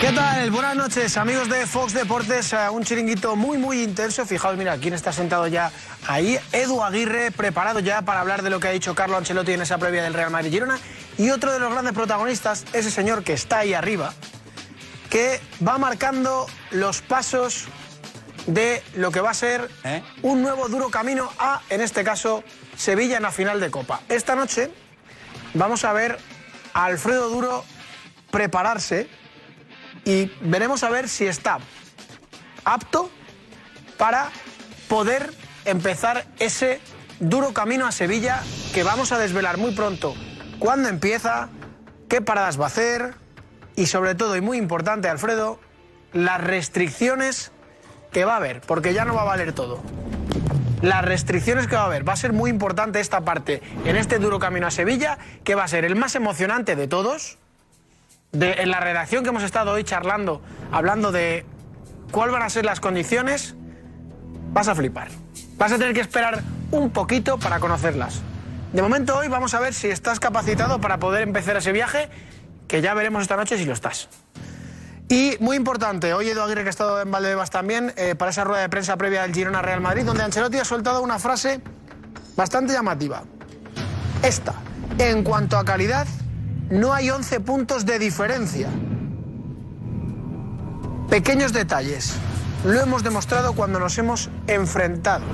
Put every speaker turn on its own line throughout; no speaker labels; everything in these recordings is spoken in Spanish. ¿Qué tal? Buenas noches, amigos de Fox Deportes. eh, Un chiringuito muy, muy intenso. Fijaos, mira, quién está sentado ya ahí. Edu Aguirre, preparado ya para hablar de lo que ha dicho Carlo Ancelotti en esa previa del Real Madrid-Girona. Y otro de los grandes protagonistas, ese señor que está ahí arriba, que va marcando los pasos de lo que va a ser un nuevo duro camino a, en este caso, Sevilla en la final de Copa. Esta noche vamos a ver a Alfredo Duro prepararse y veremos a ver si está apto para poder empezar ese duro camino a Sevilla que vamos a desvelar muy pronto. ¿Cuándo empieza? ¿Qué paradas va a hacer? Y sobre todo, y muy importante, Alfredo, las restricciones que va a haber, porque ya no va a valer todo. Las restricciones que va a haber. Va a ser muy importante esta parte en este duro camino a Sevilla, que va a ser el más emocionante de todos. De- en la redacción que hemos estado hoy charlando, hablando de cuáles van a ser las condiciones, vas a flipar. Vas a tener que esperar un poquito para conocerlas. De momento hoy vamos a ver si estás capacitado para poder empezar ese viaje, que ya veremos esta noche si lo estás. Y muy importante, hoy Edu Aguirre, que ha estado en Valdebebas también, eh, para esa rueda de prensa previa del Girona Real Madrid, donde Ancelotti ha soltado una frase bastante llamativa. Esta, en cuanto a calidad, no hay 11 puntos de diferencia. Pequeños detalles. Lo hemos demostrado cuando nos hemos enfrentado.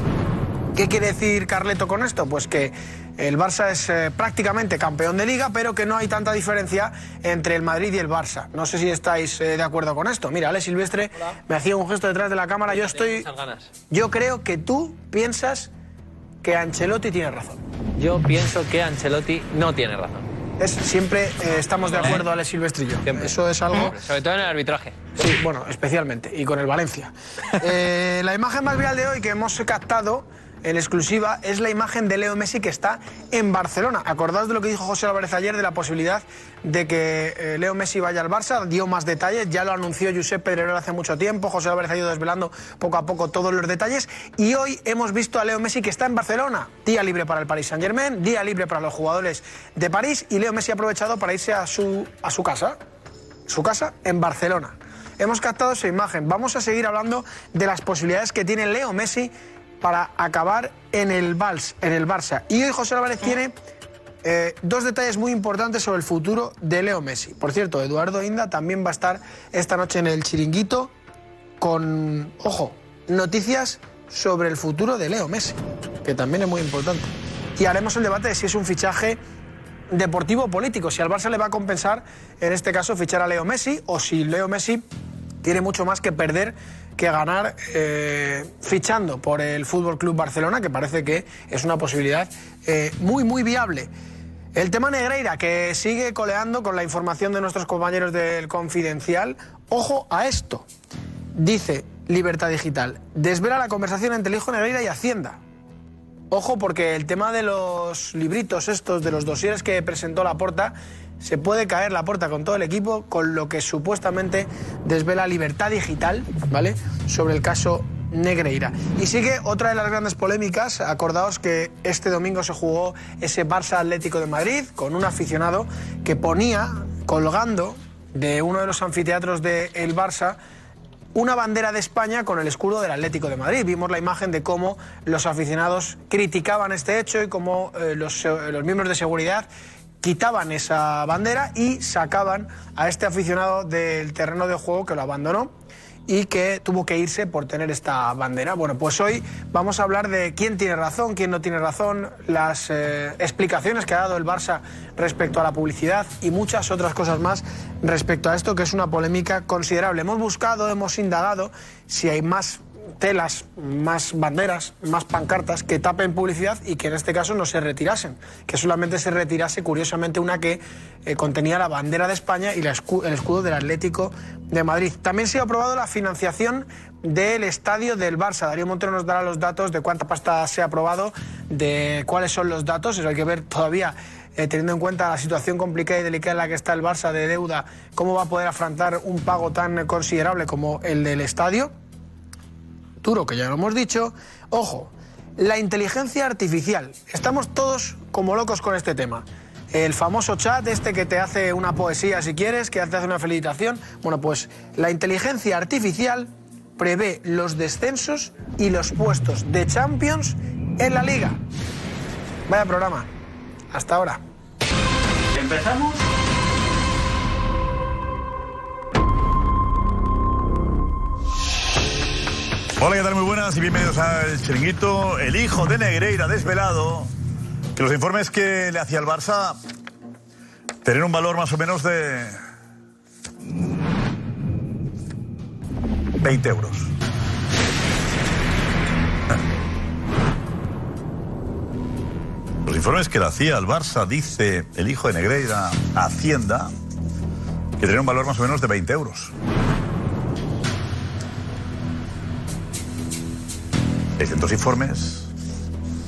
¿Qué quiere decir Carleto con esto? Pues que el Barça es eh, prácticamente campeón de liga, pero que no hay tanta diferencia entre el Madrid y el Barça. No sé si estáis eh, de acuerdo con esto. Mira, Ale Silvestre me hacía un gesto detrás de la cámara. Ah, Yo estoy. Yo creo que tú piensas que Ancelotti tiene razón.
Yo pienso que Ancelotti no tiene razón.
Es, siempre eh, estamos de acuerdo, Alex Silvestre y yo. Eso es algo,
Sobre todo en el arbitraje.
sí, bueno, especialmente, y con el Valencia. Eh, la imagen más viral de hoy que hemos captado en exclusiva es la imagen de Leo Messi que está en Barcelona. Acordaos de lo que dijo José Álvarez ayer de la posibilidad de que eh, Leo Messi vaya al Barça, dio más detalles, ya lo anunció Josep Pedrerol hace mucho tiempo, José Álvarez ha ido desvelando poco a poco todos los detalles y hoy hemos visto a Leo Messi que está en Barcelona, día libre para el Paris Saint-Germain, día libre para los jugadores de París y Leo Messi ha aprovechado para irse a su, a su casa, su casa en Barcelona. Hemos captado esa imagen. Vamos a seguir hablando de las posibilidades que tiene Leo Messi para acabar en el, Vals, en el Barça. Y hoy José Álvarez tiene eh, dos detalles muy importantes sobre el futuro de Leo Messi. Por cierto, Eduardo Inda también va a estar esta noche en el chiringuito con, ojo, noticias sobre el futuro de Leo Messi, que también es muy importante. Y haremos el debate de si es un fichaje deportivo o político, si al Barça le va a compensar, en este caso, fichar a Leo Messi o si Leo Messi tiene mucho más que perder que ganar eh, fichando por el Fútbol Club Barcelona, que parece que es una posibilidad eh, muy, muy viable. El tema Negreira, que sigue coleando con la información de nuestros compañeros del Confidencial. Ojo a esto. Dice Libertad Digital, desvela la conversación entre el hijo Negreira y Hacienda. Ojo, porque el tema de los libritos estos, de los dosieres que presentó la porta, se puede caer la porta con todo el equipo, con lo que supuestamente desvela Libertad Digital, ¿vale? Sobre el caso Negreira. Y sigue otra de las grandes polémicas. Acordaos que este domingo se jugó ese Barça Atlético de Madrid con un aficionado que ponía colgando de uno de los anfiteatros del Barça una bandera de España con el escudo del Atlético de Madrid. Vimos la imagen de cómo los aficionados criticaban este hecho y cómo eh, los, eh, los miembros de seguridad quitaban esa bandera y sacaban a este aficionado del terreno de juego que lo abandonó y que tuvo que irse por tener esta bandera. Bueno, pues hoy vamos a hablar de quién tiene razón, quién no tiene razón, las eh, explicaciones que ha dado el Barça respecto a la publicidad y muchas otras cosas más respecto a esto, que es una polémica considerable. Hemos buscado, hemos indagado si hay más telas, más banderas, más pancartas que tapen publicidad y que en este caso no se retirasen, que solamente se retirase curiosamente una que eh, contenía la bandera de España y la escu- el escudo del Atlético de Madrid. También se ha aprobado la financiación del estadio del Barça. Darío Montero nos dará los datos de cuánta pasta se ha aprobado, de cuáles son los datos, eso hay que ver todavía eh, teniendo en cuenta la situación complicada y delicada en la que está el Barça de deuda, cómo va a poder afrontar un pago tan eh, considerable como el del estadio duro, que ya lo hemos dicho. Ojo, la inteligencia artificial. Estamos todos como locos con este tema. El famoso chat, este que te hace una poesía si quieres, que te hace una felicitación. Bueno, pues la inteligencia artificial prevé los descensos y los puestos de Champions en la liga. Vaya programa. Hasta ahora.
¿Empezamos?
Hola, ¿qué tal? Muy buenas y bienvenidos al Chiringuito. El hijo de Negreira desvelado que los informes que le hacía el Barça tenían un valor más o menos de 20 euros. Los informes que le hacía el Barça, dice el hijo de Negreira, a Hacienda, que tenían un valor más o menos de 20 euros. ¿600 informes?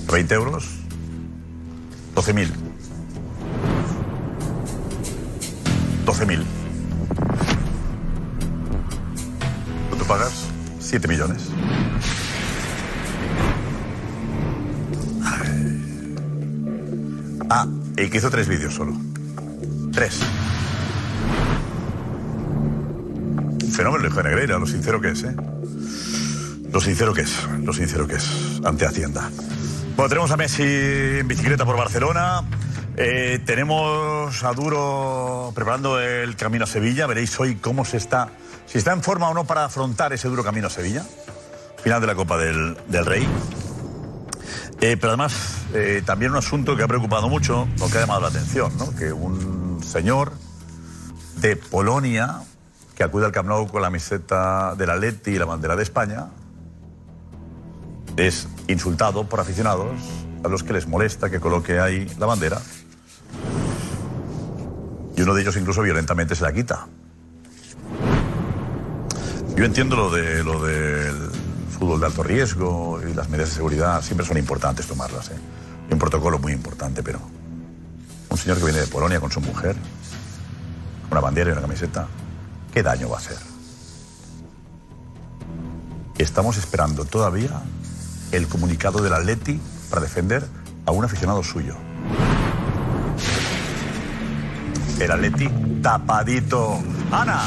¿20 euros? 12.000. 12.000. ¿Cuánto pagas? 7 millones. Ay. Ah, y que hizo tres vídeos solo. Tres. Fenómeno, hijo de Negreira, lo sincero que es, ¿eh? Lo sincero que es, lo sincero que es, ante Hacienda. Bueno, tenemos a Messi en bicicleta por Barcelona. eh, tenemos a Duro preparando el camino a Sevilla. Veréis hoy cómo se está, si está en forma o no para afrontar ese duro camino a Sevilla. Final de la Copa del, del Rey. Eh, pero además, eh, también un asunto que ha preocupado mucho, o que ha llamado la atención, ¿no? Que un señor de Polonia que acude al Camp Nou con la miseta del Atleti y la bandera de España es insultado por aficionados a los que les molesta que coloque ahí la bandera y uno de ellos incluso violentamente se la quita. Yo entiendo lo de lo del fútbol de alto riesgo y las medidas de seguridad siempre son importantes tomarlas. ¿eh? Hay un protocolo muy importante, pero un señor que viene de Polonia con su mujer, una bandera y una camiseta, ¿qué daño va a hacer? Estamos esperando todavía el comunicado del Atleti para defender a un aficionado suyo. El Atleti tapadito. Ana,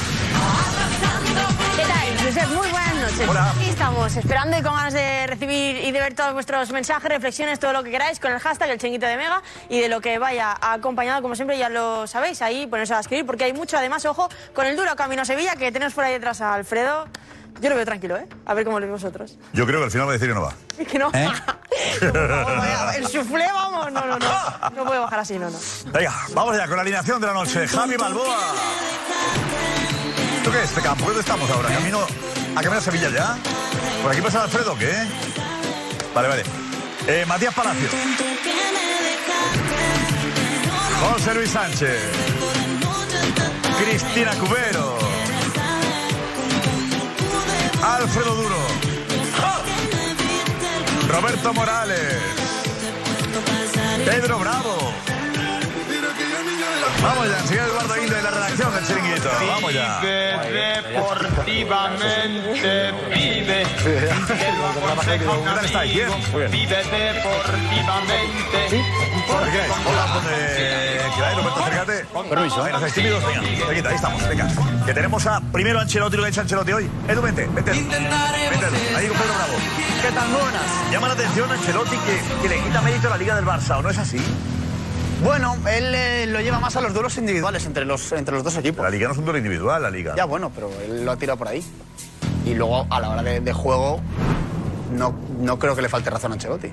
¿Qué tal, Josep? Muy buenas noches. Aquí estamos, esperando y con ganas de recibir y de ver todos vuestros mensajes, reflexiones, todo lo que queráis con el hashtag El Chinguito de Mega y de lo que vaya acompañado, como siempre, ya lo sabéis, ahí poneros a escribir porque hay mucho, además, ojo, con el duro camino a Sevilla que tenemos por ahí detrás a Alfredo. Yo lo veo tranquilo, ¿eh? A ver cómo lo veis vosotros.
yo creo que al final va a decir que no va.
Es que no.
¿Eh?
El suflé, vamos, no, no, no. No puede bajar así, no, no.
Venga, vamos allá con la alineación de la noche. Javi Balboa. ¿Esto qué es? ¿De campo? ¿Dónde estamos ahora? ¿Camino a camino a Sevilla ya? ¿Por aquí pasa Alfredo o qué? Vale, vale. Eh, Matías Palacio. José Luis Sánchez. Cristina Cubero. Alfredo Duro. Roberto Morales. Pedro Bravo. Vamos ya, enseguida Eduardo Aguilera de la redacción del Chiringuito. Vamos ya.
deportivamente vive.
¿Qué tal estáis? ¿Bien?
Vive deportivamente.
¿Qué queráis? Hola, donde queráis, Roberto, acércate. Permiso. Venga, seáis tímidos, venga. Venga, ahí estamos, venga. Que tenemos a primero Ancelotti, lo que ha hecho Ancelotti hoy. Edu, vente, vente. Vente, ahí con Pedro Bravo. ¿Qué tal, buenas? Llama la atención Ancelotti que, que le quita mérito a la Liga del Barça, ¿o no es así?
Bueno, él eh, lo lleva más a los duelos individuales entre los, entre los dos equipos.
La Liga no es un duelo individual, la Liga.
Ya bueno, pero él lo ha tirado por ahí. Y luego, a la hora de, de juego, no, no creo que le falte razón a Ancelotti.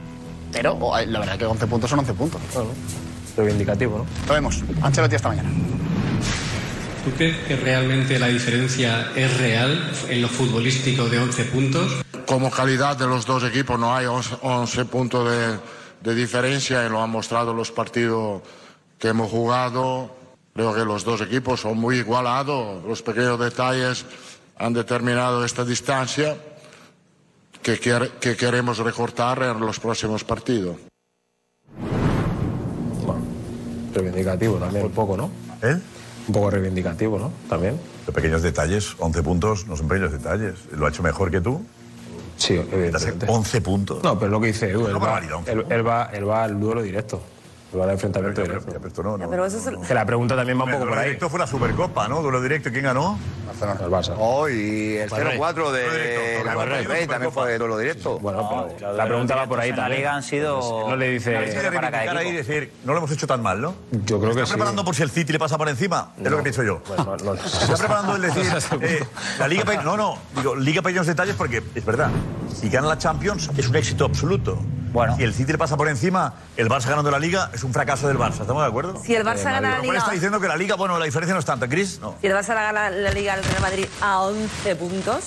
Pero oh, eh, la verdad que 11 puntos son 11 puntos.
Reivindicativo, ¿no?
Lo vemos. Ancelotti hasta mañana.
¿Tú crees que realmente la diferencia es real en lo futbolístico de 11 puntos?
como calidad de los dos equipos no hay 11 11 puntos de, de diferencia y lo han mostrado los partidos que hemos jugado. Creo que los dos equipos son muy igualados, los pequeños detalles han determinado esta distancia que, quer- que queremos recortar en los próximos partidos.
Reivindicativo también, un poco, ¿no?
¿Eh?
Un poco reivindicativo, ¿no? También.
Los pequeños detalles, 11 puntos, no son pequeños detalles. Lo ha hecho mejor que tú.
Sí,
Te hace
evidentemente.
11 puntos.
No, pero lo que dice Edu,
Una
él va,
barbaridad, un
él- él va- él va al duelo directo. Igual el enfrentamiento directo. Que la pregunta también va un poco por ahí.
Esto fue la Supercopa, ¿no? Duelo directo. ¿Quién ganó?
Barcelona.
El Barça.
Oh, y el 0-4 de la Copa del Rey también fue de duelo directo.
Bueno, pero la pregunta va por ahí
La
también.
Liga han sido-
No le dice...
Hay que reivindicar ahí y decir, no lo hemos hecho tan mal, ¿no?
Yo creo que
¿Está
sí.
preparando por si el City le pasa por encima? Es lo que pienso yo.
Bueno, no, no.
Se está preparando el decir. eh, la Liga Pe- No, no. Digo, Liga pequeños detalles porque es verdad. Si gana la Champions es un éxito absoluto. Bueno. Si el City le pasa por encima, el Barça ganando la Liga es un fracaso del Barça. ¿Estamos de acuerdo?
Si el Barça
Eh,
gana la
Madrid. Lo cual
Liga-
está diciendo que la Liga, bueno, la diferencia no es tanta. Chris, no.
Y le vas a la, la, la Liga al Real Madrid a 11 puntos.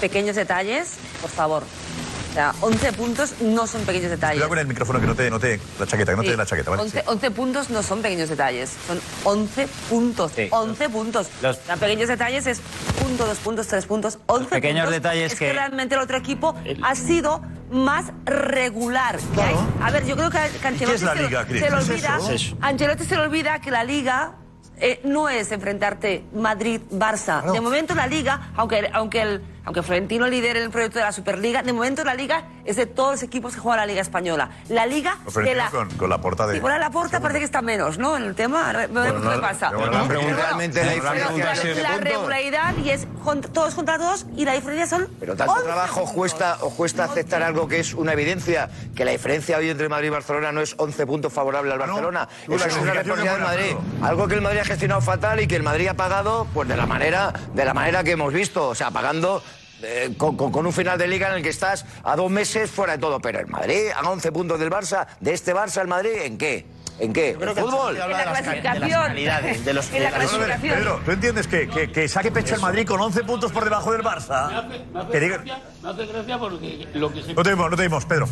Pequeños detalles, por favor. O sea, 11 puntos no son pequeños detalles.
Cuidado con el micrófono que no te, no te la chaqueta, que no te
Sí.
dé la chaqueta, ¿vale?
11, 11 puntos no son pequeños detalles, son 11 puntos. 11 puntos. Los pequeños detalles es punto, dos puntos, tres puntos, 11
pequeños
puntos.
detalles
es que...
que-
realmente el otro equipo ha sido más regular. que hay- A ver, yo creo que a que a
¿Y qué
Ancelotti
es la
se, lo-
Liga, Cris?
se le
¿Es
olvida,
eso? Es eso.
a Ancelotti se le olvida que la Liga eh, no es enfrentarte Madrid-Barça. De momento la Liga, aunque, aunque el aunque Florentino lidere el proyecto de la Superliga, de momento la Liga es de todos los equipos que juegan la Liga Española. La Liga de
Florentino
la...
Con, con la portada de.
Igual a la puerta parece que está menos, ¿no? En el tema, ahora veremos
no,
qué pasa.
no, no, no,
Pero
no,
bueno,
realmente la
pero
diferencia
la-
es el
La
punto.
regularidad y es con- todos contra todos y la diferencia son.
Pero tanto trabajo os cuesta, os cuesta aceptar algo que es una evidencia, que la diferencia hoy entre Madrid y Barcelona no es 11 puntos favorables al Barcelona.
tú
Eso
la
es una responsabilidad
clasificación
del
es
Madrid.
buena,
Algo que el Madrid ha gestionado fatal y que el Madrid ha pagado pues de la manera, de la manera que hemos visto. O sea, pagando eh, con, con- con un final de liga en el que estás a dos meses fuera de todo. Pero el Madrid a 11 puntos del Barça, de este Barça al Madrid, ¿en qué? ¿En qué? ¿En fútbol?
En la clasificación. En la clasificación.
Pedro, ¿tú entiendes que, que, que saque pecho el Madrid con 11 puntos por debajo del Barça? Que diga-
Me hace gracia porque lo que se...
No te vimos, no te vimos, Pedro.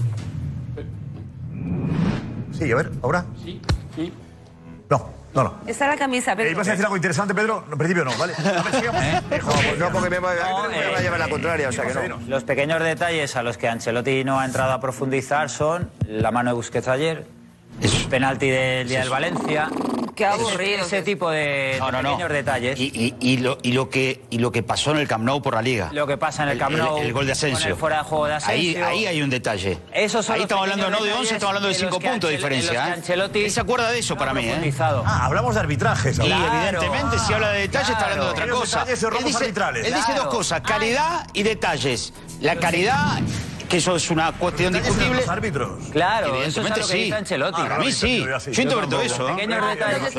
Sí, a ver, ahora.
Sí, sí.
No, no, no.
Está la camisa, pero. ¿Eh?
Eh, ¿Ibas a decir ¿eh? algo interesante, Pedro? No, En principio no, ¿vale? A ver, sigamos.
pues No, porque me va a llevar la contraria, o sea que no.
Los pequeños detalles a los que Ancelotti no ha entrado a profundizar son la mano de Busquets ayer, el penalti del día del Valencia.
Qué aburrido.
Ese, ese tipo de, de pequeños detalles.
Y, y- y lo, y, lo que, y lo que pasó en el Camp Nou por la Liga.
Lo que pasa en el Camp Nou,
El, gol de
con el
Asensio.
fuera de juego de Asensio.
Ahí, ahí hay un detalle.
Esos son
ahí
los
estamos
pequeños
hablando no de
detalles
11, estamos hablando de
en los
5
que
puntos de
Ancel- en los
diferencia.
que
¿eh? ¿Quién se acuerda de eso para mí? ¿eh?
Ah, hablamos de arbitrajes.
Y
ahora.
evidentemente, si habla de detalles, está hablando de otra
Pequeños
cosa.
detalles o robos
él dice,
arbitrales.
él dice
Claro.
dos cosas: calidad y detalles. La calidad, que eso es una cuestión
Detalles eran
discutible.
los árbitros.
Claro, eso es a
evidentemente
lo que
sí.
dice Ancelotti.
Para mí sí. Yo interpreto eso. ¿eh?
Pequeños detalles.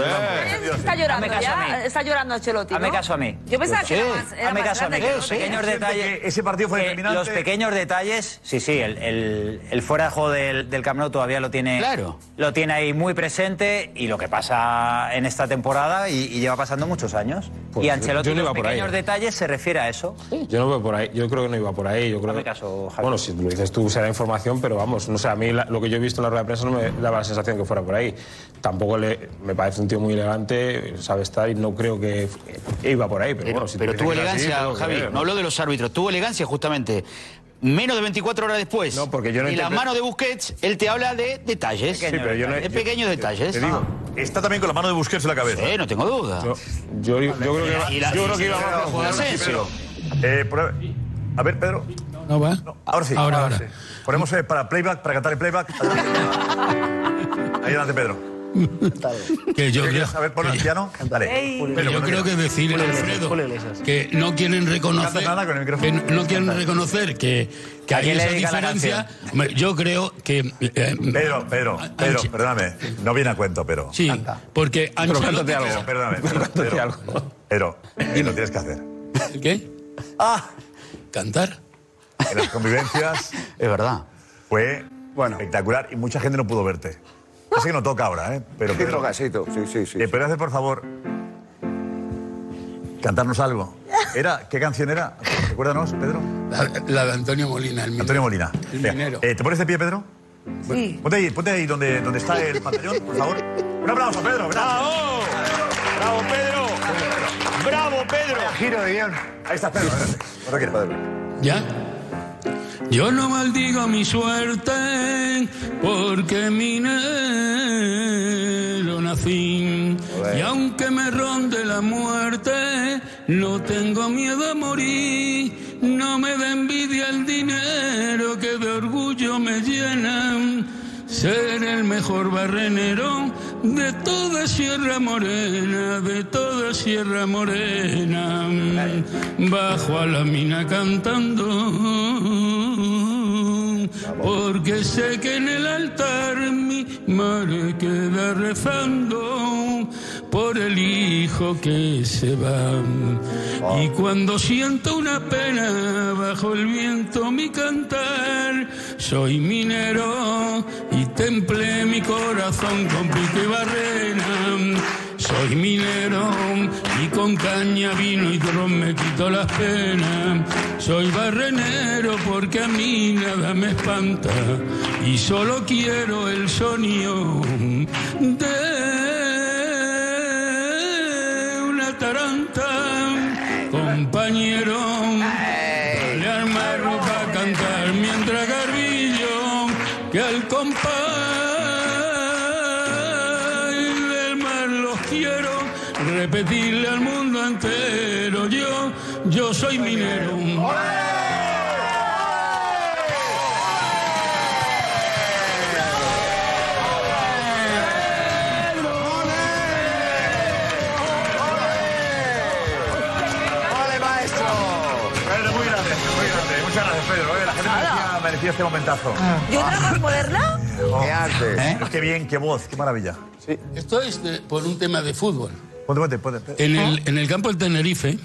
Está llorando,
Hazme caso a
ya.
mí.
Está llorando Ancelotti. ¿no?
Hazme caso a mí.
Yo pensaba que
Sí.
era más. Era
Hazme
más
caso a mí.
grande que
Los
el otro.
pequeños detalles.
Ese partido fue
Eh,
que
determinante.
Los pequeños detalles, sí, sí, el, el- el fuera de juego del, del Camp Nou todavía lo tiene,
Claro.
lo tiene ahí muy presente y lo que pasa en esta temporada y, y lleva pasando muchos años.
Pues
y
yo-
Ancelotti,
yo no
los
iba por ahí,
pequeños
¿eh?
detalles se refiere a eso.
Yo no veo por ahí, yo creo que no iba por ahí. Yo creo que... Bueno, si lo dices tú será información, pero vamos, no sé, a mí la- lo que yo he visto en la rueda de prensa no me daba la sensación que fuera por ahí. Tampoco le, me parece un tío muy elegante, sabe estar y no creo que eh, iba por ahí. Pero, bueno, si
Pero
te
tuvo
dicen que era así, pues, eh,
elegancia,
tengo que
Javi.
ver,
No habló de los árbitros, tuvo elegancia justamente. Menos de 24 horas después. No, porque
yo no
y la
interpreto-
mano de Busquets, él te habla de detalles.
Sí, pero yo no-
de
yo-
pequeños
yo-
detalles.
te digo,
Está también con la mano de Busquets en la cabeza.
Sí, no tengo duda.
Yo, yo- yo creo que iba,
Y la-
yo creo que iba
y-
más a jugar
y-
Asensio.
Eh, prueba- a ver, Pedro.
No va.
Ahora sí.
Ahora, ahora.
sí. Ponemos eh, para playback, para cantar el playback. Ahí adelante, Pedro.
Que
¿Qué
yo creo,
quieres? A ver, pon el piano. Dale.
Pero yo creo que decir Alfredo que no quieren reconocer que no- no quieren reconocer que, que
¿A
hay
quién le
esa
dedica la
diferencia.
canción?
Hombre, Yo creo que eh,
Pedro, Pedro, Pedro, perdóname. No viene a cuento, pero.
sí, porque
Pero
Ancelotti-
cántate algo. Perdóname. Pero, algo. pero eh, lo tienes que hacer.
¿Qué?
Ah.
Cantar.
En las convivencias.
es verdad.
Fue espectacular y mucha gente no pudo verte. Así que no toca ahora, ¿eh? Pero
Sí, toca, sí, to- sí, sí, sí.
¿Te puedes hacer, por favor, cantarnos algo? Era, ¿Qué canción era? Recuérdanos, Pedro.
La, de Antonio Molina. El
Antonio Molina.
El
Venga,
minero.
eh, ¿Te pones de pie, Pedro?
Sí.
Ponte ahí, ponte ahí donde, donde está el pantallón, por favor. Un aplauso, Pedro. ¡Bravo! ¡Bravo, Pedro!
¡Bravo, Pedro!
Giro de guión. Ahí está Pedro, adelante. Cuando quieras.
¿Ya? Yo no maldigo mi suerte porque minero nací. Y aunque me ronde la muerte, no tengo miedo a morir. No me da envidia el dinero que de orgullo me llenan. ser el mejor barrenero de toda Sierra Morena, de toda Sierra Morena. Bajo a la mina cantando, porque sé que en el altar mi madre queda rezando por el hijo que se va. Y cuando siento una pena bajo el viento mi cantar, soy minero y temple mi corazón con pico y barrena. Soy minero y con caña, vino y ron me quito las penas. Soy barrenero porque a mí nada me espanta y solo quiero el sonido de una taranta. Compañero, dale al marro para cantar mientras Garbillo que al compás del mar los quiero repetirle al mundo entero yo, yo soy minero.
¡Ole, maestro!
Pedro, muy grande, muy grande. Muchas gracias, Pedro. eh. La gente merecía, merecía este momentazo.
¿Yo
Ah.
otra más moderna?
¿Qué haces? ¿Eh? Qué bien, qué voz, qué maravilla.
Esto es de- por un tema de fútbol.
Ponte, ponte, ponte.
En el, en el campo del Tenerife,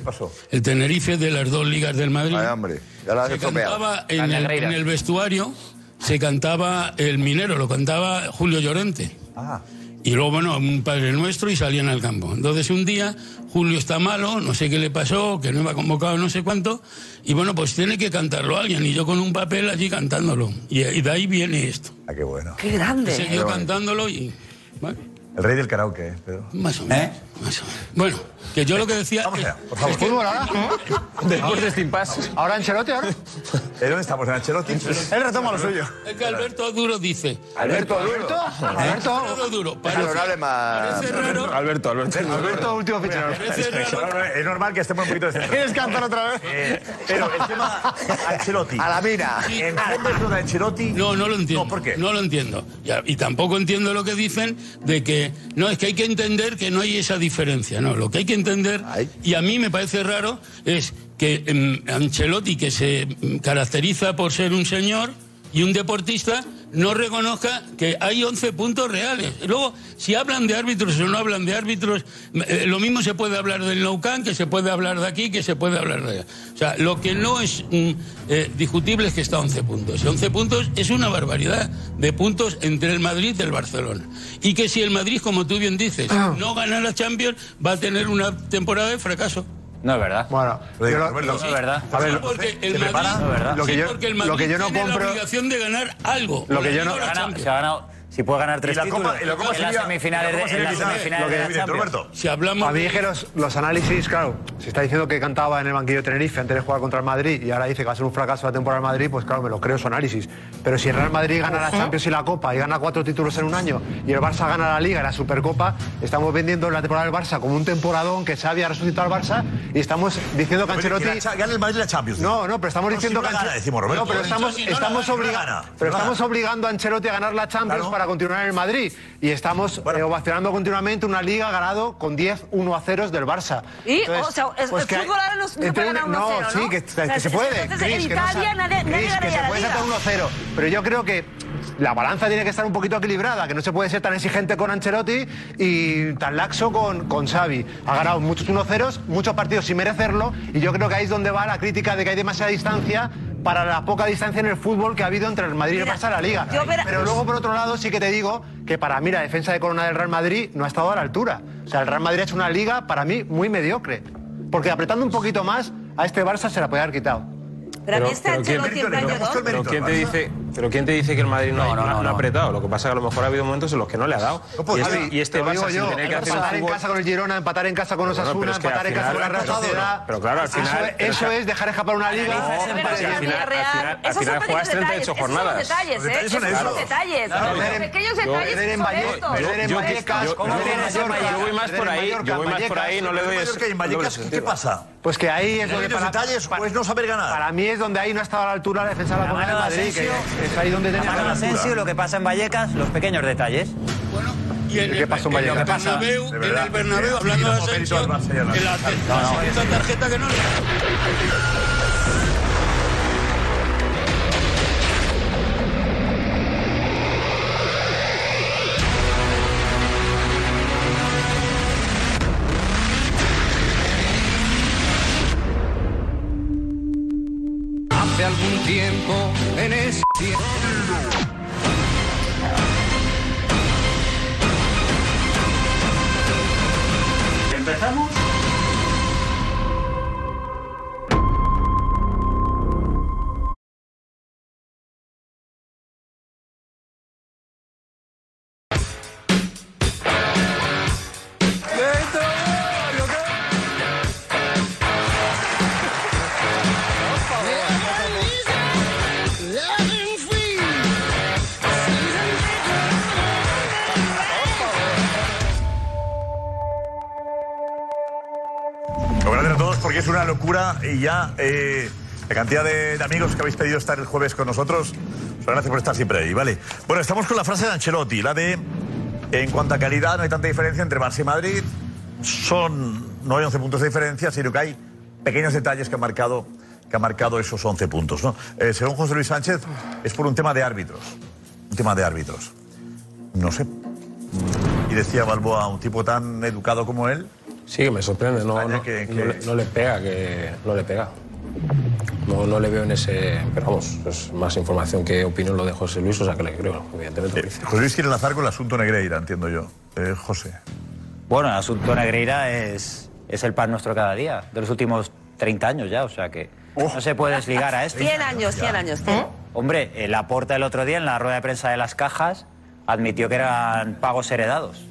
el Tenerife de las dos ligas del Madrid,
la
se
has estropeado.
cantaba
La
en el,
Negreira.
en el vestuario, se cantaba El Minero, lo cantaba Julio Llorente. Y luego, bueno, un padre nuestro y salían al campo. Entonces, un día, Julio está malo, no sé qué le pasó, que no iba convocado, no sé cuánto, y bueno, pues tiene que cantarlo alguien, y yo con un papel allí cantándolo. Y, y de ahí viene esto.
Ah, qué bueno.
Qué
grande.
Seguido cantándolo y.
El rey del karaoke, eh, Pedro.
Más o menos. Más o menos. Bueno, que yo lo que decía. Vamos allá, por favor.
¿Fútbol ahora?
Después de
este impasse. ¿Ahora Ancelotti, ahora? ¿Eh, ¿Dónde estamos? ¿En Ancelotti? Él retoma lo suyo.
Es que Alberto Duro dice.
¿Alberto Duro?
Alberto, Alberto Duro.
Déjalo, no hable más.
Alberto, Alberto.
Alberto,
último fichado.
Es normal que estemos un poquito de Eh,
¿Quieres cantar otra vez?
pero el tema Ancelotti.
A la mina.
¿Entiendes lo de Ancelotti?
No, no lo entiendo. No, lo entiendo. Y, a- y tampoco entiendo lo que dicen de que no, es que hay que entender que no hay esa diferencia. No, lo que hay que entender, y a mí me parece raro, es que em, Ancelotti, que se em, caracteriza por ser un señor y un deportista, no reconozca que hay 11 puntos reales. Y Luego, si hablan de árbitros o no hablan de árbitros, eh, lo mismo se puede hablar del Nou Camp, que se puede hablar de aquí, que se puede hablar de allá. O sea, lo que no es mm, eh, discutible es que está a 11 puntos. Y 11 puntos es una barbaridad de puntos entre el Madrid y el Barcelona. Y que si el Madrid, como tú bien dices, no gana la Champions, va a tener una temporada de fracaso.
No es verdad.
Bueno,
yo lo-
Roberto,
sí.
no es verdad.
A ver,
Sí, porque
¿se
el Madrid,
prepara? No es verdad.
sí,
Lo que yo-
porque el
lo
Madrid
que yo no
tiene
compro-
la obligación de ganar algo.
Lo que yo no-
Gana-
Se ha ganado- se ha ganado- si puede ganar tres
Y la Copa-
títulos
y la Copa
en las
sería-
semifinales de
y la
en las
Copa sería quizá
semifinales
lo que
de la
divide,
Champions.
Roberto. Si hablamos
A mí
de-
es que los, los análisis, claro, si está diciendo que cantaba en el banquillo de Tenerife antes de jugar contra el Madrid y ahora dice que va a ser un fracaso la temporada del Madrid, pues claro, me lo creo su análisis. Pero si el Real Madrid gana la
Ojo.
Champions y la Copa y gana cuatro títulos en un año y el Barça gana la Liga y la Supercopa, estamos vendiendo la temporada del Barça como un temporadón que Xavi ha resucitado al Barça y estamos diciendo que
Pero mira,
Ancelotti...
que la Cha- gana el Madrid la Champions.
No, no, pero estamos
No,
diciendo
si no
que
la gana,
Ancelotti-
decimos, Roberto.
No, pero estamos,
Si no la
estamos
gana, si no la
obliga-
gana, si
pero
no la
estamos
gana.
obligando a Ancelotti a ganar la Champions para continuar en el Madrid. Y estamos eh, ovacionando continuamente una liga ganado con 10 1 a 0 del Barça. pues
Y, o sea, es-
pues
el
que hay-
fútbol ahora no- no puede ganar 1-0, ¿no?
sí, que,
O sea,
que se
es-
puede.
entonces
Cris,
en
que no sa-
Italia nadie- nadie
Cris, que
ganaría
se
la
puede
liga.
sacar 1-0. Pero yo creo que la balanza tiene que estar un poquito equilibrada, que no se puede ser tan exigente con Ancelotti y tan laxo con, con Xavi. Ha ganado muchos 1-0, muchos partidos sin merecerlo, y yo creo que ahí es donde va la crítica de que hay demasiada distancia para la poca distancia en el fútbol que ha habido entre el Madrid y el
Mira,
Barça en la Liga.
yo verá-
Pero luego, por otro lado, sí que te digo que para mí la defensa de Corona del Real Madrid no ha estado a la altura. O sea, el Real Madrid ha hecho una Liga, para mí, muy mediocre. Porque apretando un poquito más, a este Barça se la podía haber quitado.
Pero a mí este Ancelotti en plan yo
pero quién te dice, pero quién te dice que el Madrid no, ha- no ha apretado. Lo que pasa es que a lo mejor ha habido momentos en los que no le ha dado. y este, y este
pues, te lo
Barça
digo
sin
yo,
tener que hacer un
empatar en
fútbol-
casa con el Girona, empatar en casa con
Pero bueno,
Osasuna,
pero es que
empatar
al
en casa con la
final-
Real Sociedad.
Pero claro, al final-
Eso es, eso es dejar escapar una liga.
Pero si al final, al final, al final juegas 38 jornadas.
detalles, ¿eh? Esos son
Claro.
detalles.
Claro.
Los pequeños detalles son estos.
Yo- yo- yo- yo- Yo voy más por ahí, yo voy más por ahí, no le doy ese-
en
no le doy
Vallecas,
ese
¿qué
sentido.
pasa?
Pues que ahí es
¿Pequeños
donde
detalles
pues
para, no saber ganar. Para mí es donde ahí no ha estado a la altura la defensa de la Comunidad de Madrid. que- que es ahí donde tenemos
Apaga
la
la Asensio, lo que pasa en Vallecas, los pequeños detalles.
Y en
¿Qué
el,
pasó en
en el
Vallecas?
Bernabéu,
De
en
verdad.
el Bernabéu,
Sí,
hablando de
sí,
Asensio,
mérito al Barça y al
que la,
Barça.
la
No, no,
segunda tarjeta que no le...
Hace algún tiempo en este
¿Empezamos?
Lo gracias a todos porque es una locura y ya eh, la cantidad de, de amigos que habéis pedido estar el jueves con nosotros. Muchas gracias por estar siempre ahí, ¿vale? Bueno, estamos con la frase de Ancelotti, la de en cuanto a calidad no hay tanta diferencia entre Barça y Madrid. Son, no hay 11 puntos de diferencia, sino que hay pequeños detalles que han marcado, que han marcado esos 11 puntos. ¿no? Eh, según José Luis Sánchez, es por un tema de árbitros. Un tema de árbitros. No sé. Y decía Balboa, un tipo tan educado como él.
Sí, que me sorprende, no, no, no le- no le pega, que no le pega. No, no le veo en ese. Pero vamos, es más información que opinión lo de José Luis, o sea que le creo, evidentemente.
José Luis quiere lanzar con el asunto Negreira, entiendo yo. Eh, José.
Bueno, el asunto Negreira es, es el pan nuestro cada día, de los últimos 30 años ya, o sea que no se puede desligar a este. ¿Eh? esto.
100 años, 100 años. 100.
Hombre, el aporta el otro día en la rueda de prensa de las cajas admitió que eran pagos heredados.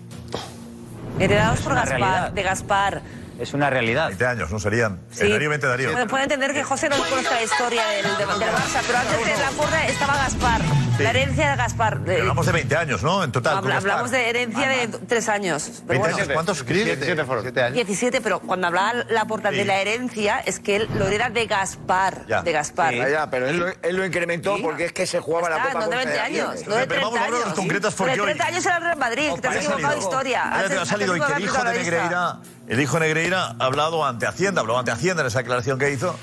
Heredados
Es
Eh, por
una
Gaspar,
realidad.
de Gaspar.
Es una realidad.
20 años, no serían.
Sí.
Eh, Darío, 20 Darío.
Bueno, puede entender que José no conozca la historia del, del, del Barça, pero antes de la porra estaba Gaspar, la herencia de Gaspar. de-
Hablamos de 20 años, ¿no? En total.
habla- hablamos de herencia de tres años.
20
pero bueno.
años, ¿eh? ¿cuántos críos? 7
17, pero cuando hablaba la porta de la herencia, es que él lo era de Gaspar. De Gaspar.
Ya, ya, pero él lo, él lo incrementó porque es que se jugaba la
pues
Ah,
Copa
no de 20 años, no de 30 años.
los concretos,
Pero
porque
de
hoy-
30 años era el Real Madrid, que te
Hombre,
has
ha
equivocado de
salido.
historia.
Mira, te ha salido hoy que el hijo de Negreira, el hijo de Negreira ha hablado ante Hacienda, habló ante Hacienda en esa aclaración que hizo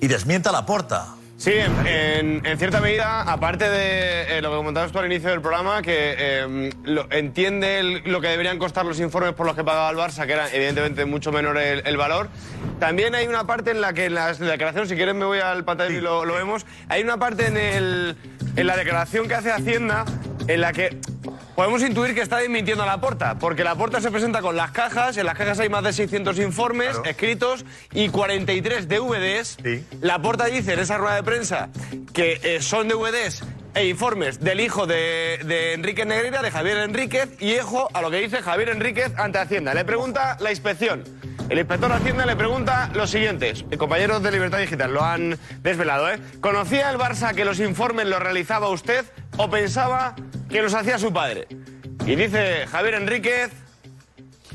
y desmienta la porta.
Sí, en, en- en cierta medida, aparte de eh, lo que comentabas tú al inicio del programa, que eh, lo- entiende el- lo que deberían costar los informes por los que pagaba el Barça, que era evidentemente mucho menor el, el valor. También hay una parte en la que en la, en la declaración, si quieres me voy al pantalla y lo, lo vemos, hay una parte en, el- en la declaración que hace Hacienda en la que podemos intuir que está desmintiendo a la porta, porque la porta se presenta con las cajas, en las cajas hay más de 600 informes escritos y 43 DVDs. La porta dice en esa rueda de prensa que eh, son DVDs e informes del hijo de, de Enrique Negreira, de Javier Enríquez, y ejo a lo que dice Javier Enríquez ante Hacienda. Le pregunta la inspección. El inspector de Hacienda le pregunta lo siguiente. eh, Compañeros de Libertad Digital, lo han desvelado, ¿eh? ¿Conocía el Barça que los informes los realizaba usted o pensaba que los hacía su padre? Y dice Javier Enríquez,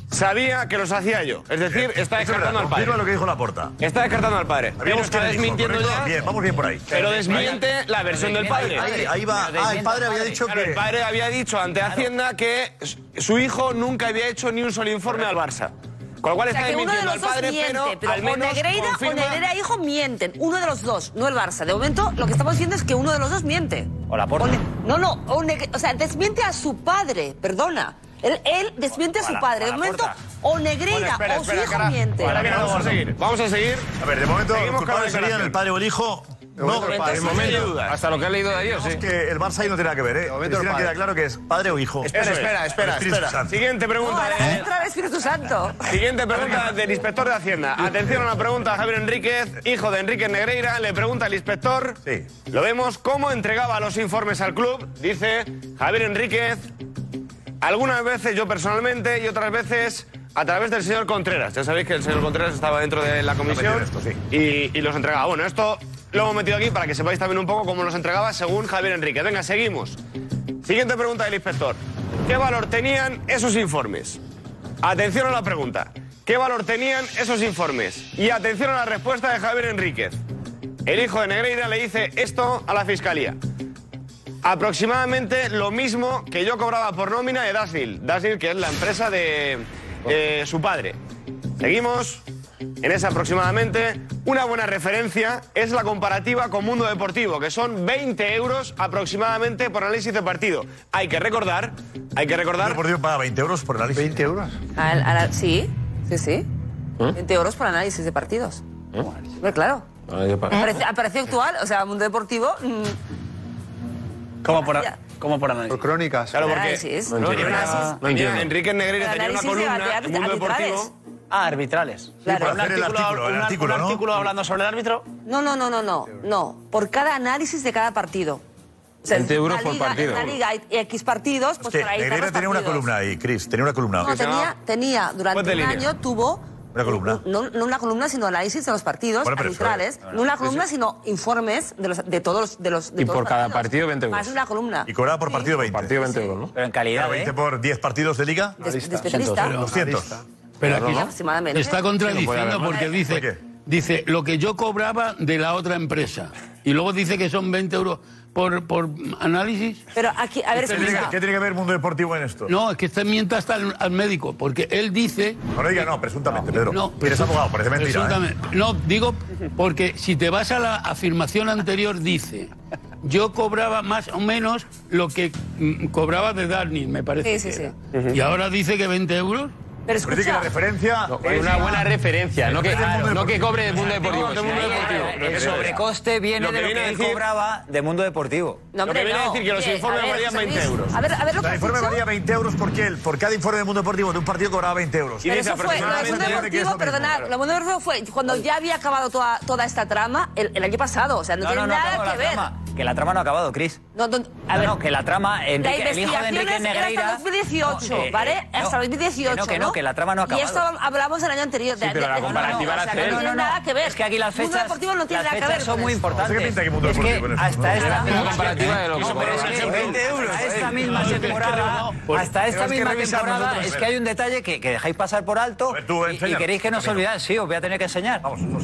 sabía que los hacía yo. Es decir, está
Eso Eh, es verdad,
descartando al padre.
Confirma lo que dijo la porta.
Está descartando al padre.
Sabíamos
Está
que era el hijo,
desmintiendo
¿correcto?
ya.
Bien, vamos bien por ahí.
Pero desmiente la versión del padre.
Ahí, ahí va. Ah, el padre había dicho
Claro,
que.
el padre había dicho ante Hacienda que su- su hijo nunca había hecho ni un solo informe al Barça. Con lo cual
O sea,
está
que uno de
desmintiendo
los
al
dos
padre,
miente,
pero,
pero
al
o
menos
Negreira
confirma-
o Negreira hijo mienten. Uno de los dos, no el Barça. De momento, lo que estamos diciendo es que uno de los dos miente.
O la porta.
No, no, o, Negre- o sea, desmiente a su padre, perdona. Él, él desmiente a su
la-
padre.
o
De
la
momento,
porta.
o Negreira o su hijo miente.
ahora viene, vamos a seguir. Vamos a seguir.
A ver, de momento,
Seguimos
los
con la
culpables serían
declaración.
el padre o el hijo.
De momento el padre. De momento. Hasta lo que he leído de ellos,
Digamos
sí.
que el Barça ahí no tiene nada que ver, ¿eh?
momento el
Cristina
padre.
queda claro que es padre o hijo.
Espera,
Eso es.
espera,
El
espera,
Espíritu
espera.
Santo.
Siguiente
No,
pregunta.
ahora entra el Espíritu Santo.
Siguiente pregunta del inspector de Hacienda. Atención a una pregunta de Javier Enríquez, hijo de Enrique Negreira. Le pregunta al inspector. Lo vemos cómo entregaba los informes al club. Dice Javier Enríquez. Algunas veces yo personalmente y otras veces a través del señor Contreras. Ya sabéis que el señor Contreras estaba dentro de la comisión y, y los entregaba. Bueno, esto lo hemos metido aquí para que sepáis también un poco cómo los entregaba según Javier Enríquez. Venga, seguimos. Siguiente pregunta del inspector. ¿Qué valor tenían esos informes? Atención a la pregunta. ¿Qué valor tenían esos informes? Y atención a la respuesta de Javier Enríquez. El hijo de Negreira le dice esto a la fiscalía. aproximadamente lo mismo que yo cobraba por nómina de Dasville. Dasville, que es la empresa de eh, su padre. Seguimos. En esa aproximadamente, una buena referencia es la comparativa con Mundo Deportivo, que son 20 euros aproximadamente por análisis de partido. Hay que recordar, hay que recordar...
Deportivo paga 20 euros por análisis.
20 euros.
A la- a la- sí, sí, sí.
¿Eh?
20 euros por análisis de partidos. Hombre, claro.
¿Eh?
Aparece, aparece actual, o sea, mundo deportivo. mm,
¿Cómo por, ¿Cómo por análisis? Por
crónicas.
Claro,
Ah,
porque
No entiendo.
¿no? Tenía-
No entiendo.
tenía- Enrique Negreira tenía una
Análisis de
columna en
arbit-
Mundo
arbitrales.
Deportivo.
Ah, arbitrales.
Claro.
Un
Hacer el
artículo,
artículo, el
un ar-
artículo,
un
¿no?
artículo hablando sobre el árbitro.
No, no, no, no, no. No, por cada análisis de cada partido. O sea,
20
en la
euros por
liga-
partido.
En la liga hay X partidos, pues
Sí,
por ahí están
Negreira
los
tenía una
partidos.
columna ahí, Chris, tenía una columna.
No, tenía, tenía durante
Ponte
un
línea.
año tuvo
Una columna.
no, no una columna, sino análisis de los partidos
Bueno, pero eso-
arbitrales. No
Sí,
una
sí.
columna, sino informes de, los, de todos los. De los de
Y
todos
por
los
cada
partidos.
partido, 20 euros.
Más una columna.
Y cobraba por partido 20. partido 20 euros, ¿no?
Pero en calidad,
Claro, 20 por 10 partidos de liga.
de especialista.
200.
Pero aquí
¿no?
aproximadamente.
está
Sí, no puede haber
contradiciendo
más.
porque dice, dice lo que yo cobraba de la otra empresa. Y luego dice que son 20 euros por, por análisis.
Pero aquí, a ver,
¿Qué tiene, que- qué tiene que ver el mundo deportivo en esto?
No, es que este miente hasta al, al médico, porque él dice...
Ah,
Ahora diga no, presuntamente, Pedro.
No,
Eres abogado, parece mentira, ¿eh?
presuntamente. No, digo, porque si te vas a la afirmación anterior, dice, yo cobraba más o menos lo que mm, cobraba de Darnit, me parece.
Sí, sí,
que era. Y ahora dice que 20 euros.
Pero escucha- Parece que la
referencia
es una buena referencia, no que, no que cobre el mundo deportivo.
Mundo Deportivo. El sobrecoste viene de lo que él cobraba de Mundo Deportivo.
No, hombre, no. Oye, a ver, José Luis, A ver, a ver lo que
el
has
informe
dicho.
valía 20 euros porque él, por cada informe del mundo deportivo de un partido cobraba 20 euros.
Pero eso fue, lo del mundo deportivo, perdonad, lo del mundo deportivo fue cuando ya había acabado toda, toda esta trama el, el año pasado, o sea, no,
No,
tiene
no, no acabó
nada
la
que ver.
trama. Que la trama no ha acabado, Chris.
No, no, a
No,
ver,
no, que la trama, Enrique-
la
el hijo de Enrique
investigación es- era
Negreira...
hasta 2018,
No, eh,
¿vale?
eh, no,
hasta 2018,
que no, que no, que la trama no ha
Y esto
acabado.
hablamos el año anterior.
Sí, pero la
no,
comparativa
no,
la
o sea,
hace él.
No
No,
tiene
no, no.
nada que ver.
Es que aquí las
El
fechas-
mundo deportivo no tiene
las
nada que ver
fechas son
con
muy
esto.
importantes. Es que hasta esta comparativa de lo que se cobra. Hasta esta misma temporada, hasta esta misma temporada, es que hay un detalle que, que dejáis pasar por alto y- y,
enséñalo,
queréis que nos
Camilo.
olvidáis. Sí, os voy a tener que enseñar.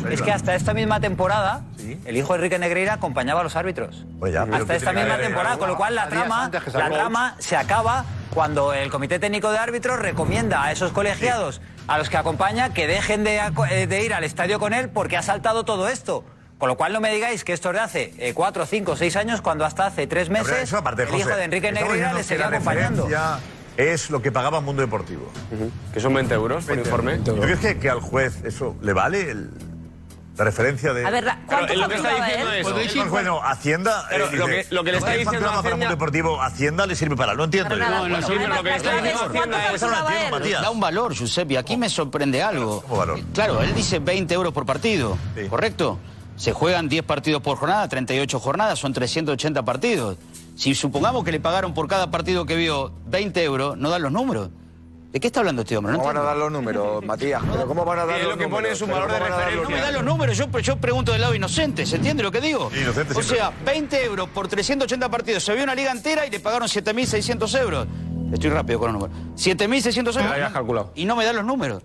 es que hasta esta misma temporada, el hijo de Enrique Negreira acompañaba a los árbitros.
pero
hasta
que
esta
tiene que
misma
haber-
temporada, con lo cual la
Días
trama,
antes que
la
salga.
trama se acaba cuando el Comité Técnico de Árbitros recomienda a esos colegiados a los que acompaña que dejen de, aco- eh, de ir al estadio con él porque ha saltado todo esto. Con lo cual no me digáis que esto es de hace eh, cuatro, cinco, seis años, cuando hasta hace tres
La verdad,
meses
eso aparte,
el
José,
hijo de Enrique
estamos
Negreira
diciendo
le
que
seguía
la
acompañando.
referencia Es lo que pagaba Mundo Deportivo.
Que son 20 euros por informe.
¿Tú crees que, que al juez eso le vale el- la referencia de.
A ver, la- ¿cuánto Pero, lo que está facturaba diciendo él? es- Podéis ir-
bueno, Hacienda. eh,
Pero lo
dice,
que- lo que le está
él
diciendo
facturaba para
Hacienda-
Mundo Deportivo, Hacienda le sirve para. No entiendo.
Para
yo.
nada. No, no Bueno, sirve, lo que está diciendo Hacienda es-
Eso no lo entiendo, Matías.
Da un valor, Giuseppe. Aquí me sorprende algo. Claro, él dice 20 euros por partido, ¿correcto? Se juegan 10 partidos por jornada, 38 jornadas, son 380 partidos. Si supongamos que le pagaron por cada partido que vio 20 euros, no dan los números. ¿De qué está hablando este hombre? No
¿Cómo van a
entiendo.
dar los números, Matías? ¿Pero cómo van a dar
Eh,
los
lo que
números?
pone es un
¿Pero
valor
cómo
de
van a dar
referencia.
los
No me dan los números, yo, yo pregunto del lado inocente, ¿se entiende lo que digo?
Inocente
o
siempre.
sea, 20 euros por 380 partidos, se vio una liga entera y le pagaron 7.600 euros. Estoy rápido con los números. 7.600 euros. Y no me dan los números.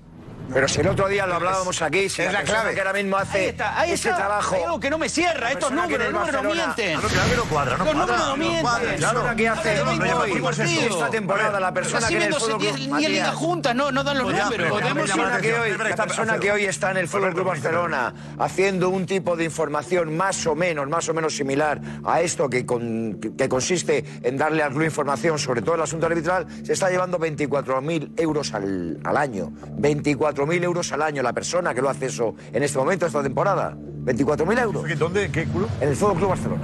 Pero si el otro día lo hablábamos aquí, si
Es la
persona
clave.
que ahora mismo hace
Ahí está, ahí
ese
está.
trabajo...
Hay algo que no me cierra,
la
estos
persona que en el
números, los números
Barcelona-
mienten.
Claro, claro que no cuadra, no
los
cuadra,
números
no
mienten.
cuadra, claro.
Habla de
que hace-
veinte
no, no, no,
hoy,
no,
partido.
no, no, esta temporada,
A ver,
la persona que en el
recibiéndose
Fútbol Club
10 10 ligas
Matías.
juntas, no, no dan los números. Podemos-
La persona, que hoy, la persona que hoy está en el Fútbol Club Barcelona haciendo un tipo de información más o menos, más o menos similar a esto que, con- que consiste en darle al club información sobre todo el asunto arbitral, se está llevando 24.000 euros al, al año. 24.000 euros al año la persona que lo hace eso en este momento, esta temporada. 24.000 euros.
¿Dónde? ¿Qué club?
En el Fútbol Club Barcelona.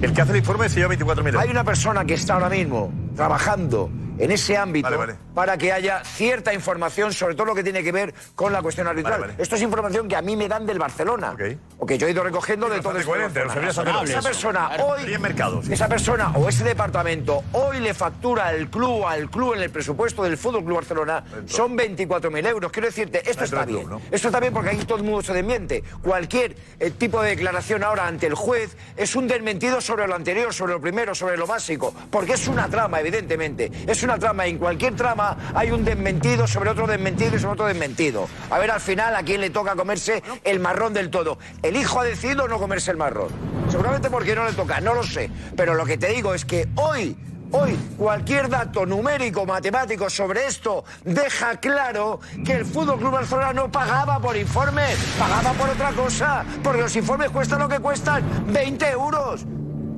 El que hace el informe se lleva 24.000 euros.
Hay una persona que está ahora mismo trabajando en ese ámbito para que haya cierta información sobre todo lo que tiene que ver con la cuestión arbitral. Esto es información que a mí me dan del Barcelona o que yo he ido recogiendo de todo
bastante
este
coherente,
Barcelona.
lo sabías hacer.
Esa persona
Claro.
hoy
Bien mercado, sí.
esa persona o ese departamento hoy le factura al club al club en el presupuesto del Fútbol Club Barcelona son 24.000 euros. Quiero decirte, esto está
del
bien.
club,
Esto está bien porque aquí todo el mundo se desmiente. Cualquier eh, tipo de declaración ahora ante el juez es un desmentido sobre lo anterior, sobre lo primero, sobre lo básico, porque es una trama, evidentemente. Es una una trama y en cualquier trama hay un desmentido sobre otro desmentido y sobre otro desmentido. A ver al final a quién le toca comerse el marrón del todo. El hijo ha decidido no comerse el marrón. Seguramente porque no le toca, no lo sé. Pero lo que te digo es que hoy Hoy cualquier dato numérico, matemático sobre esto deja claro que el Fútbol Club Barcelona no pagaba por informes, pagaba por otra cosa, porque los informes cuestan lo que cuestan, 20 euros.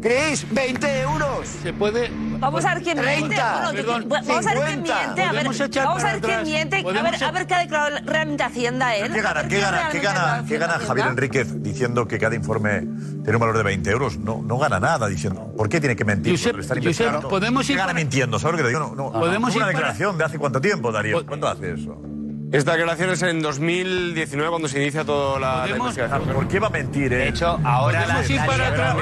¿Creéis? 20 euros.
Se puede.
Vamos a ver quién miente.
30.
Bueno,
Perdón,
va- vamos a ver quién
50.
miente. A ver,
Podemos echar
vamos a
para
ver quién
atrás.
miente. A
Podemos
ver, a ver qué ha declarado realmente Hacienda él.
¿Qué
A ver
gana, qué
qué
gana, qué
realmente ha
gana,
declarado
qué gana
Hacienda,
Javier
¿verdad?
Enríquez diciendo que cada informe tiene un valor de 20 euros? No, no gana nada diciendo. ¿Por qué tiene que mentir?
Josep,
Porque lo están
Josep,
investigando.
podemos
¿Qué
ir
gana
para-
mintiendo? ¿Sabes lo que te digo? No, no. Una
Podemos ir para-
declaración de hace cuánto tiempo, Darío. ¿Cuándo hace eso?
Esta declaración es en 2019 cuando se inicia toda la, la investigación.
Ah, ¿Por qué va a mentir? eh? De
hecho,
Podemos ir para atrás.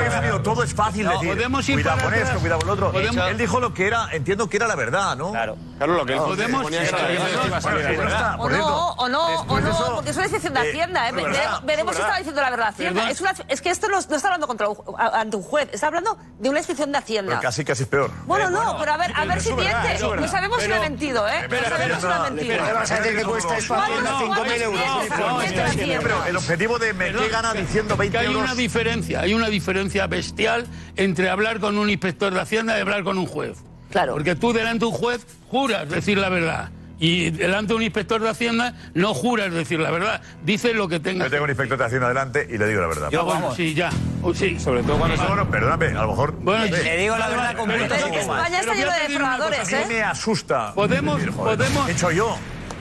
todo es fácil decir. cuidado con esto, cuidado con lo otro.
Podemos-
Él dijo lo que era, entiendo que era la verdad, ¿no? Claro.
Claro, lo que él
Podemos-
ponía que era
Bueno,
verdad.
bueno, pues está,
O
por cierto.
no, o no, o
de
no,
eso,
porque es una excepción de
eh,
Hacienda. ¿eh?
es
Ve-
verdad,
ve- Veremos
es
si
verdad.
está diciendo la verdad Hacienda.
Perdón.
Es, una- es que esto no, no está hablando contra un ju- a- ante un juez, está hablando de una excepción de Hacienda.
Pero casi, casi es peor.
Bueno, no, pero a ver, a
pero
ver
es
si
verdad,
miente.
es verdad.
No sabemos si lo ha
Pero-
mentido, ¿eh?
Espera,
no sabemos
espera,
si lo ha
no,
mentido.
espera, espera, espera, espera, espera, espera, espera, Pero el objetivo de me
este Perdón,
qué gana diciendo 20
que hay
euros.
una diferencia, hay una diferencia bestial entre hablar con un inspector de Hacienda y hablar con un juez.
Claro.
Porque tú delante de un juez juras decir la verdad. Y delante de un inspector de Hacienda no juras decir la verdad. Dices lo que tengas.
Yo tengo un inspector de Hacienda adelante y le digo la verdad.
Ah, bueno, sí, ya. Oh, sí. Sobre todo
Bueno, bueno, perdóname, a lo mejor.
Bueno, le digo la verdad completa.
España está lleno de defraudadores, ¿eh?
Me asusta.
Podemos,
decir, joder,
podemos.
¿qué he hecho yo.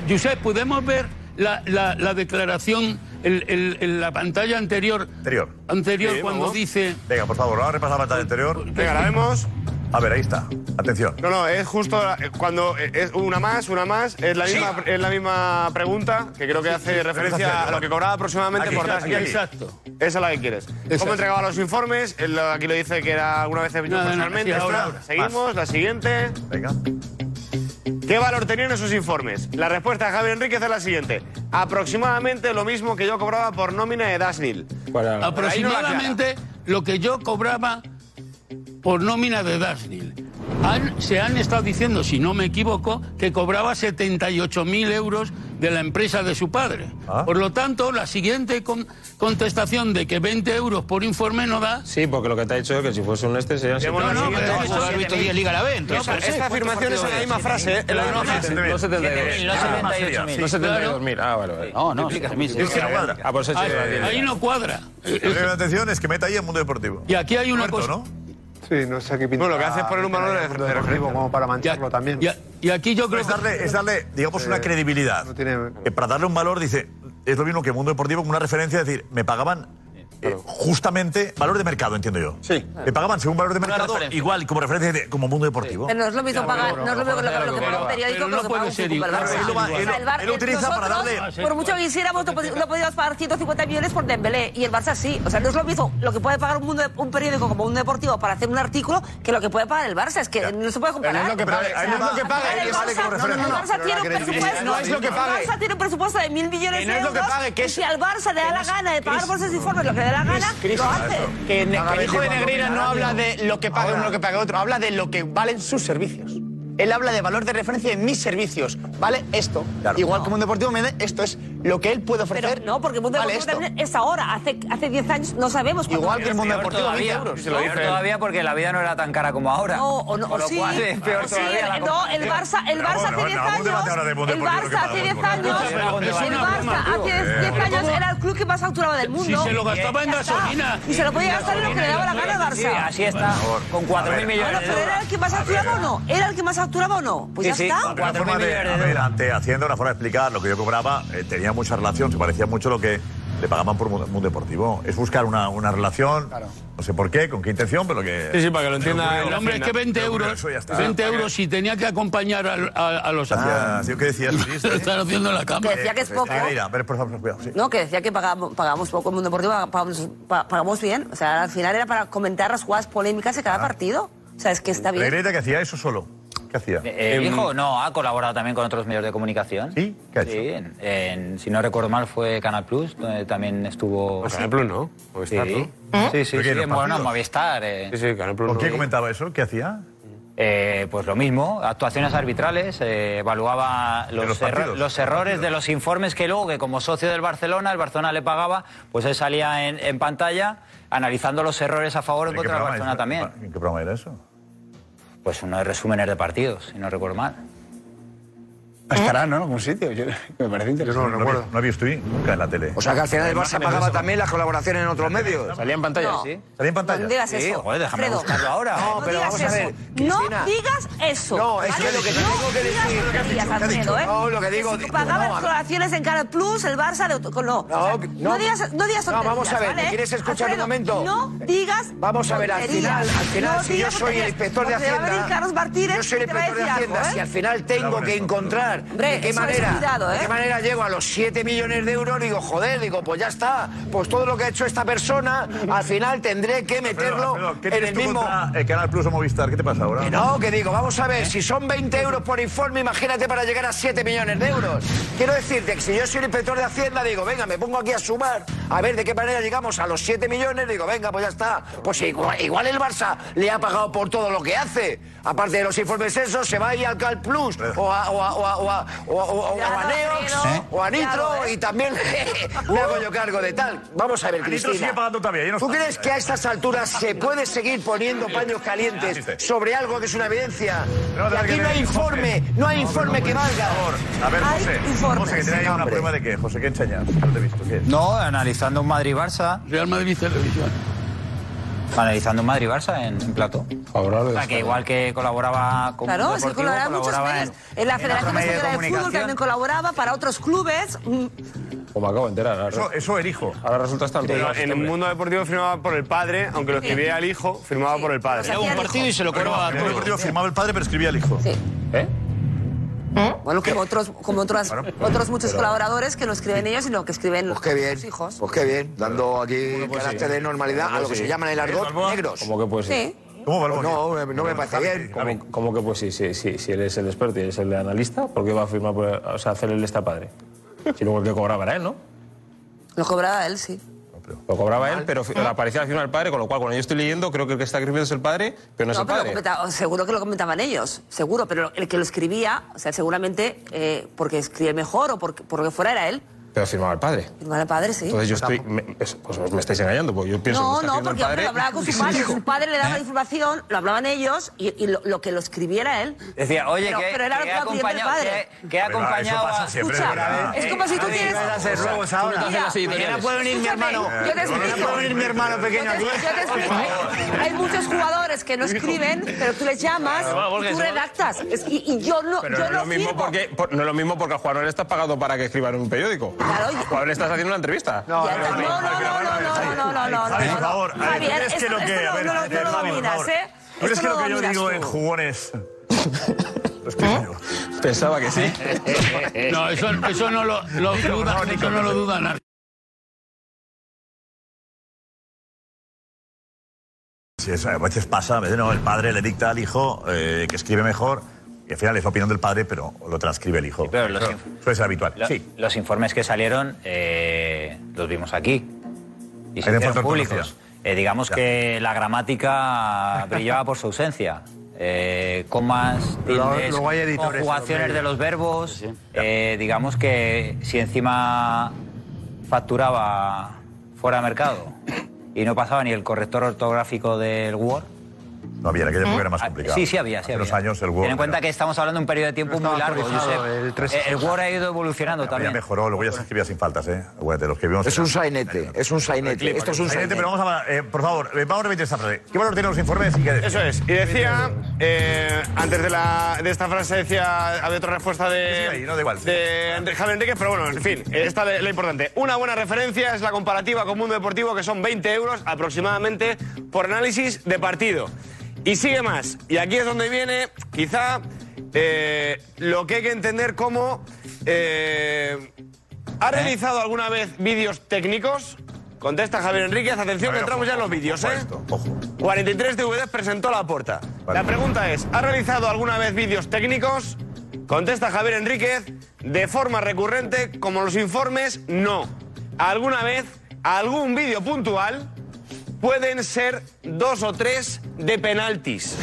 Josep, podemos ver la, la- la declaración en la pantalla anterior.
Anterior.
Anterior,
Sí,
cuando
vamos.
dice.
Venga, por favor, ahora repasar la pantalla anterior.
Venga, la vemos.
A ver, ahí está. Atención.
No, no, es justo la- eh, cuando eh, es una más, una más, es la
Sí.
misma, es la misma pregunta que creo que hace referencia a lo que cobraba aproximadamente
Aquí,
por
aquí,
tasking.
aquí.
Exacto.
Esa es la que quieres.
Exacto.
¿Cómo entregaba los informes? Él lo- Aquí lo dice que era una vez
no,
personalmente.
sí, ahora,
Esta.
ahora.
Seguimos, la siguiente.
Venga.
¿Qué valor tenían esos informes? La respuesta de Javier Enríquez es la siguiente. Aproximadamente lo mismo que yo cobraba por nómina de Dasnil.
Ah.
aproximadamente lo que yo cobraba por nómina de Dasnil. Han- se han estado diciendo, si no me equivoco, que cobraba 78.000 euros de la empresa de su padre.
Ah.
Por lo tanto, la siguiente con- contestación de que 20 euros por informe no da...
Sí, porque lo que te ha dicho es que si fuese un este sería...
No, no,
No,
pero es que esto-
pero esta afirmación es en la misma frase, ¿eh? En la misma frase.
No 72.000.
No 78.000.
No 72.000. Ah, vale, vale. No, no,
70.000.
Es que no cuadra.
Ah, pues hecho.
Eh,
Ahí no cuadra.
Lo que me da atención es que meta ahí el mundo deportivo.
Y aquí hay una cosa...
Sí, no sé qué pinta.
Bueno, lo que hace es poner un valor de-
de, deportivo como para mancharlo también. Eh,
Y aquí yo
creo es darle, es darle, digamos, una credibilidad. Que para darle un valor, dice, es lo mismo que Mundo Deportivo como una referencia, es decir, me pagaban eh, justamente valor de mercado, entiendo yo. Sí. Me pagaban según valor de mercado, igual como referencia de- como Mundo Deportivo.
Pero no es lo mismo pagar, no es lo mismo que pagar lo que paga un periódico que lo que paga un club, ¿verdad?
Él lo va- él lo-
O sea, el Bar-
él lo utiliza para
nosotros,
darle-
Por mucho que quisiéramos, no pod- no podíamos pagar 150 millones por Dembélé y el Barça sí. O sea, no es lo mismo lo que puede pagar un, mundo, un periódico como un deportivo para hacer un artículo que lo que puede pagar el Barça. Es que no se puede comparar.
Pero no es lo que pague,
O sea,
ahí no es lo que pague,
el
que vale
Barça-
como
no, no,
referencia.
no, El Barça
Pero
tiene un
la credibilidad
presupuesto.
no es lo que pague.
El Barça tiene un presupuesto de mil millones
Que
de
no es lo
euros.
que pague, que
y
es-
si al Barça le da la gana de pagar por esos informes lo que le da la gana,
Cristo,
lo hace.
Que, ne-
Cada
que el hijo de
24
Negreira no
mil al
habla
año.
de lo que paga uno, lo que paga otro, habla de lo que valen sus servicios. Él habla de valor de referencia en mis servicios, ¿vale? Esto. Igual como un deportivo me da, esto es lo que él puede ofrecer.
Pero no, porque el mundo
vale
deportivo
esto.
también es ahora. Hace hace 10 años no sabemos cuánto
Igual que el mundo
vale.
deportivo,
todavía,
20 euros.
Se lo dice Peor él. todavía porque la vida no era tan cara como ahora.
No, o no,
Con
o
lo
sí,
cual, es peor
o sí,
todavía la
el, no, el Barça, el Barça hace 10
vamos a debate ahora de
años,
Mundo
el
Deportivo, que
Barça hace 10
para
años,
Mundo Deportivo. Eh,
el
Es una broma,
Barça
tío.
hace 10 10 años era el club que más facturaba del mundo.
Si se lo gastaba en
Ya está.
gasolina.
Y se lo podía gastar en lo que le daba la gana al Barça.
Sí, así está. Con 4.000
Bueno,
millones de
pero
euros.
era el que más facturaba o no? ¿Era el que más facturaba o no? Pues ya está.
Una forma de, a ver, ante Hacienda, una forma de explicar lo que yo cobraba, eh, tenía mucha relación, se parecía mucho a lo que le pagaban por Mundo Mundo Deportivo. Es buscar una, una relación, no sé por qué, con qué intención, pero que...
Sí, sí, para que lo entienda
Pero ocurrió-
El hombre es que 20
pero ocurrió
euros,
eso y ya está.
20 euros si tenía que acompañar al- a, a los
Ah, tío, ¿qué decías?
Están haciendo la cama.
Que decía que es poco.
Mira, eh, a ver, por favor, cuidado. sí.
No, que decía que pagamos, pagamos poco el mundo deportivo, pagamos, pa- pagamos bien. O sea, al final era para comentar las jugadas polémicas de cada
Ah.
partido. O sea, es que está bien.
Negreta que hacía eso solo. ¿Qué hacía?
El hijo Eh, no, ha colaborado también con otros medios de comunicación. Sí, ¿qué ha hecho? en, en- si no recuerdo mal, fue Canal Plus, donde también estuvo.
Pues Canal Plus, ¿no? Movistar,
sí.
¿no?
Sí, sí,
¿Pero qué,
sí,
los
Bueno,
partidos?
Movistar. eh.
¿Por qué comentaba eso? ¿Qué hacía?
eh, pues lo mismo, actuaciones arbitrales, eh, evaluaba los,
los
erro-
partidos.
los errores de los informes que luego, que como socio del Barcelona, el Barcelona le pagaba, pues él salía en, en pantalla analizando los errores a favor o en
¿En qué
contra del
programa
Barcelona también.
es- ¿En qué programa era eso?
Pues uno de resúmenes de partidos, si no recuerdo mal. ¿Eh?
Estará, ¿no? En algún sitio. Yo- me parece interesante.
no recuerdo. No había visto nunca en la tele.
O sea, que al final el
Además,
Barça
en el
pagaba
Barça-
también las colaboraciones en otros medios.
Salía en
pantalla, No. sí.
Salía en pantalla.
No digas
Sí,
eso.
joder, déjame
Fredo.
buscarlo ahora.
No,
No, pero
digas
vamos a ver,
eso. No
Cristina.
digas eso.
No, es
¿vale?
que lo que te
No
tengo que
digas
decir-
tonterías,
¿Qué has dicho?
Alfredo, ¿eh?
No, lo que digo-
Si
digo,
tú pagabas
no, a-
colaboraciones en Canal Plus, el Barça de autocol. No,
No, no.
no, digas, no digas
No,
tonterías,
vamos a ver,
¿vale?
¿me quieres escuchar un
Alfredo,
momento?
No digas
Vamos a ver, al
tonterías.
final, al final,
No
si yo
digas
soy el
tonterías,
inspector de
porque te va a venir
Hacienda,
Carlos Martínez
yo soy el
y te va a
inspector de
decir algo,
Hacienda,
¿eh?
si al final tengo que encontrar
Hombre,
de qué
eso es
manera,
cuidado,
de
¿eh?
qué manera llego a los 7 millones de euros, digo, joder, digo, pues ya está, pues todo lo que ha hecho esta persona, al final tendré que meterlo
Alfredo, ¿Qué
en
tienes
el
tú
mismo...
contra el Canal Plus o Movistar? ¿Qué te pasa ahora? ¿Eh?
Que No, que digo, vamos a ver, si son 20 euros por informe, imagínate para llegar a 7 millones de euros. Quiero decirte que si yo soy el inspector de Hacienda, digo, venga, me pongo aquí a sumar, a ver de qué manera llegamos a los 7 millones, digo, venga, pues ya está. Pues igual, igual el Barça le ha pagado por todo lo que hace. Aparte de los informes esos, se va ahí al Cal Plus
Eh.
o a, o a- o a- o a- o a- o a- o a Neox
Alfredo.
o a Nitro y también le, hago yo cargo de tal. Vamos a ver,
A Nitro
Cristina.
sigue pagando todavía, ya no
¿Tú
está.
crees que a estas alturas se puede seguir poniendo paños
Ah,
calientes sobre algo que es una evidencia? Y aquí no hay informe, no hay informe que valga.
A ver, José. José, que
Sí,
tiene ahí una
hombre.
prueba de qué. José, ¿qué enseñas? No te he visto. ¿Qué es?
No, analizando un Madrid-Barça.
Real Madrid Televisión.
Analizando un Madrid-Barça en, en plato. O sea, que igual que colaboraba con
Claro,
Mundo
sí,
Deportivo,
colaboraba en muchos
colaboraba
medios. En la
en
Federación
otro medio de
Española de Fútbol
comunicación.
también colaboraba para otros clubes. Mm,
Como acabo de enterar. ahora-
Eso, eso elijo.
Ahora resulta estar
Pero en el mundo deportivo firmaba por el padre, aunque lo escribía el hijo, firmaba por el padre.
Era un partido y se lo cobraba
En el partido firmaba el padre, pero escribía el hijo.
Sí.
¿Eh?
Bueno, como otros, como otras, otros muchos colaboradores que no escriben ellos, sino que escriben los
Qué bien,
hijos.
pues qué bien, dando aquí
pues
carácter
sí.
de
Ah,
normalidad a lo que se llama en el argot negros.
Como que pues sí.
Sí.
¿Cómo
No, no me parece bien.
¿Cómo, cómo que pues sí? Si, si, si él es el experto y él es el analista, ¿por qué va a firmar, por, o sea, hacer él esta padre? Si luego el que cobraba era él, ¿no?
Lo cobraba él, sí.
Lo cobraba él, pero fi- aparecía al final el padre, con lo cual cuando yo estoy leyendo creo que el que está escribiendo es el padre, pero no, es el
pero lo
padre.
comentaba- seguro que lo comentaban ellos, seguro, pero el que lo escribía, o sea, seguramente eh, porque escribe mejor o porque, porque fuera era él,
Pero firmaba el padre.
firmaba el padre, sí.
Entonces yo estoy. me- pues, pues me estáis engañando, porque yo pienso
No,
que está
no,
haciendo
porque
el padre.
hombre, lo hablaba con
y
su
se
padre,
dijo.
su padre le
¿Eh?
daba la información, lo hablaban ellos y, y lo, lo que lo escribiera él.
Decía, oye,
Pero-
que,
pero era lo
que he
que iba pidiendo el
acompañado,
padre.
que, que he
Hombre, va,
acompañado
eso pasa
a-
siempre,
Escucha,
¿verdad? ¿eh?
es como si tú
Javi,
tienes-
vas a hacer
Escucha,
ruegos ahora.
mira,
Mañana
mañana
puede venir mi hermano.
Escúchame, yo te explico.
Mañana puede venir mi hermano pequeño
Yo te-
aquí.
yo te explico. Hay muchos jugadores que no escriben, pero tú les llamas
Claro,
y
porque
tú
son-
redactas. Es- y, y yo no,
Pero
yo
no, es lo mismo
firmo.
porque, por- no es lo mismo porque a Juan no le estás pagando para que escriba en un periódico.
Claro, y-
O ahora le estás haciendo una entrevista.
Ya está. No, no, no, no, no, no, no, no, no.
Javi, por favor, a ver,
Javier,
¿crees que
esto-
lo que-
esto
a ver,
no lo- no
Javi,
lo
por
dominas,
favor.
¿eh?
¿Tú crees
Esto
que
no
lo que yo
dominas
digo
tú.
en jugones. Lo escribo yo.
Pensaba que sí.
No, eso, eso no lo, lo duda, eso no lo duda nadie.
Sí, eso a veces pasa, a veces no, el padre le dicta al hijo eh, que escribe mejor y al final es la opinión del padre, pero lo transcribe el hijo.
pero los-
Eso es habitual.
Lo-
sí.
Los informes que salieron eh, los vimos aquí. Y se
Eran
hicieron
fotos
públicos.
conocidas.
Eh, digamos que la gramática brillaba por su ausencia. Eh, comas,
Luego-
tildes,
luego hay editores en los
conjugaciones
medios.
de los verbos. Eh, digamos que si encima facturaba fuera de mercado y no pasaba ni el corrector ortográfico del Word.
No había, en aquella época era más
Ah,
complicado.
Sí, sí había, sí
Hace
había.
unos años el Word.
Ten en cuenta que estamos hablando de un periodo de tiempo muy largo.
actualizado,
Josep.
el 360.
Eh, el Word ha ido evolucionando
Ya
también.
mejoró, luego ya se escribía sin faltas, ¿eh? Acuérdate, los que vimos.
Es un sainete, es un sainete, esto es un sainete.
Pero vamos a. eh, por favor, eh, vamos a repetir esta frase. ¿Qué valor tienen los informes y qué decir?
Eso es. Y decía, eh, antes de, la, de esta frase decía, había otra respuesta de,
no, da igual.
de Enri- Javier Enríquez, pero bueno, en fin, esta es lo importante. Una buena referencia es la comparativa con Mundo Deportivo, que son 20 euros aproximadamente por análisis de partido. Y sigue más. Y aquí es donde viene, quizá, eh, lo que hay que entender como... eh, ¿Ha realizado alguna vez vídeos técnicos? Contesta Javier Enríquez. Atención, que entramos ya en los vídeos, ¿eh? 43 DVDs presentó la puerta. La pregunta es, ¿ha realizado alguna vez vídeos técnicos? Contesta Javier Enríquez, de forma recurrente, como los informes, no. ¿Alguna vez, algún vídeo puntual? Pueden ser dos o tres de penaltis.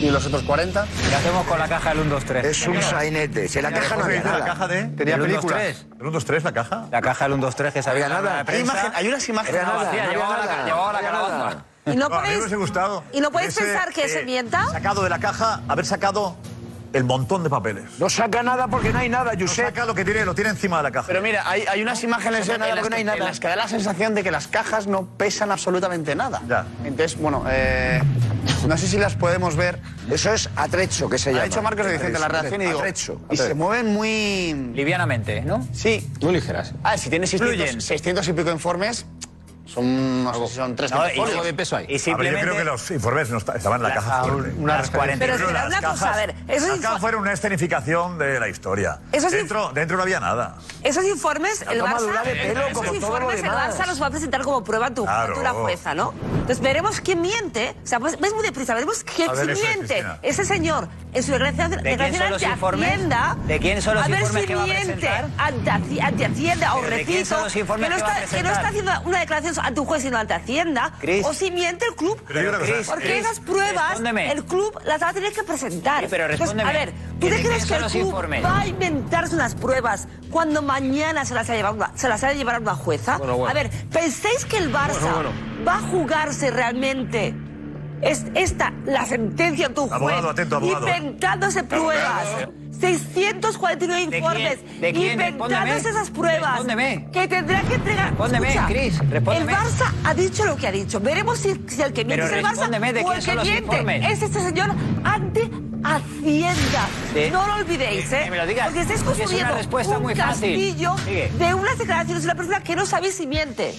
y los otros 40.
¿Qué hacemos con la caja del 1, 2, 3?
Es un sainete. Si en la caja no había
La
nada.
caja de.
Tenía
¿El 1, 2,
películas.
3?
¿El 1, 2, 3 la caja?
La caja del 1, 2, 3 que sabía
Había nada.
Hay,
Imagen-
hay unas imágenes
Había nada, no
llevaba,
había
la,
nada,
llevaba la
no había
calabaza.
nada.
Y no
No, Ah, a mí me
puedes,
hubiese gustado.
y no puedes
Ese,
pensar que
eh,
se mienta.
Sacado de la caja, haber sacado el montón de papeles.
No saca nada porque no hay nada,
Josep. saca lo que tiene, lo tiene encima de la caja.
Pero mira, hay, hay unas imágenes
saca
en,
nada
en las,
porque no hay
que-
nada.
en las que da la sensación de que las cajas no pesan absolutamente nada. Entonces, bueno, eh, no sé si las podemos ver.
Eso es atrecho, que se
Ha
llama.
dicho Marcos de Vicente en la redacción y digo...
Atrecho.
Y se mueven muy...
Livianamente, ¿no?
Sí.
Muy ligeras.
Ah, si tienes
Fluyen.
600, 600 y pico informes, son, no sé si son 3
Y
A ver, yo creo que los informes no esta- estaban en la, caja fuerte.
unas 40.
Pero será
las
una cosa,
cajas-
a ver, esos
las
info-
cajas fueron una escenificación de la historia.
Eso sí-
dentro, dentro no había nada.
Esos informes, el
toma dura
Barça,
de pelo
esos
como todo lo
informes, el
demás.
Barça los va a presentar como prueba ante una
Claro.
jueza, ¿no? Entonces veremos quién miente. O sea, pues, ves muy deprisa, veremos que,
A ver,
si
eso,
miente
Cristina.
ese señor en su declaración
quién
declaración
son los
ante
informes?
Hacienda.
¿De quién son los
a ver
informes
si
que va a
miente
presentar?
ante, Haci- ante Hacienda, o
¿Pero de quién
repito,
son los informes
que, no
que va a
está, que no
presentar?
está haciendo una declaración ante un juez, sino ante Hacienda.
Cris.
O si miente el club.
Pero yo creo que- Cris,
porque
Cris,
esas pruebas
respóndeme.
el club las va a tener que presentar.
Sí, pero
Entonces,
respóndeme.
a ver,
¿De
¿tú te
quién
crees
son
que el
los
club
informes?
va a inventarse unas pruebas cuando mañana se las ha llevado una, se las ha llevado una jueza?
Bueno, bueno.
A ver, ¿pensáis que el Barça
Bueno,
va a jugarse realmente es- esta, la sentencia en tu juez?
Abogado, atento, abogado.
Inventándose pruebas.
Eh,
649 informes.
¿De quién?
Inventándose
Respóndeme.
esas pruebas.
Respóndeme.
Que tendrá que entregar.
Respóndeme,
Escucha,
Cris, respóndeme.
El Barça ha dicho lo que ha dicho. Veremos si, si el que miente
Pero
es el
respóndeme,
Barça
¿de
o
quién
el
son
que
los
miente
informes?
es este señor ante Hacienda.
De-
No lo olvidéis, ¿eh?
me lo digas,
Porque
porque es
estáis
una
construyendo
respuesta
un
muy fácil.
castillo
Sigue.
de unas declaraciones de una persona que no sabéis si miente.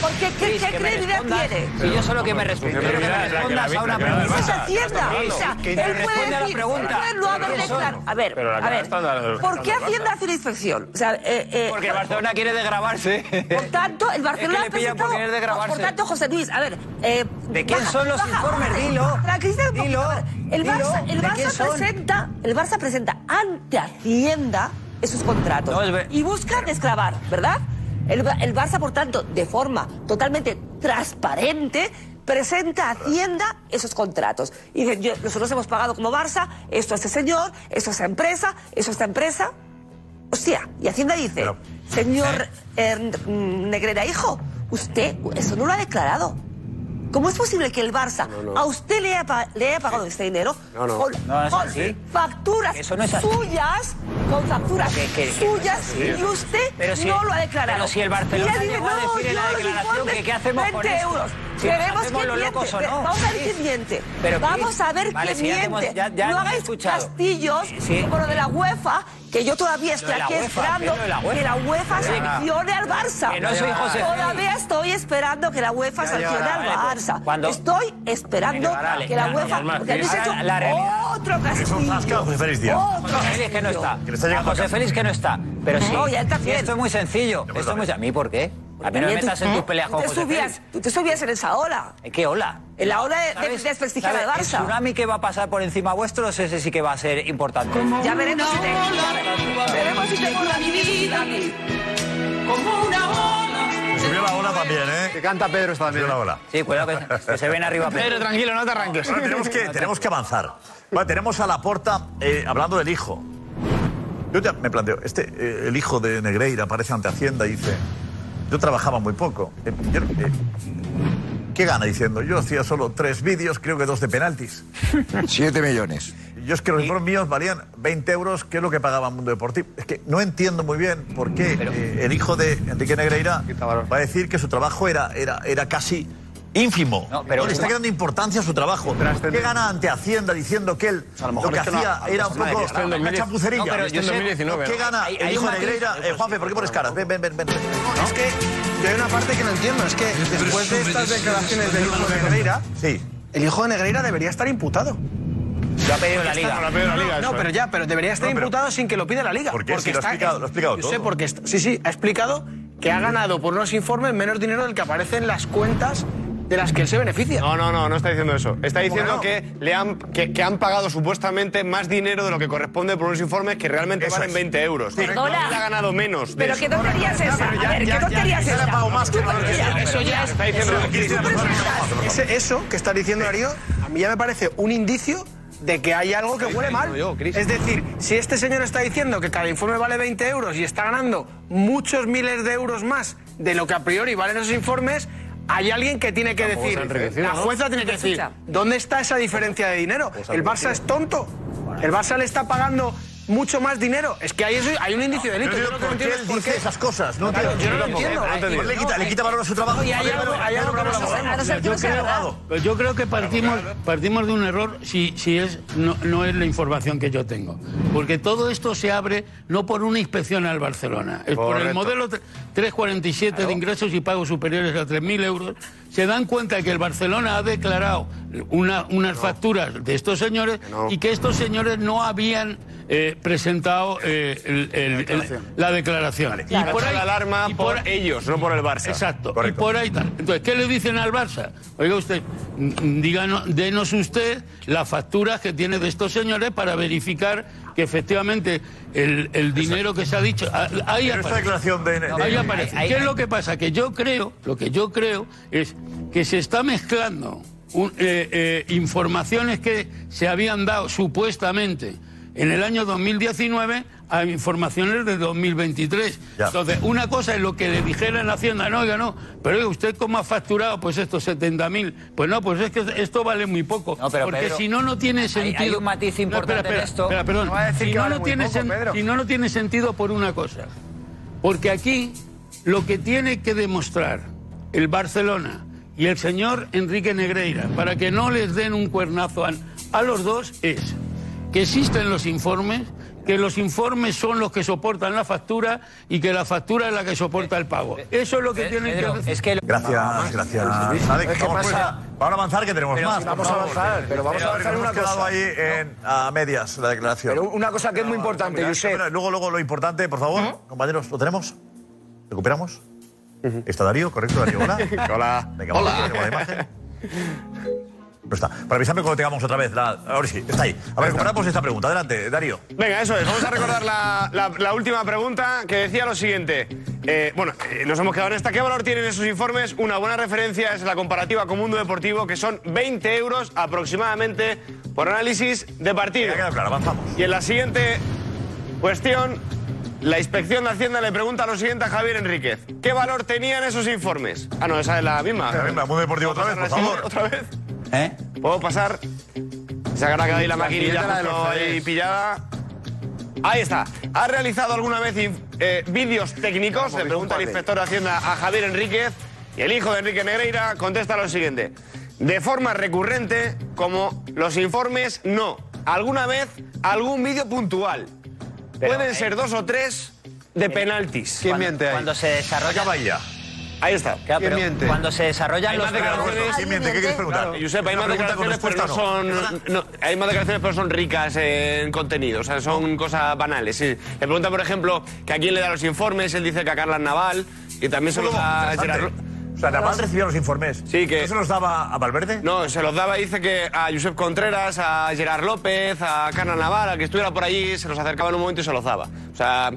Porque ¿qué,
Cris,
qué
que me
credibilidad
respondas.
tiene?
Si yo solo que me respondo. Quiero que me respondas a una pregunta.
Es Hacienda. O sea,
Que
él
te
puede
responde a la
decir,
pregunta.
él no habla de
Pero
declar- A ver,
Pero la
a
cara
ver.
está dando-
¿Por qué Hacienda hace una inspección? O sea, eh, eh,
Porque Barcelona quiere desgrabarse.
por tanto, el Barcelona
Es que le pillan por
ha presentado-
querer desgrabarse.
Por tanto, José Luis, a ver. eh,
¿De quién son los informes?
baja.
Dilo.
Tranquilízate un poquito.
Dilo.
A ver, El Barça,
Dilo.
el
¿De quién
Barça
son?
presenta, el Barça presenta ante Hacienda esos contratos y busca desclavar, ¿verdad? El, Ba- el Barça, por tanto, de forma totalmente transparente, presenta a Hacienda esos contratos. Y dicen, yo- nosotros hemos pagado como Barça esto a este señor, esto a esta empresa, esto a esta empresa. Hostia, y Hacienda dice, señor eh, mm, Negrera, hijo, usted eso no lo ha declarado. ¿Cómo es posible que el Barça a usted le haya, pa- le haya pagado este dinero
No, no.
con,
No, no es
con
así.
facturas
Eso no es así.
suyas, con facturas
que- que no es
suyas
así.
y usted
Pero si-
no lo ha declarado?
pero si el Barcelona
Y ella dice,
llegó a
no,
decir en
yo
la
los
declaración
informes,
que qué hacemos con
20
esto.
euros.
Si nos
Veremos
hacemos
quién
los
miente.
locos o
Ve-
no.
Vamos a ver
Sí.
quién miente.
Pero,
Vamos
Cris,
a ver
vale,
quién
si ya te hemos-
miente.
ya- ya
no
hemos
hagáis
escuchado.
castillos
sí.
como lo de la UEFA, que yo todavía estoy
Lo de la
aquí
UEFA,
esperando
¿qué es lo de la UEFA?
que la
Ya,
UEFA
ya.
sancione al Barça.
Que no soy José Félix.
Todavía estoy esperando que la UEFA
Ya, ya,
sancione al
vale, pues,
Barça.
¿cuándo?
Estoy esperando
Venga, vale,
que la
ya, no,
UEFA...
ya, más,
porque "Oh, habéis
Cris.
hecho
Ahora, la realidad.
otro
Es un
castillo.
zasca, José Félix Díaz.
Otro
José Félix que no está.
Que le está llegando
A José
acá.
Félix que no está. Pero sí.
No, ya está
sí,
bien.
Esto es muy sencillo. Esto es muy ¿A mí por qué? A mí no me
También tú-
metas en tus peleas
tú
con
te
José
subías-
Félix.
Tú te subías en esa ola.
¿En qué ola?
En la ola de- de,
¿Sabes?
desprestigiar al
¿Sabes? El
Barça.
tsunami que va a pasar por encima vuestro, ese sí que va a ser importante.
Ya veremos si te... ya Veremos si tengo la
Como una ola.
Subió la ola también, ¿eh? Que
canta Pedro esta también. ¿eh?
Subió la ola.
Sí, cuidado que, que se ven arriba.
Pedro,
tranquilo, no te arranques.
Bueno, tenemos, que, tenemos que avanzar. Bueno, tenemos a la porta hablando del hijo. Yo ya me planteo, este, eh, el hijo de Negreira aparece ante Hacienda y dice, yo trabajaba muy poco. Eh, yo, eh, ¿Qué gana diciendo? Yo hacía solo tres vídeos, creo que dos de penaltis.
Siete millones.
Yo es que los informes míos valían 20 euros, que es lo que pagaba Mundo Deportivo. Es que no entiendo muy bien por qué eh, el hijo de Enrique Negreira va a decir que su trabajo era, era, era casi ínfimo.
No, pero-
le está quedando importancia a su trabajo. ¿Qué gana ante Hacienda diciendo que él
a lo
lo,
mejor
que
es que no-
hacía
a lo
era
mejor
un
no
poco
decía nada.
una chapucería?
No, pero yo sé-
¿Qué gana
Hay-
el
hay
hijo
un
de
matiz-
Negreira? Eh, Juanfe, ¿por qué pones caras? Ven, ven, ven. ven.
Es que yo hay una parte que no entiendo. Es que después de estas declaraciones del hijo de Negreira,
Sí.
el hijo de Negreira debería estar imputado.
Lo ha pedido la
Está-
liga. ¿eh?
No, no, no, pero ya, pero debería estar
No, pero-
imputado sin que lo pida la liga.
¿Por qué? Si lo ha
está-
explicado- lo ha explicado
yo
todo.
sé porque está- sí, sí, ha explicado que ha ganado por unos informes menos dinero del que aparece en las cuentas de las que él se beneficia.
No, no, no, no está diciendo eso. Está diciendo
no?
que, le han, que, que han pagado supuestamente más dinero de lo que corresponde por unos informes que realmente
Eso
valen
es.
20 euros.
Correcto.
Él
Hola.
ha ganado menos. de
Pero
eso.
qué tontería es esa.
pero ya-
A
ya-
ver, qué
ya-
tontería es
ya le
esa.
pago más que
Tú,
no,
pero
eso
ya-
ya-
eso ya es.
está diciendo
eso-
que quiere-
tú presentas-
Ese- eso que está diciendo Darío, a mí ya me parece un indicio de que hay algo que huele mal. es decir, si este señor está diciendo que cada informe vale 20 euros y está ganando muchos miles de euros más de lo que a priori valen esos informes, hay alguien que tiene que
Tampoco se ha
decir,
enriquecido,
la
¿no?
jueza tiene que decir,
Escucha.
¿dónde está esa diferencia de dinero?
Pues
El Barça es tonto. El Barça le está pagando mucho más dinero. Es que hay, eso- hay un indicio de delito.
Yo
Yo
no
lo que no
entiendo
entiendo
es
es
por qué esas cosas. No
Claro,
entiendo.
yo no lo entiendo.
No entiendo. Le quita- le quita valor a su trabajo.
Y hay algo- hay algo que no se sabe.
O sea, yo creo-
Pues yo creo que partimos, partimos de un error si, si es, no, no es la información que yo tengo. Porque todo esto se abre no por una inspección al Barcelona, es por el
Correcto.
modelo tre- 347 de ingresos y pagos superiores a 3.000 euros. Se dan cuenta que el Barcelona ha declarado una- unas facturas de estos señores y que estos señores no habían eh, presentado eh, el- el- el- la declaración.
Y por la alarma
y
por ellos, no por el Barça.
Exacto. Y por ahí tal. Entonces, ¿qué le dicen al Barça? Oiga usted, mm, mm, díganos, denos usted las facturas que tiene de estos señores para verificar que efectivamente el, el dinero que se ha dicho. ah, Ahí
Pero esta
aparece.
declaración de- de-
Ahí aparece.
Ahí-
¿Qué es
ahí-
lo que pasa? Que yo creo, lo que yo creo es que se está mezclando un- eh, eh, informaciones que se habían dado supuestamente en el año 2019 a informaciones de 2023. Entonces, una cosa es lo que le dijera en Hacienda, no, oiga, no, pero oiga, usted cómo ha facturado pues estos 70.000. Pues no, pues es que esto vale muy poco.
pero,
porque
Pedro,
si no, no tiene
hay-
sentido.
hay un matiz
No, espera,
importante en
espera,
esto.
espera, perdón.
No va a decir
Si
que
no,
vale
no
muy
tiene
poco,
sen-
Pedro.
si no, no tiene sentido por una cosa. Porque aquí lo que tiene que demostrar el Barcelona y el señor Enrique Negreira, para que no les den un cuernazo a, a los dos, es que existen los informes, que los informes son los que soportan la factura y que la factura es la que soporta el pago.
Eh,
Eso es lo que tienen que hacer.
Gracias, gracias. Alex,
Es que
vamos,
pasa-
pues, vamos a avanzar que tenemos
Pero
más.
si
por
vamos a
favor.
avanzar, pero vamos a
Pero
avanzar
nos
en una
hemos quedado
cosa.
ahí en- a medias la declaración.
Pero una cosa que es muy importante,
Mira,
Josep.
espera, Luego, luego lo importante, por favor,
¿Mm?
compañeros, ¿lo tenemos? ¿Recuperamos? ¿Está Darío? ¿Correcto, Darío? Hola. Hola. Venga,
Hola.
vamos a la imagen. No está. Para avisarme cuando tengamos otra vez. La... Ahora sí, está ahí. A ver, recuperamos esta pregunta. Adelante, Darío.
Venga, eso es. Vamos a recordar la, la- la última pregunta que decía lo siguiente. Eh, bueno, eh, nos hemos quedado en esta. ¿Qué valor tienen esos informes? Una buena referencia es la comparativa con Mundo Deportivo, que son 20 euros aproximadamente por análisis de partido. Y en la siguiente cuestión, la inspección de Hacienda le pregunta lo siguiente a Javier Enríquez. ¿Qué valor tenían esos informes? Ah, no, esa es la misma.
La misma, Mundo Deportivo otra vez, por favor.
¿Otra vez? ¿Puedo pasar? Se ha quedado ahí la
La
maquinilla
siguiente, la de los
justo ahí
Javis.
pillada. Ahí está. ¿Ha realizado alguna vez inf- eh, vídeos técnicos? Le pregunta el inspector de Hacienda a Javier Enríquez. Y el hijo de Enrique Negreira contesta lo siguiente. De forma recurrente, como los informes, no. Alguna vez, algún vídeo puntual. Pueden ser dos o tres de penaltis. ¿Quién miente ahí? Cuando
se desarrolla...
Acaba ahí ya.
Ahí está.
Claro, pero cuando se desarrollan
Hay
los
más declaraciones.
planes-
¿Quién miente? ¿Qué quieres preguntar?
Claro, Josep, hay
Una
más
pregunta con
declaraciones, pero no
respuesta,
son. no, hay más declaraciones, pero son ricas en contenido. O sea, son cosas banales. sí. Le pregunta, por ejemplo, que a quién le da los informes. Él dice que a Carla Naval. Y también se los da a Gerard.
O sea, Naval recibía los informes.
Sí, que.
¿No se los daba a Valverde?
No, se los daba, dice que a Josep Contreras, a Gerard López, a Carla Naval, al que estuviera por allí, se los acercaba en un momento y se los daba. O sea,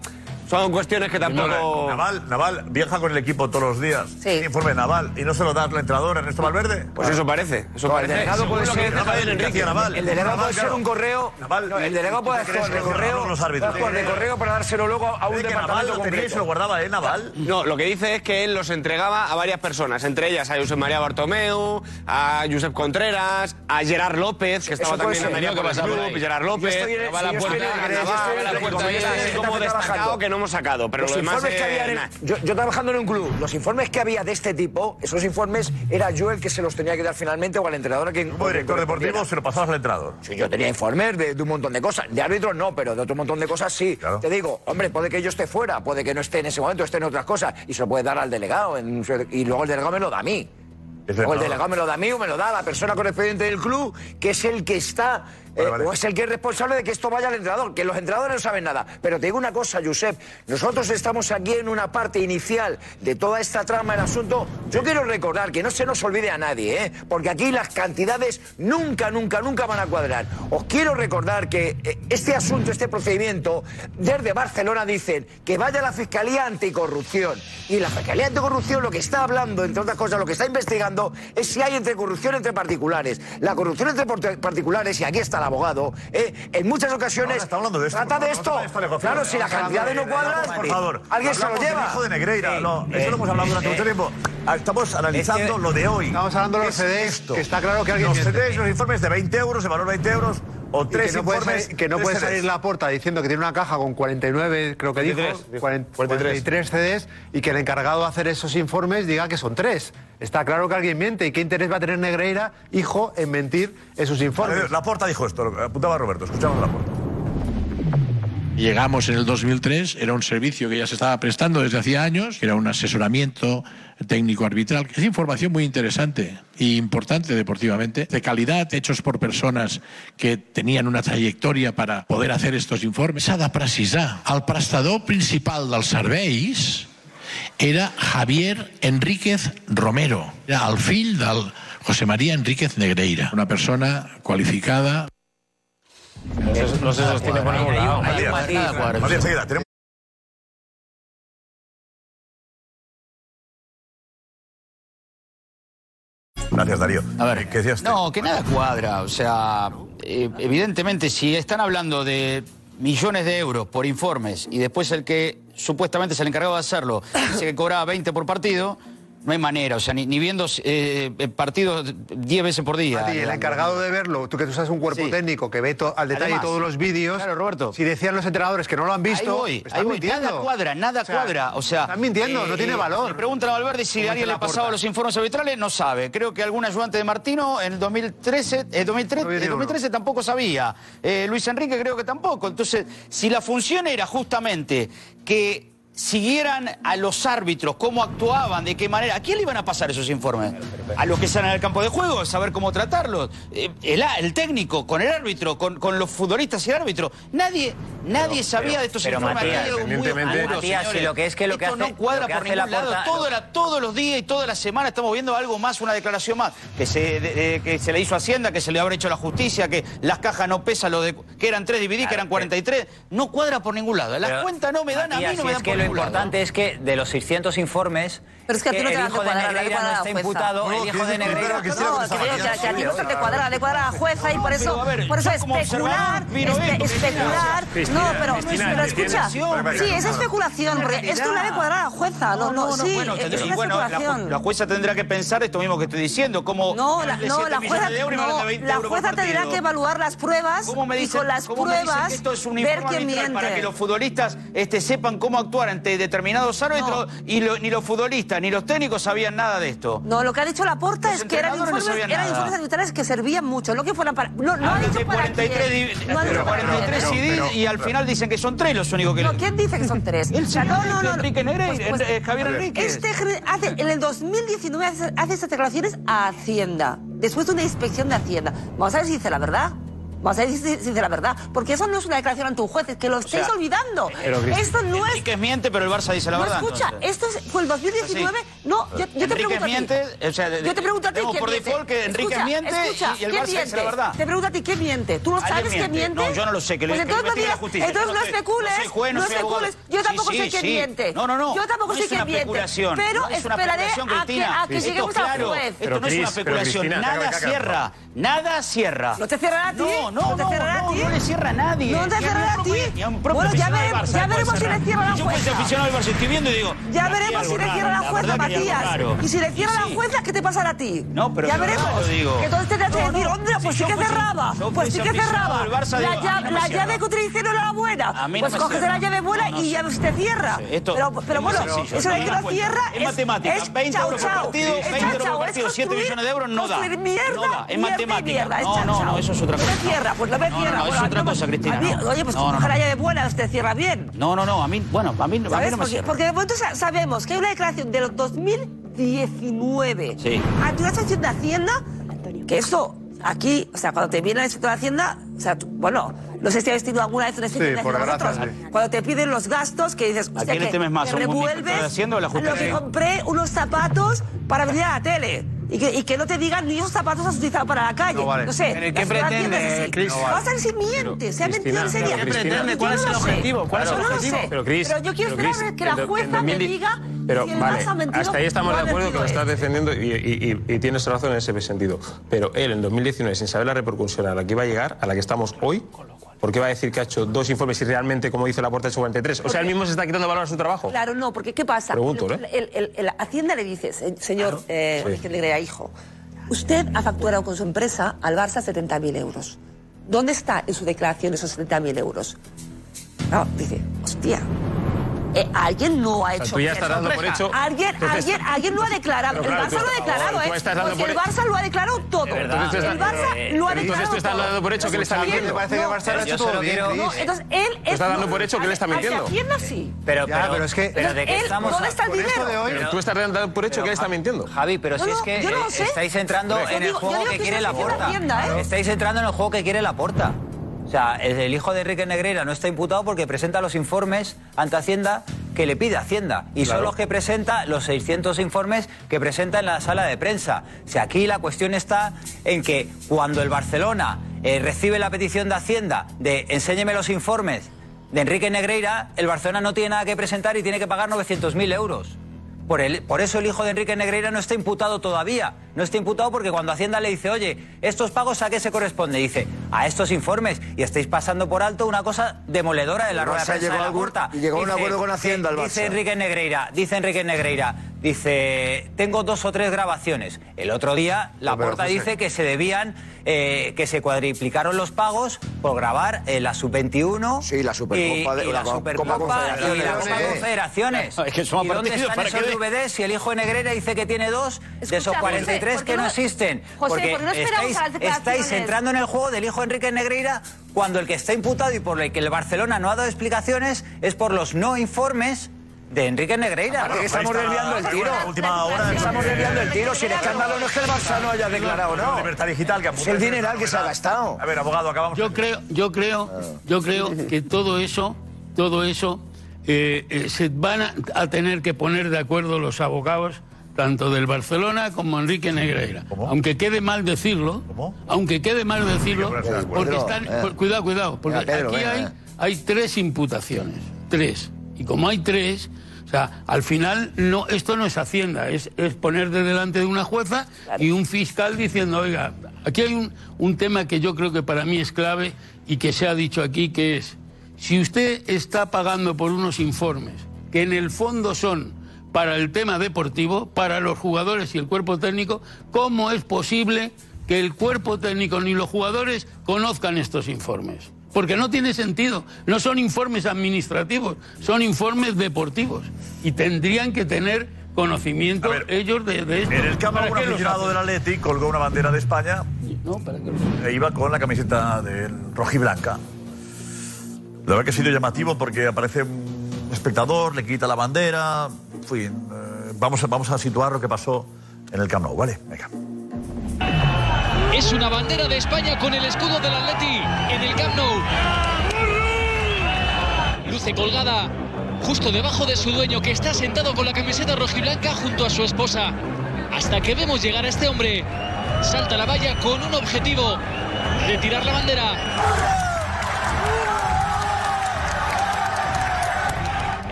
son cuestiones que tampoco.
Naval, Naval viaja con el equipo todos los días. Sí. Informe de Naval. ¿Y no se lo da al entrenador Ernesto Valverde?
Pues eso parece. Eso
No, el
parece.
delegado
Según
puede
lo que
ser-
dice Javier
Naval,
Enríquez.
García Naval.
El delegado puede ser
Claro.
un
correo.
Naval,
No, el delegado puede
¿tú crees
actuar de
que lo
correo,
guardaron los árbitros?
puede actuar de correo para dárselo luego a un
Dice que Naval
departamento
lo tenía y
concreto.
se lo guardaba, ¿eh, Naval?
No, lo que dice es que él los entregaba a varias personas, entre ellas a Josep María Bartomeu, a Josep Contreras, a Gerard López, que estaba
Eso
también
puede
en
ser. Tenía
Almería
que
por el
pasar por
club,
ahí.
Gerard
Yo
López,
estoy en-
estaba a
sí,
la
yo
puerta,
estoy en el-
Naval,
yo estoy en el-
la
yo
puerta,
estoy en el-
Naval,
yo
así
estoy
como destacado
trabajando.
que no hemos sacado, pero
los
lo demás
informes que había
es...
en-
nah.
yo, yo trabajando en un club, los informes que había de este tipo, esos informes era yo el que se los tenía que dar finalmente o al entrenador que
Como director deportivo se lo pasabas al entrenador.
Sí, yo tenía informes de, de un montón de cosas. De árbitros no, pero de otro montón de cosas sí. Te digo, hombre, puede que yo esté fuera, puede que no esté en ese momento, esté en otras cosas. Y se lo puede dar al delegado. en- y luego el delegado me lo da a mí. Luego el
verdad.
delegado me lo da a mí o me lo da a la persona correspondiente del club, que es el que está, eh, o es el que es responsable de que esto vaya al entrenador, que los entrenadores no saben nada. Pero te digo una cosa, Josep, nosotros estamos aquí en una parte inicial de toda esta trama del asunto. Yo quiero recordar que no se nos olvide a nadie, ¿eh? porque aquí las cantidades nunca, nunca, nunca van a cuadrar. Os quiero recordar que eh, este asunto, este procedimiento, desde Barcelona dicen que vaya a la Fiscalía Anticorrupción. Y la Fiscalía Anticorrupción lo que está hablando, entre otras cosas, lo que está investigando es si hay entre corrupción entre particulares. La corrupción entre porte- particulares, y aquí está la abogado. eh, en muchas ocasiones. hablando de esto. Trata de esto. claro, si las cantidades no cuadran,
eh,
por favor.
alguien se lo
Hablamos del
lleva.
hijo de Negreira, no, eso
eh,
lo hemos hablado durante
eh.
mucho tiempo. Ah, Estamos analizando
Es que
lo de hoy.
estamos hablando de los
¿Qué es
CDs,
esto?
que está claro que alguien
Los
miente.
CDs, los informes de 20 euros, de valor 20 euros, o
Y
tres
que no puede
informes.
salir- que no
tres
puede
CDs.
salir la porta diciendo que tiene una caja con 49, creo que
43,
dijo,
dijo.
40
43.
43 CDs y que el encargado de hacer esos informes diga que son tres. Está claro que alguien miente y qué interés va a tener Negreira, hijo, en mentir esos informes.
La porta dijo esto, lo que apuntaba Roberto. Escuchamos la porta.
Llegamos en el 2003, era un servicio que ya se estaba prestando desde hacía años, que era un asesoramiento técnico arbitral, que es información muy interesante e importante deportivamente, de calidad, hechos por personas que tenían una trajectòria per a poder hacer estos informes. S'ha de precisar, el prestador principal dels serveis era Javier Enríquez Romero, era el fill del José María Enríquez Negreira, una persona qualificada
No se sostiene por ningún lado.
Matías, enseguida, tenemos- Gracias, Darío.
A ver, no, que nada cuadra. O sea, eh, evidentemente, si están hablando de millones de euros por informes y después el que supuestamente es el encargado de hacerlo dice que cobraba 20 por partido, no hay manera. O sea, ni, ni viendo eh, partidos 10 veces por día.
Mati, el encargado de verlo, tú que tú seas un cuerpo técnico que ve to- al detalle
Además.
todos los vídeos. Claro, Roberto. Si decían los entrenadores que no lo han visto,
Ahí voy,
están
ahí voy.
mintiendo.
Nada cuadra, nada
O sea,
cuadra. O sea, eh,
están mintiendo, no tiene valor.
Le preguntan a Valverde si
Como
alguien
dice
le
Laporta.
pasaba los informes arbitrales, no sabe. Creo que algún ayudante de Martino en el 2013, eh, 2003, eh, 2013 tampoco sabía. Eh, Luis Enrique creo que tampoco. Entonces, si la función era justamente que siguieran a los árbitros, cómo actuaban, de qué manera, ¿a quién le iban a pasar esos informes? A los que están en el campo de juego, saber cómo tratarlos. Eh, el, a- el técnico, con el árbitro, con, con los futbolistas y el árbitro. Nadie, nadie sabía de estos
pero
informes.
Matías,
Había algo muy
independientemente-
oscuro,
Matías,
señores.
si lo que es que lo que
Esto
hace-
no cuadra
lo que
por
hace la
ningún lado.
porta-
Todo la- todos los días y toda la semana estamos viendo algo más, una declaración más, que se, de- de- que se le hizo a Hacienda, que se le habrá hecho a la justicia, que las cajas no pesan, lo de, que eran 3 divididos, que eran 43. No cuadra por ningún lado. Las
Pero,
cuentas no me dan, a
Matías,
mí no
si
me dan
es que
por
lo
ningún lado.
importante es que de los 600 informes,
Pero es que a ti no
el
te van a
hijo de
cuadrar, le
Negreira
cuadra
no
la
está
jueza.
imputado,
No,
el hijo de Negreira...
No, que digo que a- que a ti no se te cuadra, le cuadra a la jueza y por eso, por eso especular, espe- especular.
Cristina,
No, pero,
Cristina,
pero
Cristina.
escucha, sí, es especulación, porque es que le ha de cuadrar a la jueza, no, no, sí,
bueno,
es
tendrá-
una
y bueno, la, ju-
especulación.
la jueza tendrá que pensar esto mismo que estoy diciendo, como
No, la, no, la jueza, no, la jueza tendrá que evaluar las pruebas
¿Cómo me
y
dicen,
con las
cómo me dicen que
pruebas
esto es un
ver
informe
quién
arbitral
miente.
Para que los futbolistas este, sepan cómo actuar ante determinados árbitros y lo- ni los futbolistas ni los técnicos sabían nada de esto.
No, lo que ha dicho Laporta es que eran
entrenadores no
informes,
sabían
eran
nada.
informes arbitrales que servían mucho, no que fueran para... No, no ha
Hablan
dicho
de
para
43
quién.
di-
No ha dicho
pero-
para
43
quién.
CD y al final dicen que son tres los únicos que...
No, ¿quién dice que son tres? O sea, no, no, no.
Enrique Negreira, eh, Javier Enríquez.
Este gen- hace, en el 2019 hace, hace esas declaraciones a Hacienda, después de una inspección de Hacienda. Vamos a ver si dice la verdad. Vamos a ver si si dice la verdad. Porque eso no es una declaración ante un juez, es que lo estáis
sea,
olvidando.
pero, Cristina,
Esto no es...
Enríquez miente, pero el Barça dice la
no,
verdad.
escucha,
entonces.
esto es- fue el 2019. No, yo, yo te
Enríquez
pregunto a ti.
miente, o sea, de-
yo te pregunto a ti
tenemos
quién
por
miente.
default que Enríquez
Escucha,
miente
escucha,
y el
¿quién
Barça dice la
miente?
verdad.
Te pregunto a ti quién miente. ¿Tú no
¿Alguien
sabes quién
miente?
miente?
No, yo no lo sé, que lo
pues entonces no,
investigue la
digas-
justicia,
entonces
no
no
sé.
especules.
No soy juez, no soy
especules.
abogado.
Yo
Sí,
tampoco
sí,
sé quién
sí.
miente.
No, no, no.
Yo
No
tampoco sé
es una
quién miente.
especulación.
Pero
No es una
esperaré
especulación,
a que,
Cristina.
a que
Esto,
lleguemos
claro,
al juez.
esto no es una especulación. Nada cierra. Nada cierra.
¿No te cerrará a ti?
No, no,
¿No te cerrará
no,
a ti?
no le cierra a nadie.
¿No te
Ni a
cerrará
un
a
propio-
ti?
ni a un propio
Bueno, ya
aficionado del
vere-
Barça
ya
le puede
veremos si
cerrar.
le cierra la
Yo fuese
jueza.
aficionado del Barça, estoy viendo y digo...
Ya
aquí
veremos
hay
si
algo
le cierra
raro,
la jueza,
verdad que hay algo
Matías.
raro.
Y si le cierra
Sí,
la
sí.
jueza, ¿qué te pasará a ti?
No, pero
ya
de verdad
veremos.
lo digo.
Que entonces tendrás que decir, hombre,
si
pues sí
yo
que
fuese-
cerraba.
yo
Pues sí
fuese
que
aficionado
cerraba.
del Barça,
La
digo, a mí
llave-
no me
La
cierra.
llave que utilicé no era la buena.
A mí no
Pues
me
coges
cierra.
la llave buena
No, no
y ya se te cierra.
sé, esto
Pero pero
es muy
bueno,
sencillo.
eso de
No
que
da
la
cuenta.
cierra
Es
es
matemática. 20
chao,
euros por
chao.
partido,
Es
20 euros
chao,
por
es
partido, 7
construir-
millones de euros no da.
construir mierda,
No da, es
mierda y
matemática.
mierda, es
No,
chao,
no, no,
chao.
eso es otra
No
cosa.
me cierra, pues no me
No, no,
cierra.
no, es
Bueno,
otra
no me-
cosa,
a
Cristina.
mí-
no.
Oye, pues
No, no,
coge
no.
la llave buena, se te cierra bien.
No, no, no, a mí, bueno, a mí, a mí
¿Sabes?
no me
porque,
cierra.
porque de momento sa- sabemos que hay una declaración de los 2019
Sí.
ante una sanción de Hacienda, que eso aquí, o sea, cuando te viene el inspector de Hacienda, o sea, tú- bueno, no sé si habéis tenido alguna vez una inspección de
por
Hacienda
desgracia,
vosotros, cuando te piden los gastos que dices, hostia,
quién le
que-
temes más,
que
a un inspector de
revuelves
Hacienda o a la
lo que
justicia?
compré unos zapatos para venir a la tele. Y que, y que no te digan ni unos zapatos has utilizado para la calle.
No
No,
vale.
sé.
¿En el
la
qué
Ferran Tienda es
pretende,
así.
Cris? No vale.
Vamos a ver si miente, se ha mentido en serio.
Cristina, ¿qué pretende?
Yo
¿Cuál
no
es el
lo sé.
objetivo? ¿Cuál es el
Yo no lo
objetivo?
sé.
Pero, Cris,
yo quiero
pero,
esperar
Cris,
que la
en do- en
jueza me
2010
diga
Pero
Si el
vale,
Barça ha mentido,
hasta ahí estamos
no
de
ha
acuerdo que
mentido
lo estás
él.
defendiendo y, y- y- y tienes razón en ese sentido. Pero él en 2019, sin saber la repercusión a la que iba a llegar, a la que estamos hoy, ¿por qué va a decir que ha hecho dos informes y realmente, como dice la puerta, ha hecho 43? O sea, él mismo se está quitando valor a su trabajo.
Claro, no, porque ¿qué pasa?
Pregunto,
El-
¿eh?
el- el- el- Hacienda le dice, "Se- señor, eh,
Sí.
es que le diría, hijo, usted ha facturado con su empresa al Barça 70.000 euros. ¿Dónde está en su declaración esos 70.000 euros? No, dice, hostia. eh, alguien no ha
sea,
hecho.
tú ya estás dando por
Sorpresa.
hecho-
Alguien,
Entonces-
alguien, alguien lo ha declarado.
Pero claro,
el
tú-
Barça lo ha declarado,
tú
¿eh?
estás dando
Porque el
por-
Barça lo ha declarado todo.
De verdad. Entonces tú
el
estás-
Barça
eh,
lo ha declarado
pero entonces tú estás
todo.
dando por hecho que él está
Escucha,
mintiendo.
bien,
Parece que el Barça lo ha
yo
hecho todo
solo
bien,
quiero-
Cris.
No, entonces él
Tú estás dando por hecho que él está mintiendo.
Hacienda Ah, sí.
Pero,
Ya, pero es que-
pero de
Entonces,
qué
él,
estamos
¿dónde está el
Por esto
dinero?
de hoy-
Pero tú estás dando por hecho
Pero,
que él está
Javi,
mintiendo.
Javi, pero
No,
si es
no,
que
yo no
eh,
lo sé.
estáis entrando
Yo
en el
digo- yo
juego
digo
que
que
quiere
sí
la
es una
porta.
tienda, ¿eh?
Estáis entrando en el juego que quiere la porta. O sea, el el hijo de Enrique Negreira no está imputado porque presenta los informes ante Hacienda que le pide Hacienda. Y son
Claro.
los que presenta los 600 informes que presenta en la sala de prensa. O sea, aquí la cuestión está en que cuando el Barcelona eh, recibe la petición de Hacienda de enséñeme los informes de Enrique Negreira, el Barcelona no tiene nada que presentar y tiene que pagar 900.000 euros. Por, el- por eso el hijo de Enrique Negreira no está imputado todavía. No está imputado porque cuando Hacienda le dice, oye, estos pagos a qué se corresponde, dice, a estos informes. Y estáis pasando por alto una cosa demoledora de la
El
rueda de
Barça
prensa
llegó
de la
a algún-
Porta.
llegó a un
Dice-
acuerdo con Hacienda, el
dice-
Barça.
Dice Enrique Negreira, dice Enrique Negreira, dice, tengo dos o tres grabaciones. El otro día la
Pero,
Porta
José.
dice que se debían, eh, que se cuadriplicaron los pagos por grabar eh, la sub-21 sí, la
Supercopa
y,
de-
y la
la Copa
Supercopa y
Confederaciones.
la Copa
Sí.
Confederaciones.
Es que son
¿Y dónde
partidos,
están
¿para
esos
qué?
DVDs? Si el hijo de Negrera dice que tiene dos, de esos
José,
43
¿por qué
que no,
no-
existen.
José,
porque
¿por qué no esperamos
estáis,
a las declaraciones?
estáis entrando en el juego del hijo de Enrique Negreira cuando el que está imputado y por el que el Barcelona no ha dado explicaciones es por los no informes de Enrique pues Negreira.
Aparte que estamos desviando el tiro. Estamos desviando el tiro. Si el escándalo no es que el Barça no haya declarado, no.
Libertad digital que
Es el dineral que se ha gastado.
A ver, abogado, acabamos.
Yo creo, yo creo, yo creo que todo eso, todo eso, eh, eh, se van a, a tener que poner de acuerdo los abogados tanto del Barcelona como Enrique Negreira. Aunque quede mal decirlo, aunque quede mal decirlo,
ponerse de acuerdo.
porque están,
Pedro, eh.
por- pues, cuidado, cuidado, porque
Venga, Pedro,
aquí
venga,
hay,
venga.
hay tres imputaciones, tres. Y como hay tres, o sea, al final no, esto no es hacienda, es, es ponerte delante de una jueza y un fiscal diciendo, oiga, aquí hay un, un tema que yo creo que para mí es clave y que se ha dicho aquí, que es, si usted está pagando por unos informes que en el fondo son para el tema deportivo, para los jugadores y el cuerpo técnico, ¿cómo es posible que el cuerpo técnico ni los jugadores conozcan estos informes? Porque no tiene sentido, no son informes administrativos, son informes deportivos y tendrían que tener conocimiento ellos de, de esto.
En el campo,
¿Para
un
qué los
aficionado
hacen?
del Atleti colgó una bandera de España e iba con la camiseta Ah, de rojiblanca. La verdad que ha sido llamativo porque aparece un espectador, le quita la bandera. En fin, eh, vamos, a, vamos a situar lo que pasó en el Camp Nou, ¿vale? Venga.
Es una bandera de España con el escudo del Atleti en el Camp Nou. Luce colgada justo debajo de su dueño que está sentado con la camiseta rojiblanca junto a su esposa. Hasta que vemos llegar a este hombre, salta la valla con un objetivo, retirar la bandera.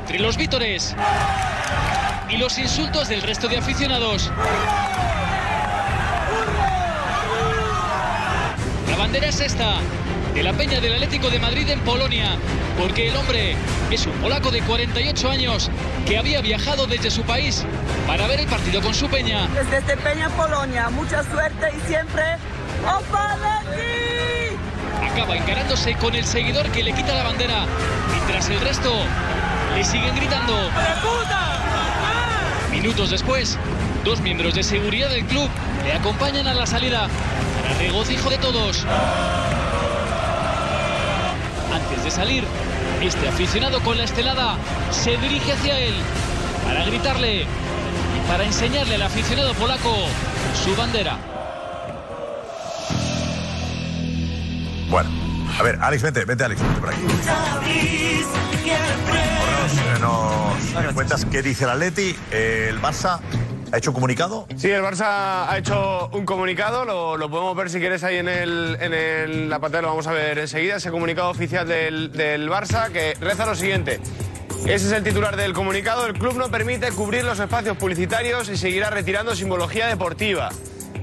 Entre los vítores y los insultos del resto de aficionados. La bandera es esta, de la Peña del Atlético de Madrid en Polonia, porque el hombre es un polaco de 48 años que había viajado desde su país para ver el partido con su Peña.
Desde este Peña, Polonia, mucha suerte y siempre
Acaba encarándose con el seguidor que le quita la bandera, mientras el resto le siguen gritando. Minutos después, dos miembros de seguridad del club le acompañan a la salida para regocijo de todos. Antes de salir, este aficionado con la estelada se dirige hacia él para gritarle y para enseñarle al aficionado polaco su bandera.
Bueno, a ver, Alex, vete, vete, Alex, vete por aquí. Eh, Ahora Nos nos cuentas qué dice el Atleti, eh, el Barça. ¿Ha hecho un comunicado?
Sí, el Barça ha hecho un comunicado, lo, lo podemos ver si quieres ahí en, el, en el- la pantalla, lo vamos a ver enseguida, ese comunicado oficial del, del Barça que reza lo siguiente. Ese es el titular del comunicado. El club no permite cubrir los espacios publicitarios y seguirá retirando simbología deportiva.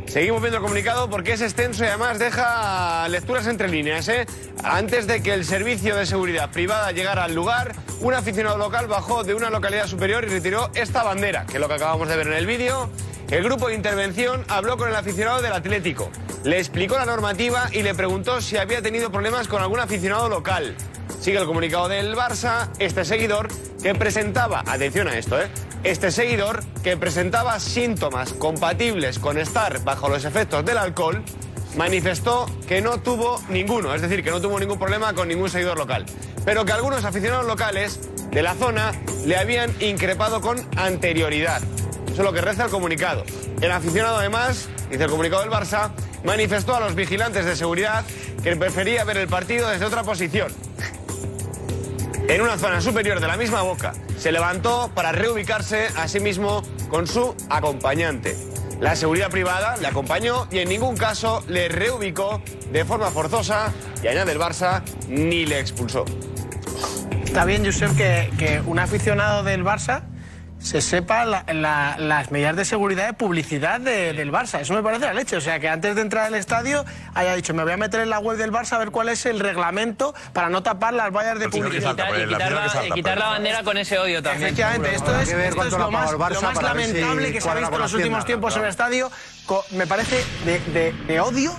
Seguimos viendo el comunicado porque es extenso y además deja lecturas entre líneas. ¿eh? Antes de que el servicio de seguridad privada llegara al lugar, un aficionado local bajó de una localidad superior y retiró esta bandera, que es lo que acabamos de ver en el vídeo. El grupo de intervención habló con el aficionado del Atlético, le explicó la normativa y le preguntó si había tenido problemas con algún aficionado local. Sigue el comunicado del Barça, este seguidor que presentaba, atención a esto, ¿eh? este seguidor que presentaba síntomas compatibles con estar bajo los efectos del alcohol, manifestó que no tuvo ninguno, es decir, que no tuvo ningún problema con ningún seguidor local, pero que algunos aficionados locales de la zona le habían increpado con anterioridad. Eso es lo que reza el comunicado. El aficionado además, dice el comunicado del Barça, manifestó a los vigilantes de seguridad que prefería ver el partido desde otra posición. En una zona superior de la misma boca, se levantó para reubicarse a sí mismo con su acompañante. La seguridad privada le acompañó y en ningún caso le reubicó de forma forzosa y añade el Barça ni le expulsó.
Está bien, Josep, que, que un aficionado del Barça se sepa la- la- las medidas de seguridad de publicidad de- del Barça. Eso me parece la leche. O sea, que antes de entrar al estadio haya dicho, me voy a meter en la web del Barça a ver cuál es el reglamento para no tapar las vallas de
señor que
publicidad.
salta, pues, la primera que salta,
Quitar la bandera con ese odio también.
Efectivamente, esto es, esto es lo, más, lo más
para ver si
lamentable que se ha
cuadra
visto
con
en
la
los
tienda,
últimos tiempos en
claro.
el estadio. Co- Me parece de, de- de odio,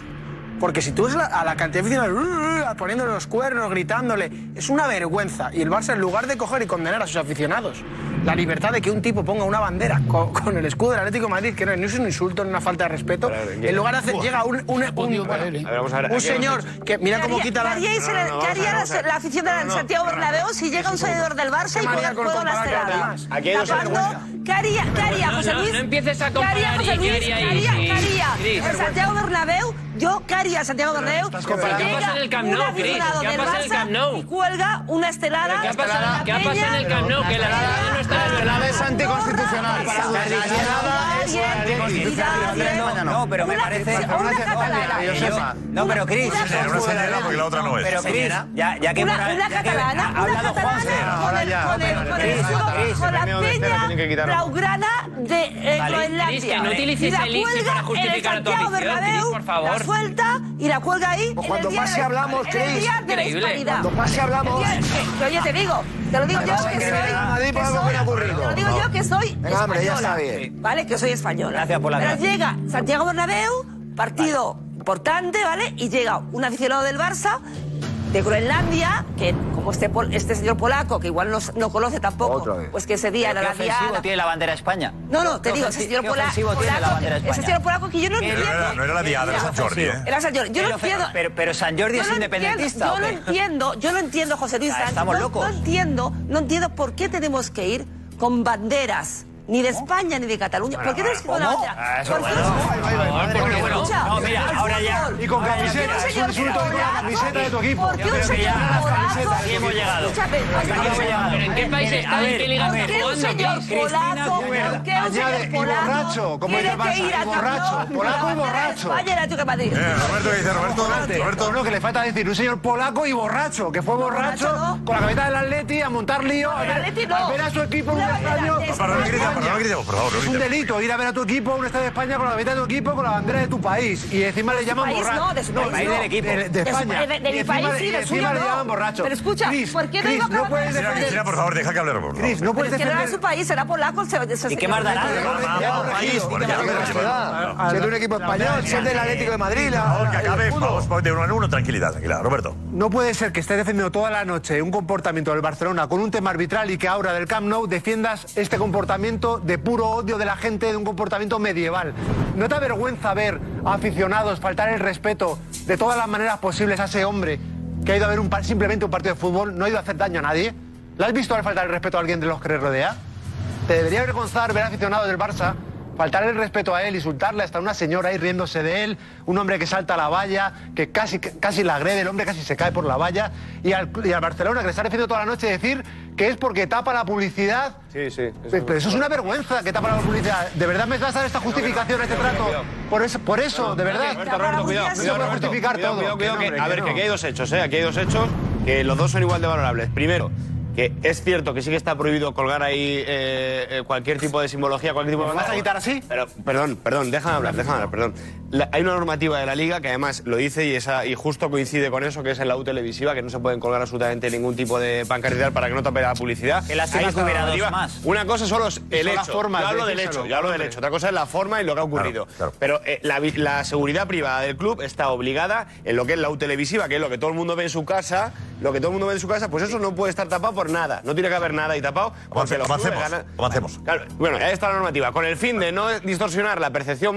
porque si tú ves la- a la cantidad de aficionados uh, uh, poniéndole los cuernos, gritándole, es una vergüenza. Y el Barça, en lugar de coger y condenar a sus aficionados, la libertad de que un tipo ponga una bandera co- con, el escudo del Atlético de Madrid, que no, no es un insulto, ni una falta de respeto, en lugar de hacer, llega un, un, un- bueno,
A ver, vamos a ver,
un
aquí hay
señor
unos hechos.
que mira cómo quita la...
¿Qué haría,
No, no, no,
¿qué
vamos a ver,
haría la-
vamos a ver.
la afición
No,
del
no,
Santiago
no, no, no.
Bernabéu si llega un seguidor del Barça y pone
Qué
el
manía con
juego en las
comparar que
teladas?
además. Aquí hay dos
Tapando- ¿Qué haría, qué haría
No,
José
no,
Luis?
no empieces a
¿Qué haría
comparar
José
y
Luis?
qué
¿Qué
haría ahí,
haría?
sí,
¿Qué haría?
Cris.
¿El Santiago Bernabéu? Yo, ¿qué haría Santiago Bernabéu?
¿Qué pasa
Llega
en el Camp Nou,
un
Cris?
aficionado
¿Qué ha
del
pasado en el
Barça
Camp Nou?
Y cuelga una estelada.
¿Qué ha pasado- qué ha pasado en el Camp Nou? Que la estelada no está
La verdad es anticonstitucional.
Para
La
Madrid.
estelada es anticonstitucional.
No, no, pero me parece.
que yo sepa.
No, pero Cris.
Señora, una señora porque la otra no es.
Pero Cris,
Señora.
ya, ya que
Una-
moral-
una
ya que-
catalana,
ha hablado Juanfe.
Ahora ya. Con la peña blaugrana de
Vale.
eh,
Cris, que
Groenlandia.
no utilices
Y la
el ISE
cuelga
para justificar
en
tu ¿eh?
el Santiago
afición, Cris,
Bernabéu,
por favor.
La suelta y la cuelga ahí. en
Pues cuando
el día
pase
de la-
hablamos,
en el
Cris.
día de la
Increíble.
hispanidad.
Cuando pase hablamos.
El día- que- que Oye, te digo, te lo digo yo que soy. que soy- te lo digo yo que soy
Venga, hombre, ya está
española.
bien.
Vale, que soy española.
Gracias por la
Pero
gracia.
llega Santiago Bernabéu, partido importante, ¿vale? Y llega un aficionado del Barça de Groenlandia, que como este, pol- este señor polaco, que igual no, no conoce tampoco, pues que ese día
Pero
era
qué
la
ofensivo
diana.
tiene la bandera España.
No, no, te
Qué ofensi-
digo, ese señor
qué
pola-
ofensivo
polaco,
tiene la bandera
que- ese
España.
señor polaco que yo no
Pero
entiendo.
no era- no era la diana, era San Jordi, ¿eh?
Era San Jordi. Yo
Pero
no entiendo.
Fer- pero- pero San Jordi
Yo
es
no
independentista, ¿o
entiendo-
qué?
Yo no entiendo, yo no entiendo, José Luis.
Ah,
Sánchez,
estamos
no-
locos.
No entiendo, no entiendo por qué tenemos que ir con banderas. Ni de España ni de Cataluña. ¿Por qué tenemos que ir con la
¿Cómo?
bandera?
Ah, eso
¿Por qué
bueno.
no-
Ay, ay, ay, madre
Porque,
mía,
bueno,
no.
escucha,
No, mira,
al
ahora ya.
fútbol.
Y con
Ahora ya,
camiseta, es
¿por qué
un
un señor
insulto con la
polaco-
camiseta de tu equipo.
¿Por qué
Yo
un
creo que
señor
ya las
polaco?
camisetas- Aquí hemos llegado.
Escúchame,
Aquí hemos llegado.
¿En qué país
Mira,
está?
a
¿En
ver,
qué liga
a
está?
ver,
¿Por qué un
Cristina,
señor
Cristina,
polaco? ¿Por qué un señor
Añade, y
polaco
borracho, como
tiene
dice el
que
Barça, y
ir a Camp Nou
borracho,
con
polaco
la
y
bandera de
borracho. Eh,
España y la Atlético de Madrid?
Roberto, ¿qué dice Roberto?
Roberto, no, que le falta decir un señor polaco y borracho, que fue borracho
borracho no.
con la cabeza del Atleti a montar lío, a, ver,
el Atleti no.
a ver a su equipo en un
Una
estadio.
bandera de Papá, no me gritemos,
no me gritemos, por favor, no
Es un
gritemos.
delito ir a ver a tu equipo a un estadio de España con la cabeza de tu equipo, con la bandera de tu país. Y encima le
su
llaman
país
borracho.
no, de su país
de-
no.
del equipo.
De
De,
su- de-
España.
de- de
Y
mi
encima
país
le-
sí,
y
de
encima
suyo
le
no.
llaman borracho.
Pero escucha,
Cris,
¿por qué no
Cris,
digo que
no
la
puedes
bandera de
defender-
Cristina, por favor, deja que hable Roberto. por
Cris,
favor.
no puedes
Pero es que no era
defender...
su país, era polaco. se- se-
¿Y qué más dará?
País, bueno, ya lo veremos, llevarlo.
Si es de un equipo español, si es del Atlético de Madrid,
Por
la-
favor, que
la- el
acabe,
escudo.
vamos vamos de uno en uno, tranquilidad, tranquilidad. Roberto.
No puede ser que estés defendiendo toda la noche un comportamiento del Barcelona con un tema arbitral y que ahora del Camp Nou defiendas este comportamiento de puro odio de la gente, de un comportamiento medieval. ¿No te avergüenza ver a aficionados faltar el respeto de todas las maneras posibles a ese hombre que ha ido a ver un par- simplemente un partido de fútbol, no ha ido a hacer daño a nadie? ¿La has visto al faltar el respeto a alguien de los que le rodea? ¿Te debería avergonzar ver aficionados del Barça faltar el respeto a él, insultarle hasta una señora ahí riéndose de él, un hombre que salta a la valla, que casi, casi la agrede, el hombre casi se cae por la valla, y al, y al Barcelona que le está defendiendo toda la noche decir que es porque tapa la publicidad?
Sí, sí.
Pues, pero eso es una vergüenza que tapa la publicidad. ¿De verdad me vas a dar esta justificación, este trato? Por eso, por eso de verdad.
Roberto, Roberto, cuidado,
No se
cuidado,
puede
Roberto,
justificar
cuidado,
todo.
cuidado, cuidado,
Que no,
que-
hombre,
a
que
ver,
no.
que aquí hay dos hechos, ¿eh? Aquí hay dos hechos que los dos son igual de valorables. Primero, que es cierto que sí que está prohibido colgar ahí eh, eh, cualquier tipo de simbología, cualquier tipo de...
¿Me vas a quitar así?
Pero, perdón, perdón, déjame hablar, déjame hablar, perdón. La- hay una normativa de la liga que además lo dice y, esa, y justo coincide con eso, que es en la U televisiva, que no se pueden colgar absolutamente ningún tipo de pancartillar para que no tape la publicidad.
Qué lástima
Hay
que
esta
hubiera dos
normativa.
más.
Una cosa son los, el
Son
hecho,
las formas
yo hablo
de
del
decírselo,
hecho, yo hablo del hecho. Otra cosa es la forma y lo que ha ocurrido. Pero eh, la, vi- la seguridad privada del club está obligada en lo que es la U televisiva, que es lo que todo el mundo ve en su casa, lo que todo el mundo ve en su casa, pues eso no puede estar tapado por nada. No tiene que haber nada ahí tapado. Porque los clubes
avancemos,
ganan-
avancemos.
Claro, bueno, ahí está la normativa. Con el fin de no distorsionar la percepción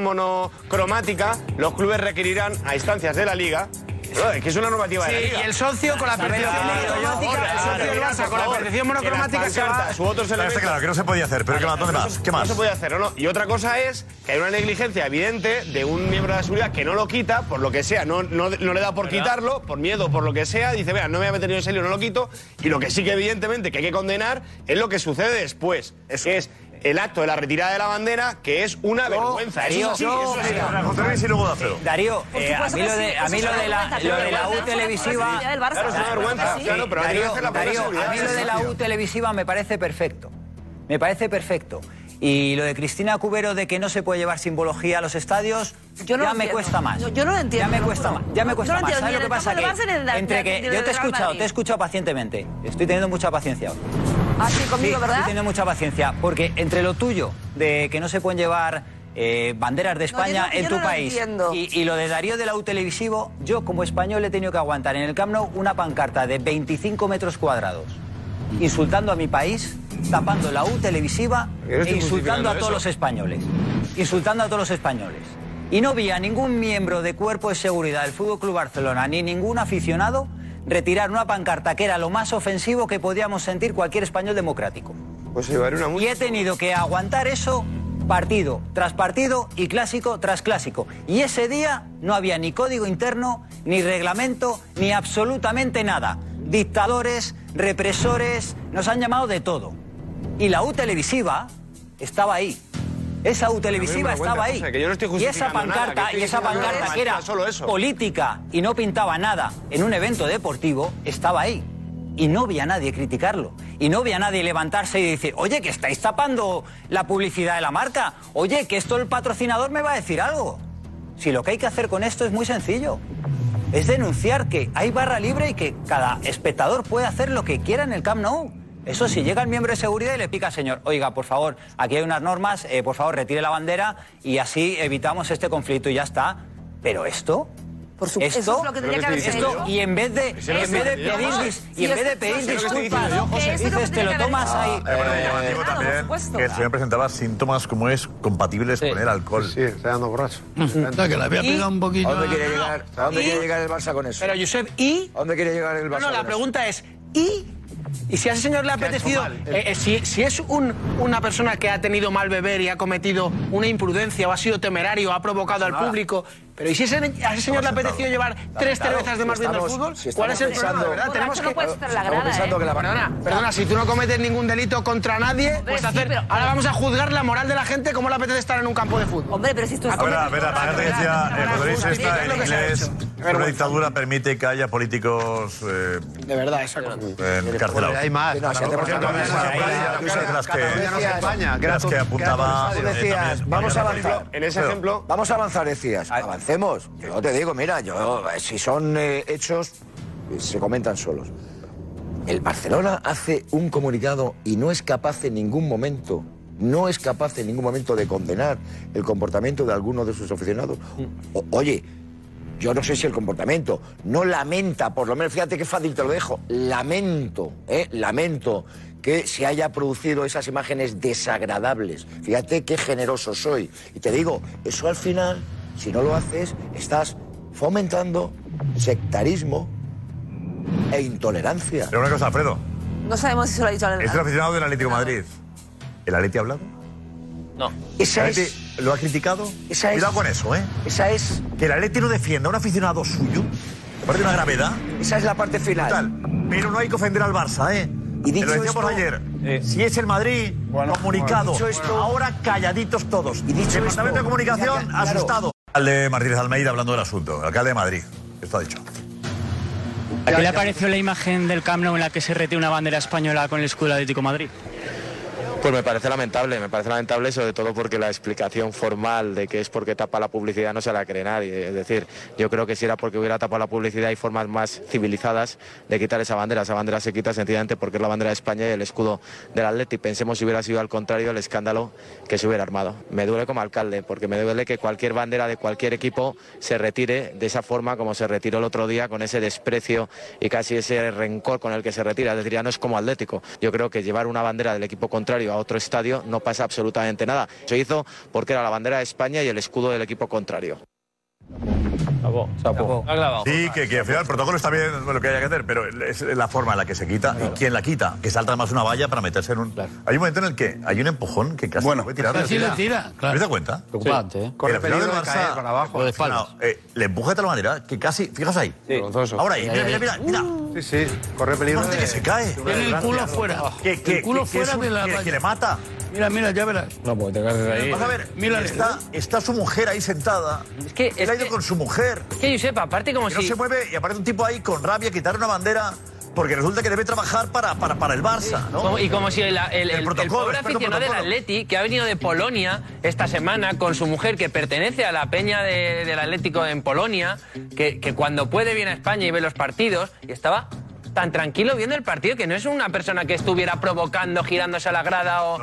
monocromática, los clubes requerirán a instancias de la liga. Pero es que es una normativa de la
Sí,
liga.
y el socio con la percepción monocromática, el socio del Barça con la
Pues
percepción monocromática se va...
Su otro
Pero está claro que no se podía hacer, pero ¿qué más? ¿Dónde más? ¿Qué más?
No se puede hacer, ¿o no? Y otra cosa es que hay una negligencia evidente de un miembro de la seguridad que no lo quita, por lo que sea, no, no, no le da por
¿Verdad?
quitarlo, por miedo, por lo que sea, dice, vea, no me voy a meter yo en serio, no lo quito. Y lo que sí que evidentemente que hay que condenar es lo que sucede después, que es el acto de la retirada de la bandera, que es una vergüenza. Eso es así, eso es así.
Darío,
Por
eh, a
supuesto
mí
que
lo de,
sí,
a mí
eso
lo
es
de la,
vergüenza,
lo de la
pero
U
es
televisiva.
responsabilidad del Barça. Claro, es una vergüenza,
Sí.
claro, pero hay que
Darío,
hacer la propia
Darío,
seguridad,
a mí
es
lo de la U televisiva me parece perfecto. Me parece perfecto. Y lo de Cristina Cubero de que no se puede llevar simbología a los estadios,
Yo no
ya
lo
me
entiendo.
cuesta más.
Yo, yo no lo entiendo.
Ya me
lo
cuesta
juro.
más. Ya me
No
cuesta
lo
más.
entiendo,
¿Sabes
ni
lo que
en el
pasa?
campo del
Que
Barça ni en el-
entre
ni
que
en
yo
el
te he
Real
escuchado,
Madrid.
te he escuchado pacientemente. Estoy teniendo mucha paciencia. ahora.
Así
Sí,
conmigo,
Estoy
¿verdad?
teniendo mucha paciencia, porque entre lo tuyo, de que no se pueden llevar eh, banderas de
No, yo
España
no- yo
en
no
tu
lo
país,
entiendo.
y, y lo de Darío de la U televisivo, yo como español he tenido que aguantar en el Camp Nou una pancarta de 25 metros cuadrados, insultando a mi país, tapando la U televisiva
Yo estoy
e insultando
justificando
a todos
eso.
los españoles. Insultando a todos los españoles. Y no vi a ningún miembro de cuerpo de seguridad del Fútbol Club Barcelona ni ningún aficionado retirar una pancarta que era lo más ofensivo que podíamos sentir cualquier español democrático.
Pues llevaré una
Y he tenido que aguantar eso partido tras partido y clásico tras clásico. Y ese día no había ni código interno, ni reglamento, ni absolutamente nada. Dictadores, represores, nos han llamado de todo. Y la U televisiva estaba ahí. Esa U televisiva
me cuenta,
estaba ahí.
José, que yo no estoy
y esa
justificando nada,
pancarta,
que estoy
y esa
diciendo que
pancarta
me
que era
molesta solo eso.
política y no pintaba nada en un evento deportivo, estaba ahí. Y no vi a nadie criticarlo. Y no vi a nadie levantarse y decir, oye, que estáis tapando la publicidad de la marca. Oye, que esto el patrocinador me va a decir algo. Si lo que hay que hacer con esto es muy sencillo. Es denunciar que hay barra libre y que cada espectador puede hacer lo que quiera en el Camp Nou. Eso sí, llega el miembro de seguridad y le pica al señor, oiga, por favor, aquí hay unas normas, eh, por favor, retire la bandera y así evitamos este conflicto y ya está. Pero esto... Por
supuesto. Eso es lo que tendría que haberse hecho.
y en vez de,
Eso es lo
en
que
vez de
estoy
pedir,
diciendo
dis-
yo.
y en
Sí,
vez de
eso
pedir
es lo que estoy
disculpas,
diciendo yo, José. Eso es lo que
dices, te
tendría
lo
que haber
tomas
hecho.
ahí.
Me
Eh,
parece llamativo también que el señor presentaba síntomas como es compatibles con el alcohol. Sí, está dando borracho.
que la había Y- pegado un poquito. ¿eh?
¿A dónde quiere llegar, a dónde
Y-
quiere llegar el Barça con eso?
Pero, Josep, ¿y?
¿A dónde quiere llegar el
No,
Barça
no,
con
la
eso?
pregunta es, ¿y? Y si a ese señor le ha
¿Qué ha hecho
apetecido,
mal?
eh, eh, si, si es un- una persona que ha tenido mal beber y ha cometido una imprudencia o ha sido temerario, ha provocado al
Nada.
público, pero ¿y si ese- a ese señor le ha apetecido llevar tres
Claro,
cervezas de más
si
viendo el
estamos-
fútbol?
si
¿Cuál es el
estamos
problema, de verdad?
pensando-
Tenemos que...
Borracho no puede estar en la Estamos grada, pensando ¿eh? que la-
Perdona, perdona, si tú no cometes ningún delito contra nadie, puedes hacer... Ahora vamos a juzgar la moral de la gente como le apetece estar en un campo de fútbol.
Hombre, pero si tú...
Espera, espera, apagate que decía eh, Rodríguez está en inglés. Una dictadura permite que haya políticos eh,
De verdad, esa cosa.
encarcelados.
Hay más.
Por cierto, había muchas cosas de las que- de las que apuntaba.
Tú
eh,
decías,
también
vamos a
Mariano Rajoy.
avanzar.
Pero-
Vamos a avanzar, decías. Avancemos. Yo te digo, mira, yo, eh, si son eh, hechos, eh, se comentan solos. El Barcelona hace un comunicado y no es capaz en ningún momento, no es capaz en ningún momento de condenar el comportamiento de alguno de sus aficionados.
Mm.
O- oye, yo no sé si el comportamiento, no lamenta, por lo menos, fíjate qué fácil te lo dejo, lamento, ¿eh? lamento que se haya producido esas imágenes desagradables. Fíjate qué generoso soy. Y te digo, eso al final, si no lo haces, estás fomentando sectarismo e intolerancia.
Pero una cosa, Alfredo,
No sabemos si se lo ha dicho a la
Ah.
es un aficionado del Atlético de Madrid. ¿El Atleti ha hablado?
No.
¿El Atleti lo ha criticado?
esa es-
Cuidado con eso, ¿eh?
Esa es...
Que el Atleti no defienda a un aficionado suyo, aparte de una gravedad.
Esa es la parte final.
Pero no hay que ofender al Barça, ¿eh?
Y
Te
dicho
lo decíamos
esto-
ayer. Si es el Madrid, comunicado.
Dicho esto-
Ahora calladitos todos. Y dicho Departamento de
esto-
Comunicación,
Claro.
asustado. Alcalde Martínez Almeida hablando del asunto. Alcalde de Madrid. Esto ha dicho.
¿A qué le apareció la imagen del Camp Nou en la que se retiene una bandera española con el escudo del Atlético de Madrid?
Pues me parece lamentable, me parece lamentable sobre todo porque la explicación formal de que es porque tapa la publicidad no se la cree nadie. Es decir, yo creo que si era porque hubiera tapado la publicidad hay formas más civilizadas de quitar esa bandera. Esa bandera se quita sencillamente porque es la bandera de España y el escudo del Atleti. Pensemos si hubiera sido al contrario el escándalo que se hubiera armado. Me duele como alcalde porque me duele que cualquier bandera de cualquier equipo se retire de esa forma como se retiró el otro día con ese desprecio y casi ese rencor con el que se retira. Es decir, ya no es como Atlético. Yo creo que llevar una bandera del equipo contrario a otro estadio no pasa absolutamente nada. Se hizo porque era la bandera de España y el escudo del equipo contrario.
Sí, que, que al final el protocolo está bien lo que haya que hacer, pero es la forma en la que se quita y quién la quita, que salta más una valla para meterse en un. Hay un momento en el que hay un empujón que casi bueno, puede tirar.
Casi le tira,
¿Te das cuenta?
Preocupante, ¿eh? Corre
El final
peligro
del
de caer
Barça-
para abajo. O de espaldas.
No, eh, le empuja de tal manera que casi. Fijaos ahí. Ahora ahí,
Ahí,
mira,
ahí.
mira, mira. mira.
Uh,
Sí, sí, corre peligro.
Aparte que se cae.
Tiene el culo fuera.
Que- que-
el culo
que- que es
fuera
un-
de la
que-
valla.
que le mata.
Mira, mira, ya verás.
No, porque te caes desde ahí.
Vas a ver, mira, está, está su mujer ahí sentada. Es
que.
Él ha ido con su mujer.
Es que, Josep, aparte como
Que
si-
No se mueve y aparece un tipo ahí con rabia, quitar una bandera. Porque resulta que debe trabajar para, para, para el Barça, ¿no?
Como- y como si el, el- el- el pobre
experto
aficionado del
protocolo.
Atleti, que ha venido de Polonia esta semana con su mujer, que pertenece a la peña de- del Atlético en Polonia, que, que cuando puede viene a España y ve los partidos, y estaba tan tranquilo viendo el partido, que no es una persona que estuviera provocando, girándose a la grada o...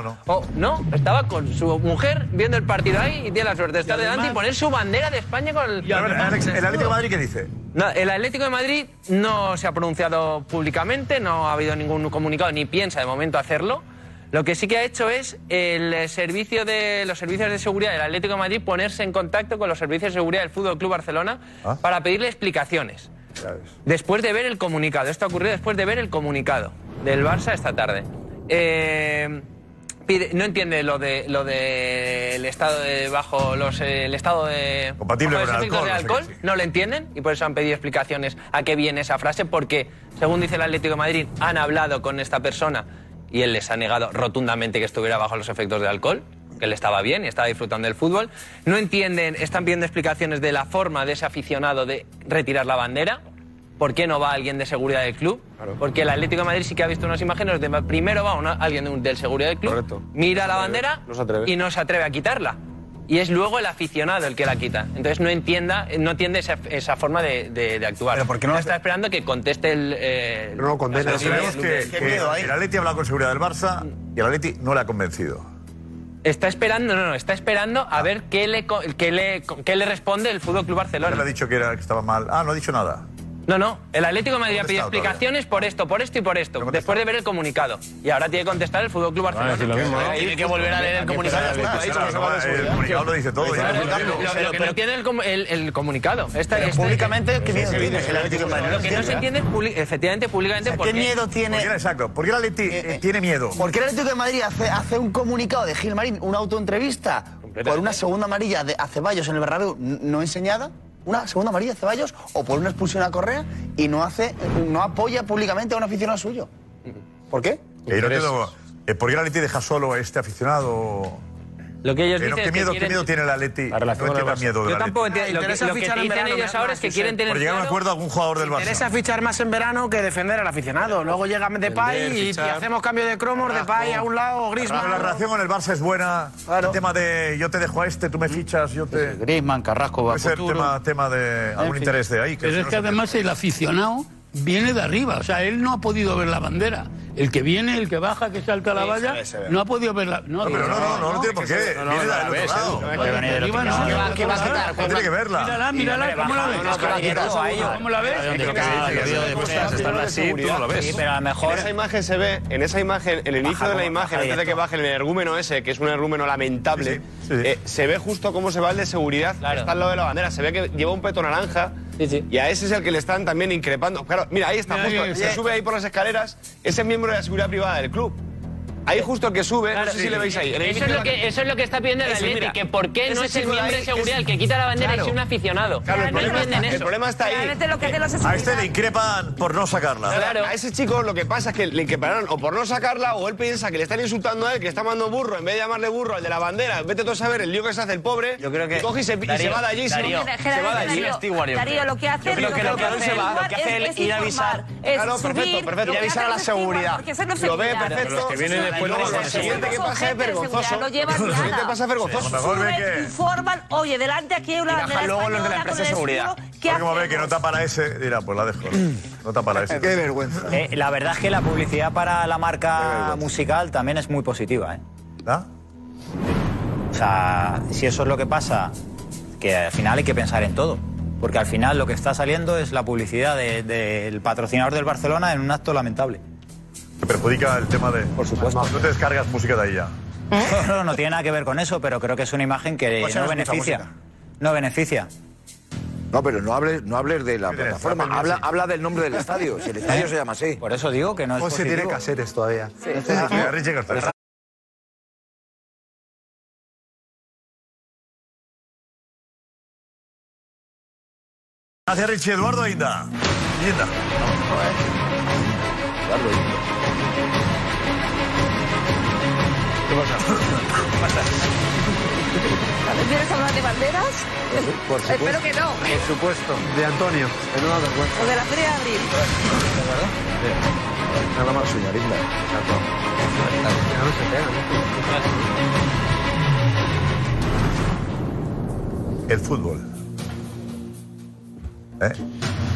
No, estaba con su mujer viendo el partido ahí y tiene la suerte de estar delante y poner su bandera de España con el...
A ver, Alex, ¿el Atlético de Madrid qué dice?
No, el Atlético de Madrid no se ha pronunciado públicamente, no ha habido ningún comunicado ni piensa de momento hacerlo. Lo que sí que ha hecho es el servicio de los servicios de seguridad del Atlético de Madrid ponerse en contacto con los servicios de seguridad del Fútbol Club Barcelona para pedirle explicaciones. Después de ver el comunicado, esto ha ocurrido después de ver el comunicado del Barça esta tarde. Eh, pide- no entiende lo de lo de el estado de bajo los eh, el estado de
Compatible
bajo los
con el
efectos
alcohol,
del
no sé qué,
no lo entienden y por eso han pedido explicaciones a qué viene esa frase porque según dice el Atlético de Madrid han hablado con esta persona y él les ha negado rotundamente que estuviera bajo los efectos del alcohol que él estaba bien y estaba disfrutando del fútbol no entienden están pidiendo explicaciones de la forma de ese aficionado de retirar la bandera ¿Por qué no va alguien de seguridad del club? Porque el Atlético de Madrid sí que ha visto unas imágenes donde primero va una- alguien de un- del seguridad del club, mira la bandera
No se atreve.
y no se atreve a quitarla. Y es luego el aficionado el que la quita. Entonces no entienda, no entiende esa, esa forma de, de- de actuar. ¿Pero no está esperando que conteste el... eh,
Pero no condena.
la seguridad
Sabemos
del
que,
club.
que el Atleti ha hablado con seguridad del Barça y el Atleti no le ha convencido.
Está esperando, no, no, está esperando
Ah.
a ver qué le, co- qué le, qué le responde el Fútbol Club Barcelona.
Él le ha dicho que, era, que estaba mal. Ah, no ha dicho nada.
No, no. El Atlético de Madrid ha pedido
contestado
explicaciones por esto, por esto y por esto, después de ver el comunicado. Y ahora tiene que contestar el Fútbol Club Barcelona.
decir lo mismo, ¿no?
Tiene que volver a leer el comunicado.
Ah,
Ya está,
claro,
ya está.
El comunicado lo dice todo. ya.
Lo- lo que no entiende el, com- el- el comunicado. Esta,
Pero
esta-
públicamente, ¿qué miedo
Sí, sí,
tiene el Atlético de Madrid?
Lo que no se entiende es publi- efectivamente públicamente. ¿por
¿Por qué, exacto. ¿Por qué el Atleti eh, tiene miedo?
¿Por qué el Atlético de Madrid hace, hace un comunicado de Gil Marín, una autoentrevista por una segunda amarilla de, a Ceballos en el Bernabéu n- no enseñada? Una segunda amarilla a Ceballos o por una expulsión a Correa y no hace, no apoya públicamente a un aficionado suyo. ¿Por qué?
Eh, no entiendo, eh, ¿Por qué el Atleti deja solo a este aficionado?
Lo que ellos
Eh, no,
dicen
¿Qué
es que
miedo, qué
quieren-
miedo tiene el Atleti?
La relación
no
con el
entiendo el
Barça.
miedo
Yo
del Atleti.
tampoco entiendo. Lo que-
Interesa
lo que
fichar
te
en
dicen
verano,
ellos
nada
ahora
más,
es que
Josep.
quieren tener
Por llegar a un
claro-
acuerdo a algún jugador del Barça.
Interesa fichar más en verano que defender al aficionado. Luego llega Depay y, y
fichar.
hacemos cambio de cromos, Depay a un lado,
Pero
Griezmann.
la relación con el Barça es buena. El tema de yo te dejo a este, tú me
Mm.
fichas, yo te.
Griezmann, Carrasco,
Puede ser
Bakuturo.
tema, tema de algún
fin.
interés de ahí.
Pero
eso
es
no
que
se-
además el aficionado viene de arriba, o sea, él no ha podido ver la bandera. El que viene, el que baja, que salta la
Sí,
valla,
se ve, se ve.
no ha podido verla.
No,
No,
pero no, no, no, no tiene por qué. Viene del otro lado.
¿Qué va a quitar?
No tiene que verla.
Mírala, mírala, ¿cómo la ves? ¿Cómo la ves?
Sí, pero a lo mejor-
En esa imagen se ve, en esa imagen, el inicio
Baja,
de la
baja
imagen, antes de
directo.
que baje el energúmeno ese, que es un energúmeno lamentable, eh, se ve justo cómo se va el de seguridad, que está al lado de la bandera, se ve que lleva un peto naranja, y a ese es el que le están también increpando. Claro, mira, ahí está,
Mira,
justo,
ahí
se
está.
sube ahí por las escaleras, ese miembro de la seguridad privada del club. Ahí justo el que sube, no
Eh, Claro,
sé si
sí.
le veis ahí. en el
Eso
inicio
es,
de
lo
la-
que, eso es lo que está pidiendo el
Ese,
Atleti,
mira,
que por qué no
ese
es el
chico de
miembro de
ahí,
seguridad
ese-
el que quita la bandera
Claro.
y es un aficionado.
Claro, el
no
problema
entienden
está-
eso.
el problema está ahí. Realmente lo que hace la
A este le increpan por no sacarla.
Claro. A ese chico lo que pasa es que le pararon o por no sacarla o él piensa que le están insultando a él, que le está mandando burro, en vez de llamarle burro al de la bandera, vete tú a saber el lío que se hace el pobre. Yo creo que. Coge y se, y se
Darío,
va de allí. se-
Darío,
se va de allí.
Darío, Stewart, yo
Darío,
creo.
lo que hace
Yo creo
lo
que
que
lo que
hace
hace él-
Stewart
lo que hace
es-
él
es
ir a
informar,
avisar.
es
Claro, perfecto,
subir,
perfecto. Ir
lo
a
que
avisar
hace
a la
es Stewart,
seguridad.
porque ese es
Lo
lo
ve
seguridad.
perfecto. Pero los que vienen después no
Los
van a
que
seguir.
vienen
Lo siguiente que
son
pasa es
gente de seguridad,
vergonzoso.
Lo llevan
Lo siguiente que pasa es vergonzoso.
Sí, Montagol ve
Suben,
que-
Informan, oye, delante aquí hay una
bajan
bandera
luego los de la
española
empresa
con
de
el
seguridad.
escudo.
Ahora como ve que no tapa la S, dirá, pues la dejo. No tapa la S.
Qué
vergüenza.
Eh, la verdad es que la publicidad para la marca musical también es muy positiva. ¿eh?
¿Ah?
O sea, si eso es lo que pasa, que al final hay que pensar en todo. Porque al final lo que está saliendo es la publicidad de- del patrocinador del Barcelona en un acto lamentable.
Te perjudica el tema de. Por supuesto. No te descargas música de ahí ya.
No, no tiene nada que ver con eso, pero creo que es una imagen que
Pues
Eh, no
no es mucha
beneficia. No beneficia.
No, pero no hables, no hables de la plataforma. Habla, habla del nombre del estadio. Si el estadio se llama así.
Por eso digo que no es
José
positivo.
tiene
casetes todavía.
Mira, Richie García. Gracias, Richie. Eduardo Inda. Inda.
¿Qué pasa?
¿Quieres hablar de banderas?
Pues, eh, Por supuesto.
Espero que no.
Por supuesto. De pues. Antonio. En una vergüenza.
O de la Feria de Abril.
Nada más suya, linda.
El fútbol.
¿Eh?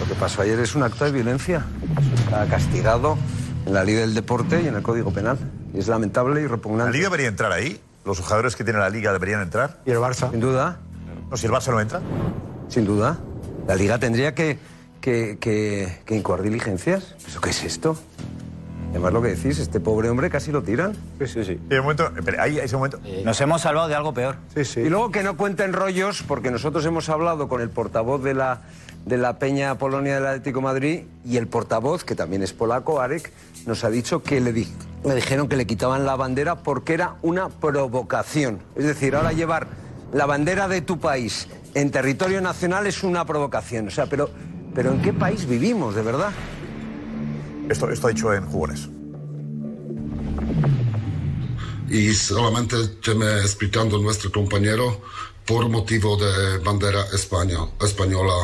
Lo que pasó ayer es un acto de violencia. Eso Está castigado en la Liga del Deporte y en el Código Penal. Y es lamentable y
¿La
repugnante.
Liga debería entrar ahí? ¿Los jugadores que tiene la Liga deberían entrar?
¿Y el Barça?
Sin duda.
No, si el Barça no entra.
Sin duda. La Liga tendría que, que, que, que incoar diligencias. ¿Pero qué es esto? Además, lo que decís, este pobre hombre casi lo tiran. Sí, sí, sí.
Y el momento, pero ahí, ese momento.
Eh, Nos hemos salvado de algo peor.
Sí, sí. Y luego que no cuenten rollos, porque nosotros hemos hablado con el portavoz de la, de la Peña Polonia del Atlético de Madrid y el portavoz, que también es polaco, Arek, nos ha dicho que le, di- le dijeron que le quitaban la bandera porque era una provocación. Es decir, ahora llevar la bandera de tu país en territorio nacional es una provocación. O sea, pero, pero ¿en qué país vivimos, de verdad?
Esto, esto ha hecho en jugones.
y solamente te me explicando nuestro compañero, por motivo de bandera español, española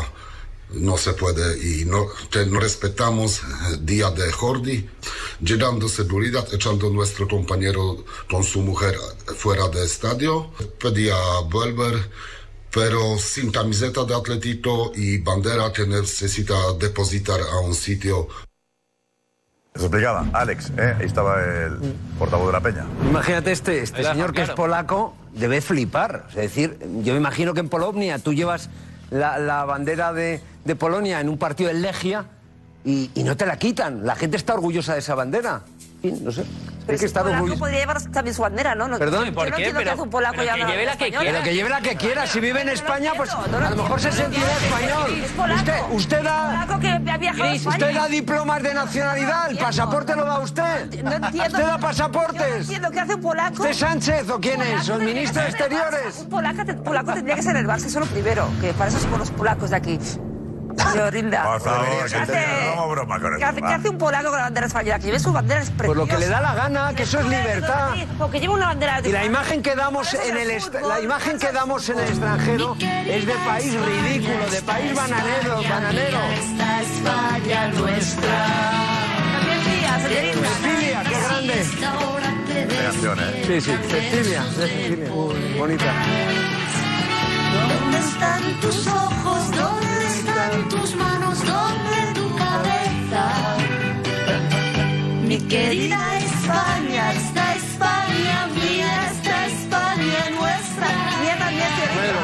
no se puede y no, te no respetamos eh, día de Jordi, llegando seguridad, echando nuestro compañero con su mujer fuera de estadio, pedía volver, pero sin camiseta de atletito y bandera que necesita depositar a un sitio
Se explicaba, Alex, ¿eh? ahí estaba el portavoz de la Peña.
Imagínate este, este
Claro,
señor que es
claro.
polaco, debe flipar. Es decir, yo me imagino que en Polonia tú llevas la, la bandera de, de Polonia en un partido de Legia y, y no te la quitan. La gente está orgullosa de esa bandera. En fin, no sé. Hay que estar
Polaco pues,
orgulloso.
podría llevar también su bandera, ¿no? no
Perdón.
yo
¿Por
no
qué?
entiendo
Pero-
hace un polaco
pero que
llevando la
lleve la que
española.
quiera. Pero que lleve la que quiera. Si vive en
No lo
España, pues,
entiendo, no
a lo mejor
entiendo,
se
no lo
sentirá
entiendo.
español.
Es polaco.
Usted- usted da-
Polaco que ha viajado a
Gris,
España.
usted da diplomas de nacionalidad, el
No entiendo.
pasaporte lo da usted.
No entiendo.
Usted da
Yo no
pasaportes.
entiendo qué hace un polaco.
¿Usted Sánchez o quién
Un
es? ¿O
polaco
el
tendría
ministro de
que ser del
Exteriores?
Barça. Un polaco, te- polaco tendría que ser el Barça, eso es lo primero, que para eso somos los polacos de aquí. Señor Rinda.
Por favor, que
¿Qué hace,
te- no hagamos broma con
qué hace-
esto.
qué
va.
hace un polaco con la bandera española? Que lleve su bandera es
Pues lo que le da la
preciosa.
gana, que eso es libertad.
O que lleve una bandera de
Y la imagen que damos en el est- la imagen que damos en el extranjero es de país ridículo, de país bananero, bananero.
Esta España nuestra.
Cecilia, qué grande.
Qué canción, ¿eh?
Sí, sí, Cecilia, Cecilia. Bonita.
¿Dónde están tus ojos? ¿Dónde están tus manos? ¿Dónde tu cabeza? Mi querida España, esta España mía, esta España nuestra. Mierda,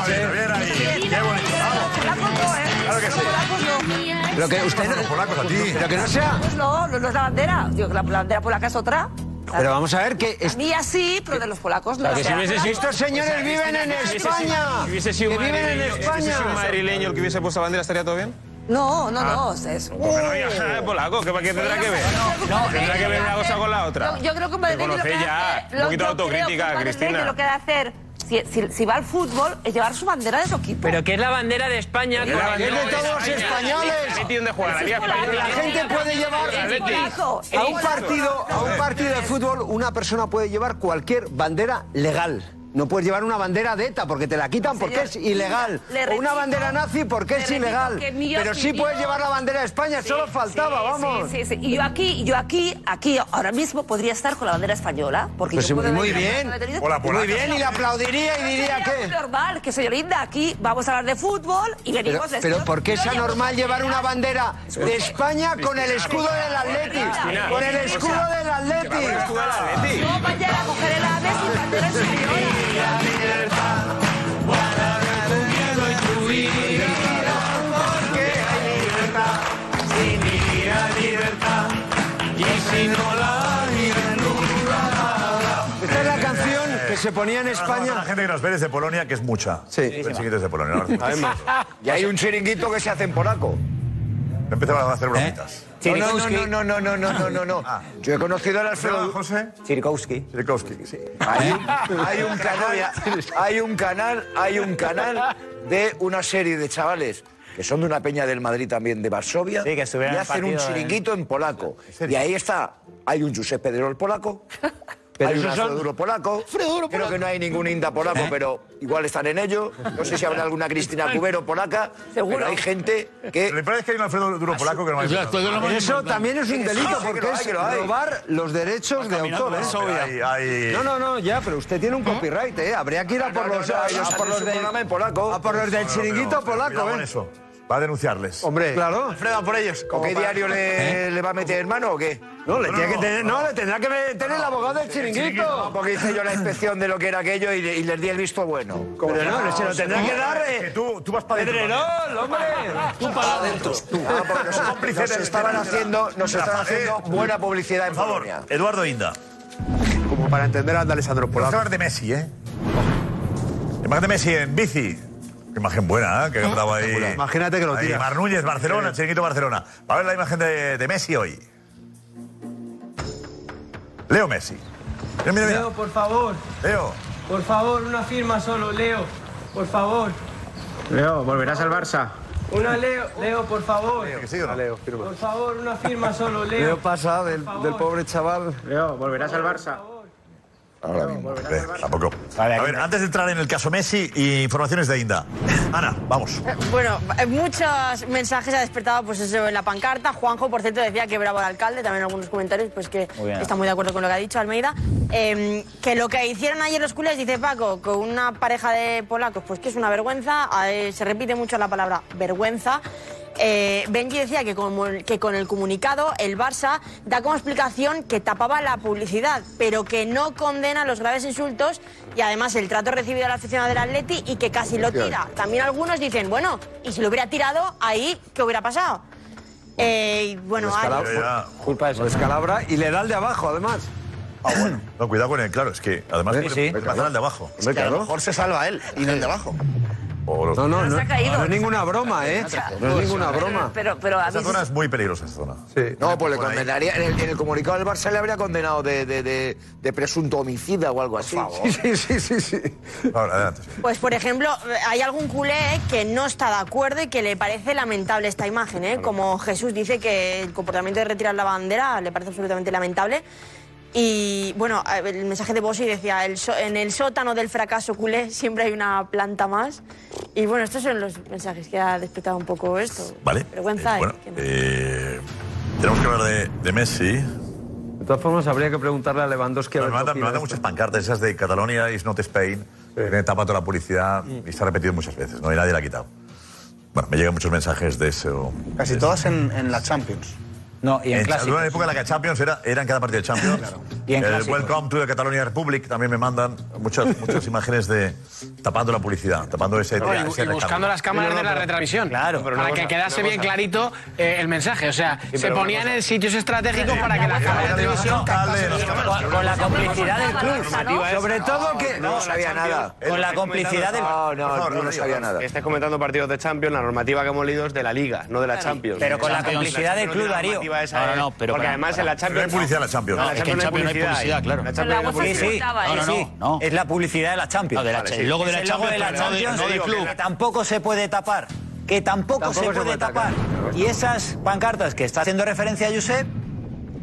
Bien, bien ahí. Qué bonito. Claro que sí.
Pero que usted no, pero que no sea.
Pues no, no, no es la bandera. Yo, la bandera polaca es otra.
Pero vamos a ver que este
A mí así, pero de los polacos no.
Claro que si hubiese sido-
Estos señores
este
viven en
España.
Que viven en
madrileño el que hubiese puesto la bandera, ¿estaría todo bien?
No, no,
Ah.
no. o sea, es-
Porque no viaja, eh, polaco, ¿qué, qué tendrá que ver?
no,
tendrá que ver una
no,
cosa con la otra.
Yo, yo creo que
Te
Madrid lo que
conocéis
hace-
ya. Un
lo-
poquito de
yo creo que
autocrítica,
Madrid
Cristina.
Lo que ha de hacer, si, si- si va al fútbol, es llevar su bandera de su equipo.
Pero que es la bandera de España.
Es la bandera de todos los españoles.
Atleti donde juega, la Liga Española.
La gente puede llevar-
Atleti.
A un partido, a un partido de fútbol, una persona puede llevar cualquier bandera legal. No puedes llevar una bandera de ETA porque te la quitan porque es
Señor,
ilegal.
le
o una
repito-
bandera nazi porque
le
es
repito
ilegal.
que mi
Pero sí
opinión-
puedes llevar la bandera de España,
Sí,
solo faltaba,
sí,
vamos.
Sí, sí, sí. Y yo aquí, yo aquí, aquí, ahora mismo podría estar con la bandera española. Porque
Pues
yo
sí,
puedo
muy
ver-
bien.
detenido.
Hola, polaca. Muy bien, y le aplaudiría y diría
Sería
que-
Normal, que soy linda, aquí vamos a hablar de fútbol y
Pero,
venimos de
pero
esto.
¿por qué
Yo
es
llevo
anormal llevar una bandera de España con el escudo del Atleti? Con el escudo del Atleti.
No, vaya a coger el ave sin bandera española.
Esta es la canción que se ponía en
España. La gente que nos ve es de Polonia, que es mucha. Sí. El siguiente es de Polonia.
Además.
Y hay un chiringuito que se hace en polaco. Empezaba a hacer
¿Eh?
bromitas. Ah.
No, no, no, no, no, no, no, no, no, no. Yo he conocido al Alfredo.
José?
Chirikowski.
Chirikowski, sí.
Hay, un- hay un canal, hay un canal, hay un canal de una serie de chavales que son de una peña del Madrid también, de Varsovia,
Sí, que estuvieron
y
en el
hacen un
partido,
chiringuito en polaco. Y ahí está, hay un Josep Pedrerol polaco,
Pero
hay un
esos son-
Alfredo Duro polaco, creo que no hay ningún Inda polaco, pero igual están en ello. No sé si habrá alguna Cristina Cubero polaca, pero hay gente que...
Lo importante es que hay un Alfredo Duro polaco que no hay.
Eso también es un delito porque es robar los derechos de
Caminando
autor. ¿eh?
por Varsovia. Hay- hay-
No, no, no, no, ya, pero usted tiene un copyright, ¿eh? Habría que
Ah,
ir a por los, a, a por los del polaco. A por los del chiringuito polaco,
Cuidado con
¿eh?
eso. Va a denunciarles.
Hombre, claro.
Alfredo, por ellos.
¿Con qué diario
¿Eh?
le, le va a meter hermano o qué? ¿Eh? No, le, tiene que tener, no, le tendrá que meter el abogado del chiringuito.
Porque hice yo la inspección de lo que era aquello y, y les di el visto bueno.
Pero no, se lo tendrá que dar. eh,
Tú, tú vas para
Pedrerol, hombre. Tú para adentro.
Ah, porque nos, nos estaban haciendo, nos estaban haciendo buena publicidad en
Por favor,
Polonia.
Eduardo Inda.
Como para entender a Alessandro
Vamos a
Polaco.
hablar de Messi, ¿eh? Imagen de Messi en bici. Qué imagen buena, ¿eh? Que cantaba ahí.
Imagínate que lo
Ahí,
tira.
Mar Núñez, Barcelona, Chiringuito Barcelona. Va a ver la imagen de, de Messi hoy. Leo Messi. Mira, mira, mira.
Leo, por favor,
Leo.
por favor, una firma solo, Leo, por favor.
Leo, ¿volverás al Barça?
Una Leo, Leo, por favor.
Leo, firma.
Por favor, una firma solo, Leo.
pasa del, pobre chaval.
Leo, ¿volverás al Barça?
Ahora mismo. tampoco. a ver, antes de entrar en el caso Messi, informaciones de Inda. Ana, vamos.
Bueno, eh, muchos mensajes ha despertado pues eso en la pancarta. Juanjo, por cierto, decía que bravo al alcalde, también algunos comentarios, pues que
Muy bien.
está muy de acuerdo con lo que ha dicho Almeida. Eh, que lo que hicieron ayer los culés, dice Paco, con una pareja de polacos, pues que es una vergüenza. Eh, se repite mucho la palabra vergüenza. Eh, Benji decía que con, que con el comunicado el Barça da como explicación que tapaba la publicidad, pero que no condena los graves insultos y además el trato recibido a la aficionada del Atleti y que casi lo tira. También algunos dicen, bueno, y si lo hubiera tirado ahí, ¿qué hubiera pasado? Eh, y bueno,
Pues
hay-
Culpa de Descalabra y le da el de abajo, además.
Ah, bueno. No, cuidado con él, claro, es que además puede, puede pasar al de abajo.
se salva él y no el de abajo.
O los-
No, no,
Pero
no.
se ha caído.
No es ninguna broma, ¿eh? No es ninguna broma.
Pero, pero a mí
Esa zona es muy peligrosa, esa zona.
No, pues le
Por ahí.
condenaría. En el, en el comunicado del Barça le habría condenado de, de- de- de presunto homicida o algo así.
Sí, sí, sí, sí.
Ahora, adelante.
Pues por ejemplo, hay algún culé que no está de acuerdo y que le parece lamentable esta imagen, ¿eh? Como Jesús dice que el comportamiento de retirar la bandera le parece absolutamente lamentable. Y bueno, el mensaje de Bossi decía, "El so- en el sótano del fracaso culé siempre hay una planta más. Y bueno, estos son los mensajes que ha despertado un poco esto.
Vale.
Vergüenza. ¿eh?
Bueno, eh, tenemos que hablar de, de Messi.
De todas formas, habría que preguntarle a Lewandowski.
Me mandan, me mandan muchas pancartas, esas de Catalonia is not Spain, que tiene tapa toda la publicidad
Mm.
y se ha repetido muchas veces, ¿no? Y nadie la ha quitado. Bueno, me llegan muchos mensajes de eso.
Casi todas en, en la Champions.
No,
y en clásicos.
una época en la que Champions era, era en cada partido de Champions.
Y en
el
clásicos.
Welcome to the Catalonia Republic también me mandan muchas, muchas imágenes de tapando la publicidad, tapando ese.
No, y-
ese
y
recado.
buscando las cámaras de la
Retravisión.
Claro. Pero una
para que
cosa-
quedase
una
bien
cosa-
clarito eh, el mensaje. O sea,
pero
se
una
ponían
cosa-
en sitios estratégicos para que las cámaras de televisión
Con, con la complicidad del club.
Sobre todo que-
No,
no sabía nada.
Con la complicidad del
No, no, no, sabía nada. Estás comentando partidos de Champions, la normativa que hemos leído es de la Liga, no de la Champions.
Pero con la complicidad del club, Darío.
No, no,
¿eh?
no, pero porque
para-
además
para-
en la Champions
No hay publicidad en la Champions.
No,
Es que en Champions no hay publicidad, claro.
En la
Pero la
Champions no hay
UEFA sí
publicidad.
ocultaba, ¿eh? Sí,
Es la publicidad de la Champions.
Vale, sí. Es el logo de la Champions,
no del club.
que tampoco se puede tapar. Que tampoco,
Tampoco
se, puede tapar. Y esas pancartas que está haciendo referencia Josep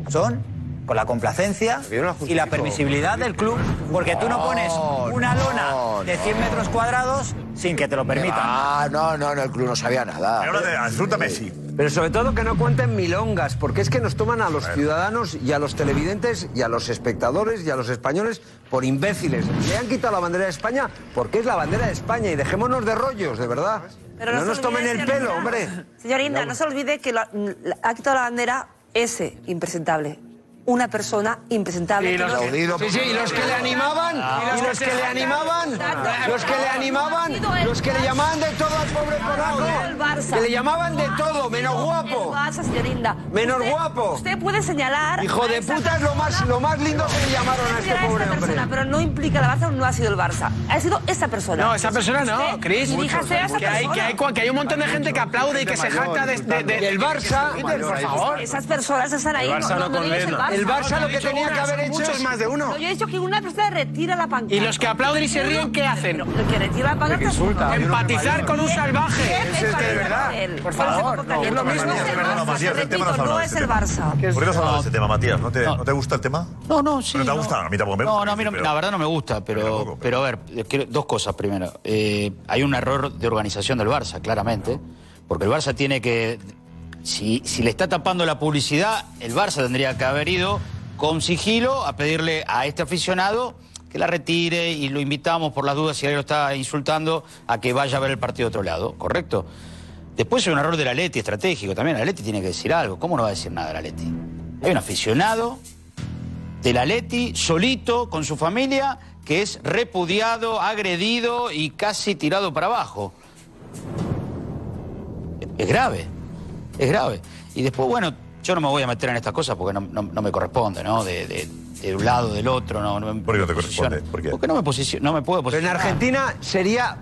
son con la complacencia y la permisibilidad del club, porque tú no pones una lona de 100 metros cuadrados sin que te lo permitan.
Ah, no, no, no, el club no sabía nada.
Resulta Messi.
Pero sobre todo que no cuenten milongas, porque es que nos toman a los ciudadanos y a los televidentes y a los espectadores y a los españoles por imbéciles. Le han quitado la bandera de España porque es la bandera de España y dejémonos de rollos, de verdad.
Pero
no
se
nos tomen
olvide
el
que
pelo,
Linda-
hombre.
Señora Inda,
No.
no, se olvide que la- la- ha quitado la bandera ese impresentable. Una persona impresentable. Ah.
Y los, sí, sí, y los que le animaban, y los que le animaban, los que le animaban, los que le llamaban de todo al pobre polaco, que le llamaban de todo, menos guapo. Menos guapo.
Usted puede señalar.
Hijo
a
de
esa
puta es lo más-
persona,
lo más lindo que le llamaron a
puede
este
señalar
pobre
esa
hombre.
persona, pero no implica la Barça, no ha sido el Barça. Ha sido esa persona.
No, esa persona no,
Usted
Chris.
Diríjase a esa
Que hay, que,
persona.
hay, que hay un montón de gente que aplaude y que se jacta de, de, de- del Barça. Por favor.
Esas personas están ahí.
El Barça no
digas el
condena.
Barça.
El Barça lo que tenía que haber hecho es más de uno.
No, yo he dicho que una persona retira la pancarta.
Y los que aplauden y se ríen, ¿qué hacen?
El que retira la pancarta.
Empatizar con un salvaje.
Es
Es que de verdad.
Por favor,
No,
es lo mismo.
Matías, perdona, Matías, del tema no has hablado
No
de
es
este
el
tema.
Barça.
¿Por qué no has hablado de este tema, Matías? ¿No te, ¿no te gusta el tema?
No, no, sí.
¿Pero te ha
no.
gustado? A mí tampoco me
No,
gusta.
no, a mí no- la verdad no me gusta, pero, pero a ver, quiero- dos cosas primero. Eh, hay un error de organización del Barça, claramente, porque el Barça tiene que... Si, si le está tapando la publicidad, el Barça tendría que haber ido con sigilo a pedirle a este aficionado que la retire y lo invitamos por las dudas si alguien lo está insultando a que vaya a ver el partido de otro lado, ¿correcto? Después hay un error del Atleti estratégico también. El Atleti tiene que decir algo. ¿Cómo no va a decir nada el Atleti? Hay un aficionado del Atleti solito con su familia que es repudiado, agredido y casi tirado para abajo. Es grave, es grave. Y después, bueno, yo no me voy a meter en estas cosas porque no, no- no me corresponde, ¿no? De, de- de un lado, del otro, no, no me ¿Por qué no te corresponde? Porque no me, posicio- no me puedo
Pero en
posicionar.
Argentina sería,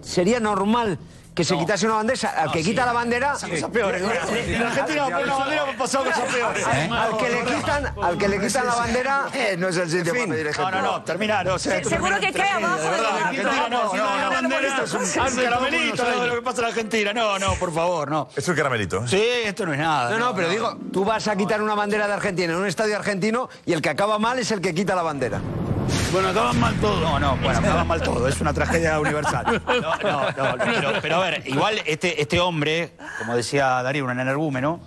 sería normal que se quitase una bandera. Al que
No, sí.
quita la bandera.
Sí, cosas peores, ¿eh? güey. En Argentina, por una bandera,
pues
hemos pasado cosas peores.
¿Eh? Al que le quitan, al que le quitan la bandera.
Eh, no es el sitio para pedir ejemplo.
No, no, no, terminar, o sea,
Se-
tú
seguro
terminas
que cae
tremendo,
abajo
de verdad.
del
Argentina no,
plato.
no,
No,
la
no,
bandera,
no,
haz
no,
un
no,
caramelito
no,
de lo que pasa en Argentina, no, no, por favor, no.
Es un caramelito. ¿eh?
Sí, esto no es nada.
No, no, pero digo, tú vas a quitar una bandera de Argentina en un estadio argentino y el que acaba mal es el que quita la bandera.
Bueno, acaban mal todo. No, no, bueno, acaban mal todo. Es una tragedia universal. No, no, no. no, pero, pero a ver, igual este, este hombre, como decía Darío, un energúmeno,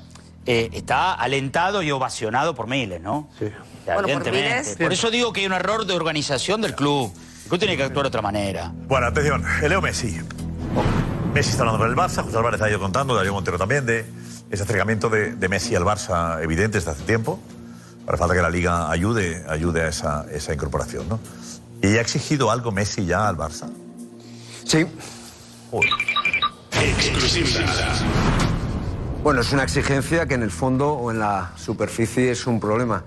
eh, está alentado y ovacionado por miles, ¿no? Sí.
por
Evidentemente.
miles.
por eso digo que hay un error de organización del club. El club tiene que actuar de otra manera.
Bueno, atención, el Leo Messi. Oh, Messi está hablando con el Barça, José Álvarez ha ido contando, Darío Montero también, de ese acercamiento de, de Messi al Barça evidente desde hace tiempo. Ahora falta que la Liga ayude, ayude a esa, esa incorporación, ¿no? ¿Y ha exigido algo Messi ya al Barça?
Sí.
Exclusividad.
Bueno, es una exigencia que en el fondo o en la superficie es un problema.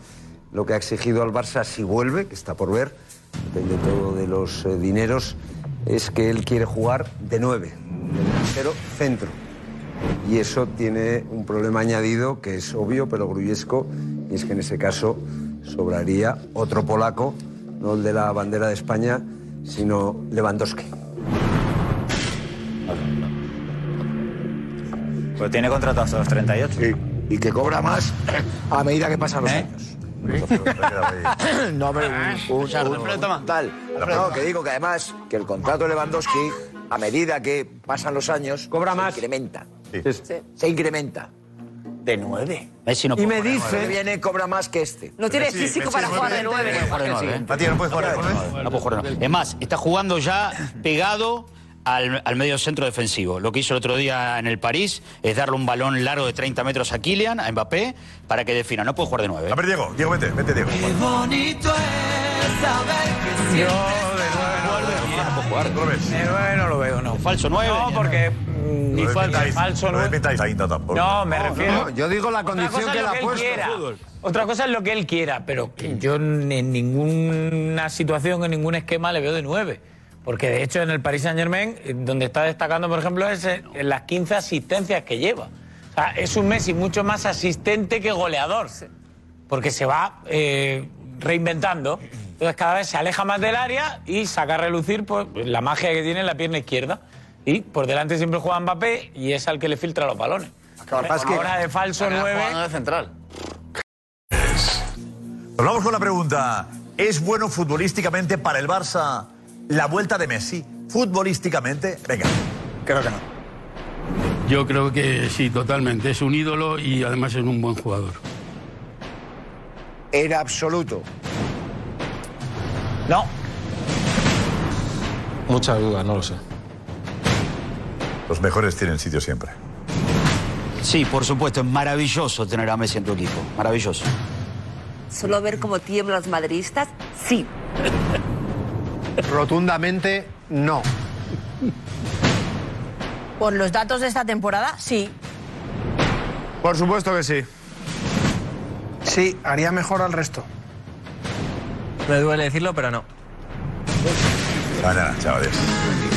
Lo que ha exigido al Barça, si vuelve, que está por ver, depende todo de los eh, dineros, es que él quiere jugar de nueve, pero centro. Y eso tiene un problema añadido que es obvio, pero gruyesco, y es que en ese caso sobraría otro polaco, no el de la bandera de España, sino Lewandowski.
Pues tiene contrato hasta los 38.
Y que cobra más a medida que pasan los años. no, pero un, un- un- tal. No, que digo que además que el contrato de Lewandowski, a medida que pasan los años, cobra más. se incrementa. Se incrementa. De nueve.
Messi no
y
puede
me
jugar de
dice...
nueve.
viene cobra más que este.
No tiene físico para jugar de nueve.
Puede jugar de nueve, ¿eh?
Matías, no puedes jugar de nueve.
No puede jugar de nueve. Es más, está jugando ya pegado al, al medio centro defensivo. Lo que hizo el otro día en el París es darle un balón largo de 30 metros a Kylian, a Mbappé, para que defina. No puede jugar de nueve. ¿eh? A
ver, Diego, Diego, vete, vete, Diego.
bonito es saber que siempre
¿No lo ves?
no Eh, lo veo, no.
Falso 9.
No, porque mm, ni falta
pintáis-
falso
No
9.
pintáis ahí, Tata, por-
No, me refiero.
yo digo la
Otra
condición
cosa
que
es lo
la ha
él
puesto.
quiera.
Fútbol.
Otra cosa es lo que él quiera, pero que yo n- en ninguna situación, en ningún esquema le veo de nueve. Porque de hecho en el Paris Saint Germain, donde está destacando, por ejemplo, es en en las 15 asistencias que lleva. O sea, es un Messi mucho más asistente que goleador. Porque se va eh, reinventando. Entonces cada vez se aleja más del área y saca a relucir pues, la magia que tiene en la pierna izquierda. Y por delante siempre juega Mbappé y es al que le filtra los balones. Ahora de falso 9.
de central. Hablamos con la pregunta, ¿es bueno futbolísticamente para el Barça la vuelta de Messi? Futbolísticamente, venga.
Creo que no.
Yo creo que sí, totalmente. Es un ídolo y además es un buen jugador.
En absoluto.
No.
Muchas dudas, no lo sé. Los mejores tienen sitio siempre.
Sí, por supuesto, es maravilloso tener a Messi en tu equipo. Maravilloso.
Solo ver cómo tiemblan los madridistas, sí.
Rotundamente no.
Por los datos de esta temporada, sí.
Por supuesto que sí. Sí, haría mejor al resto.
Me duele decirlo, pero no.
Nada, nada, chavales.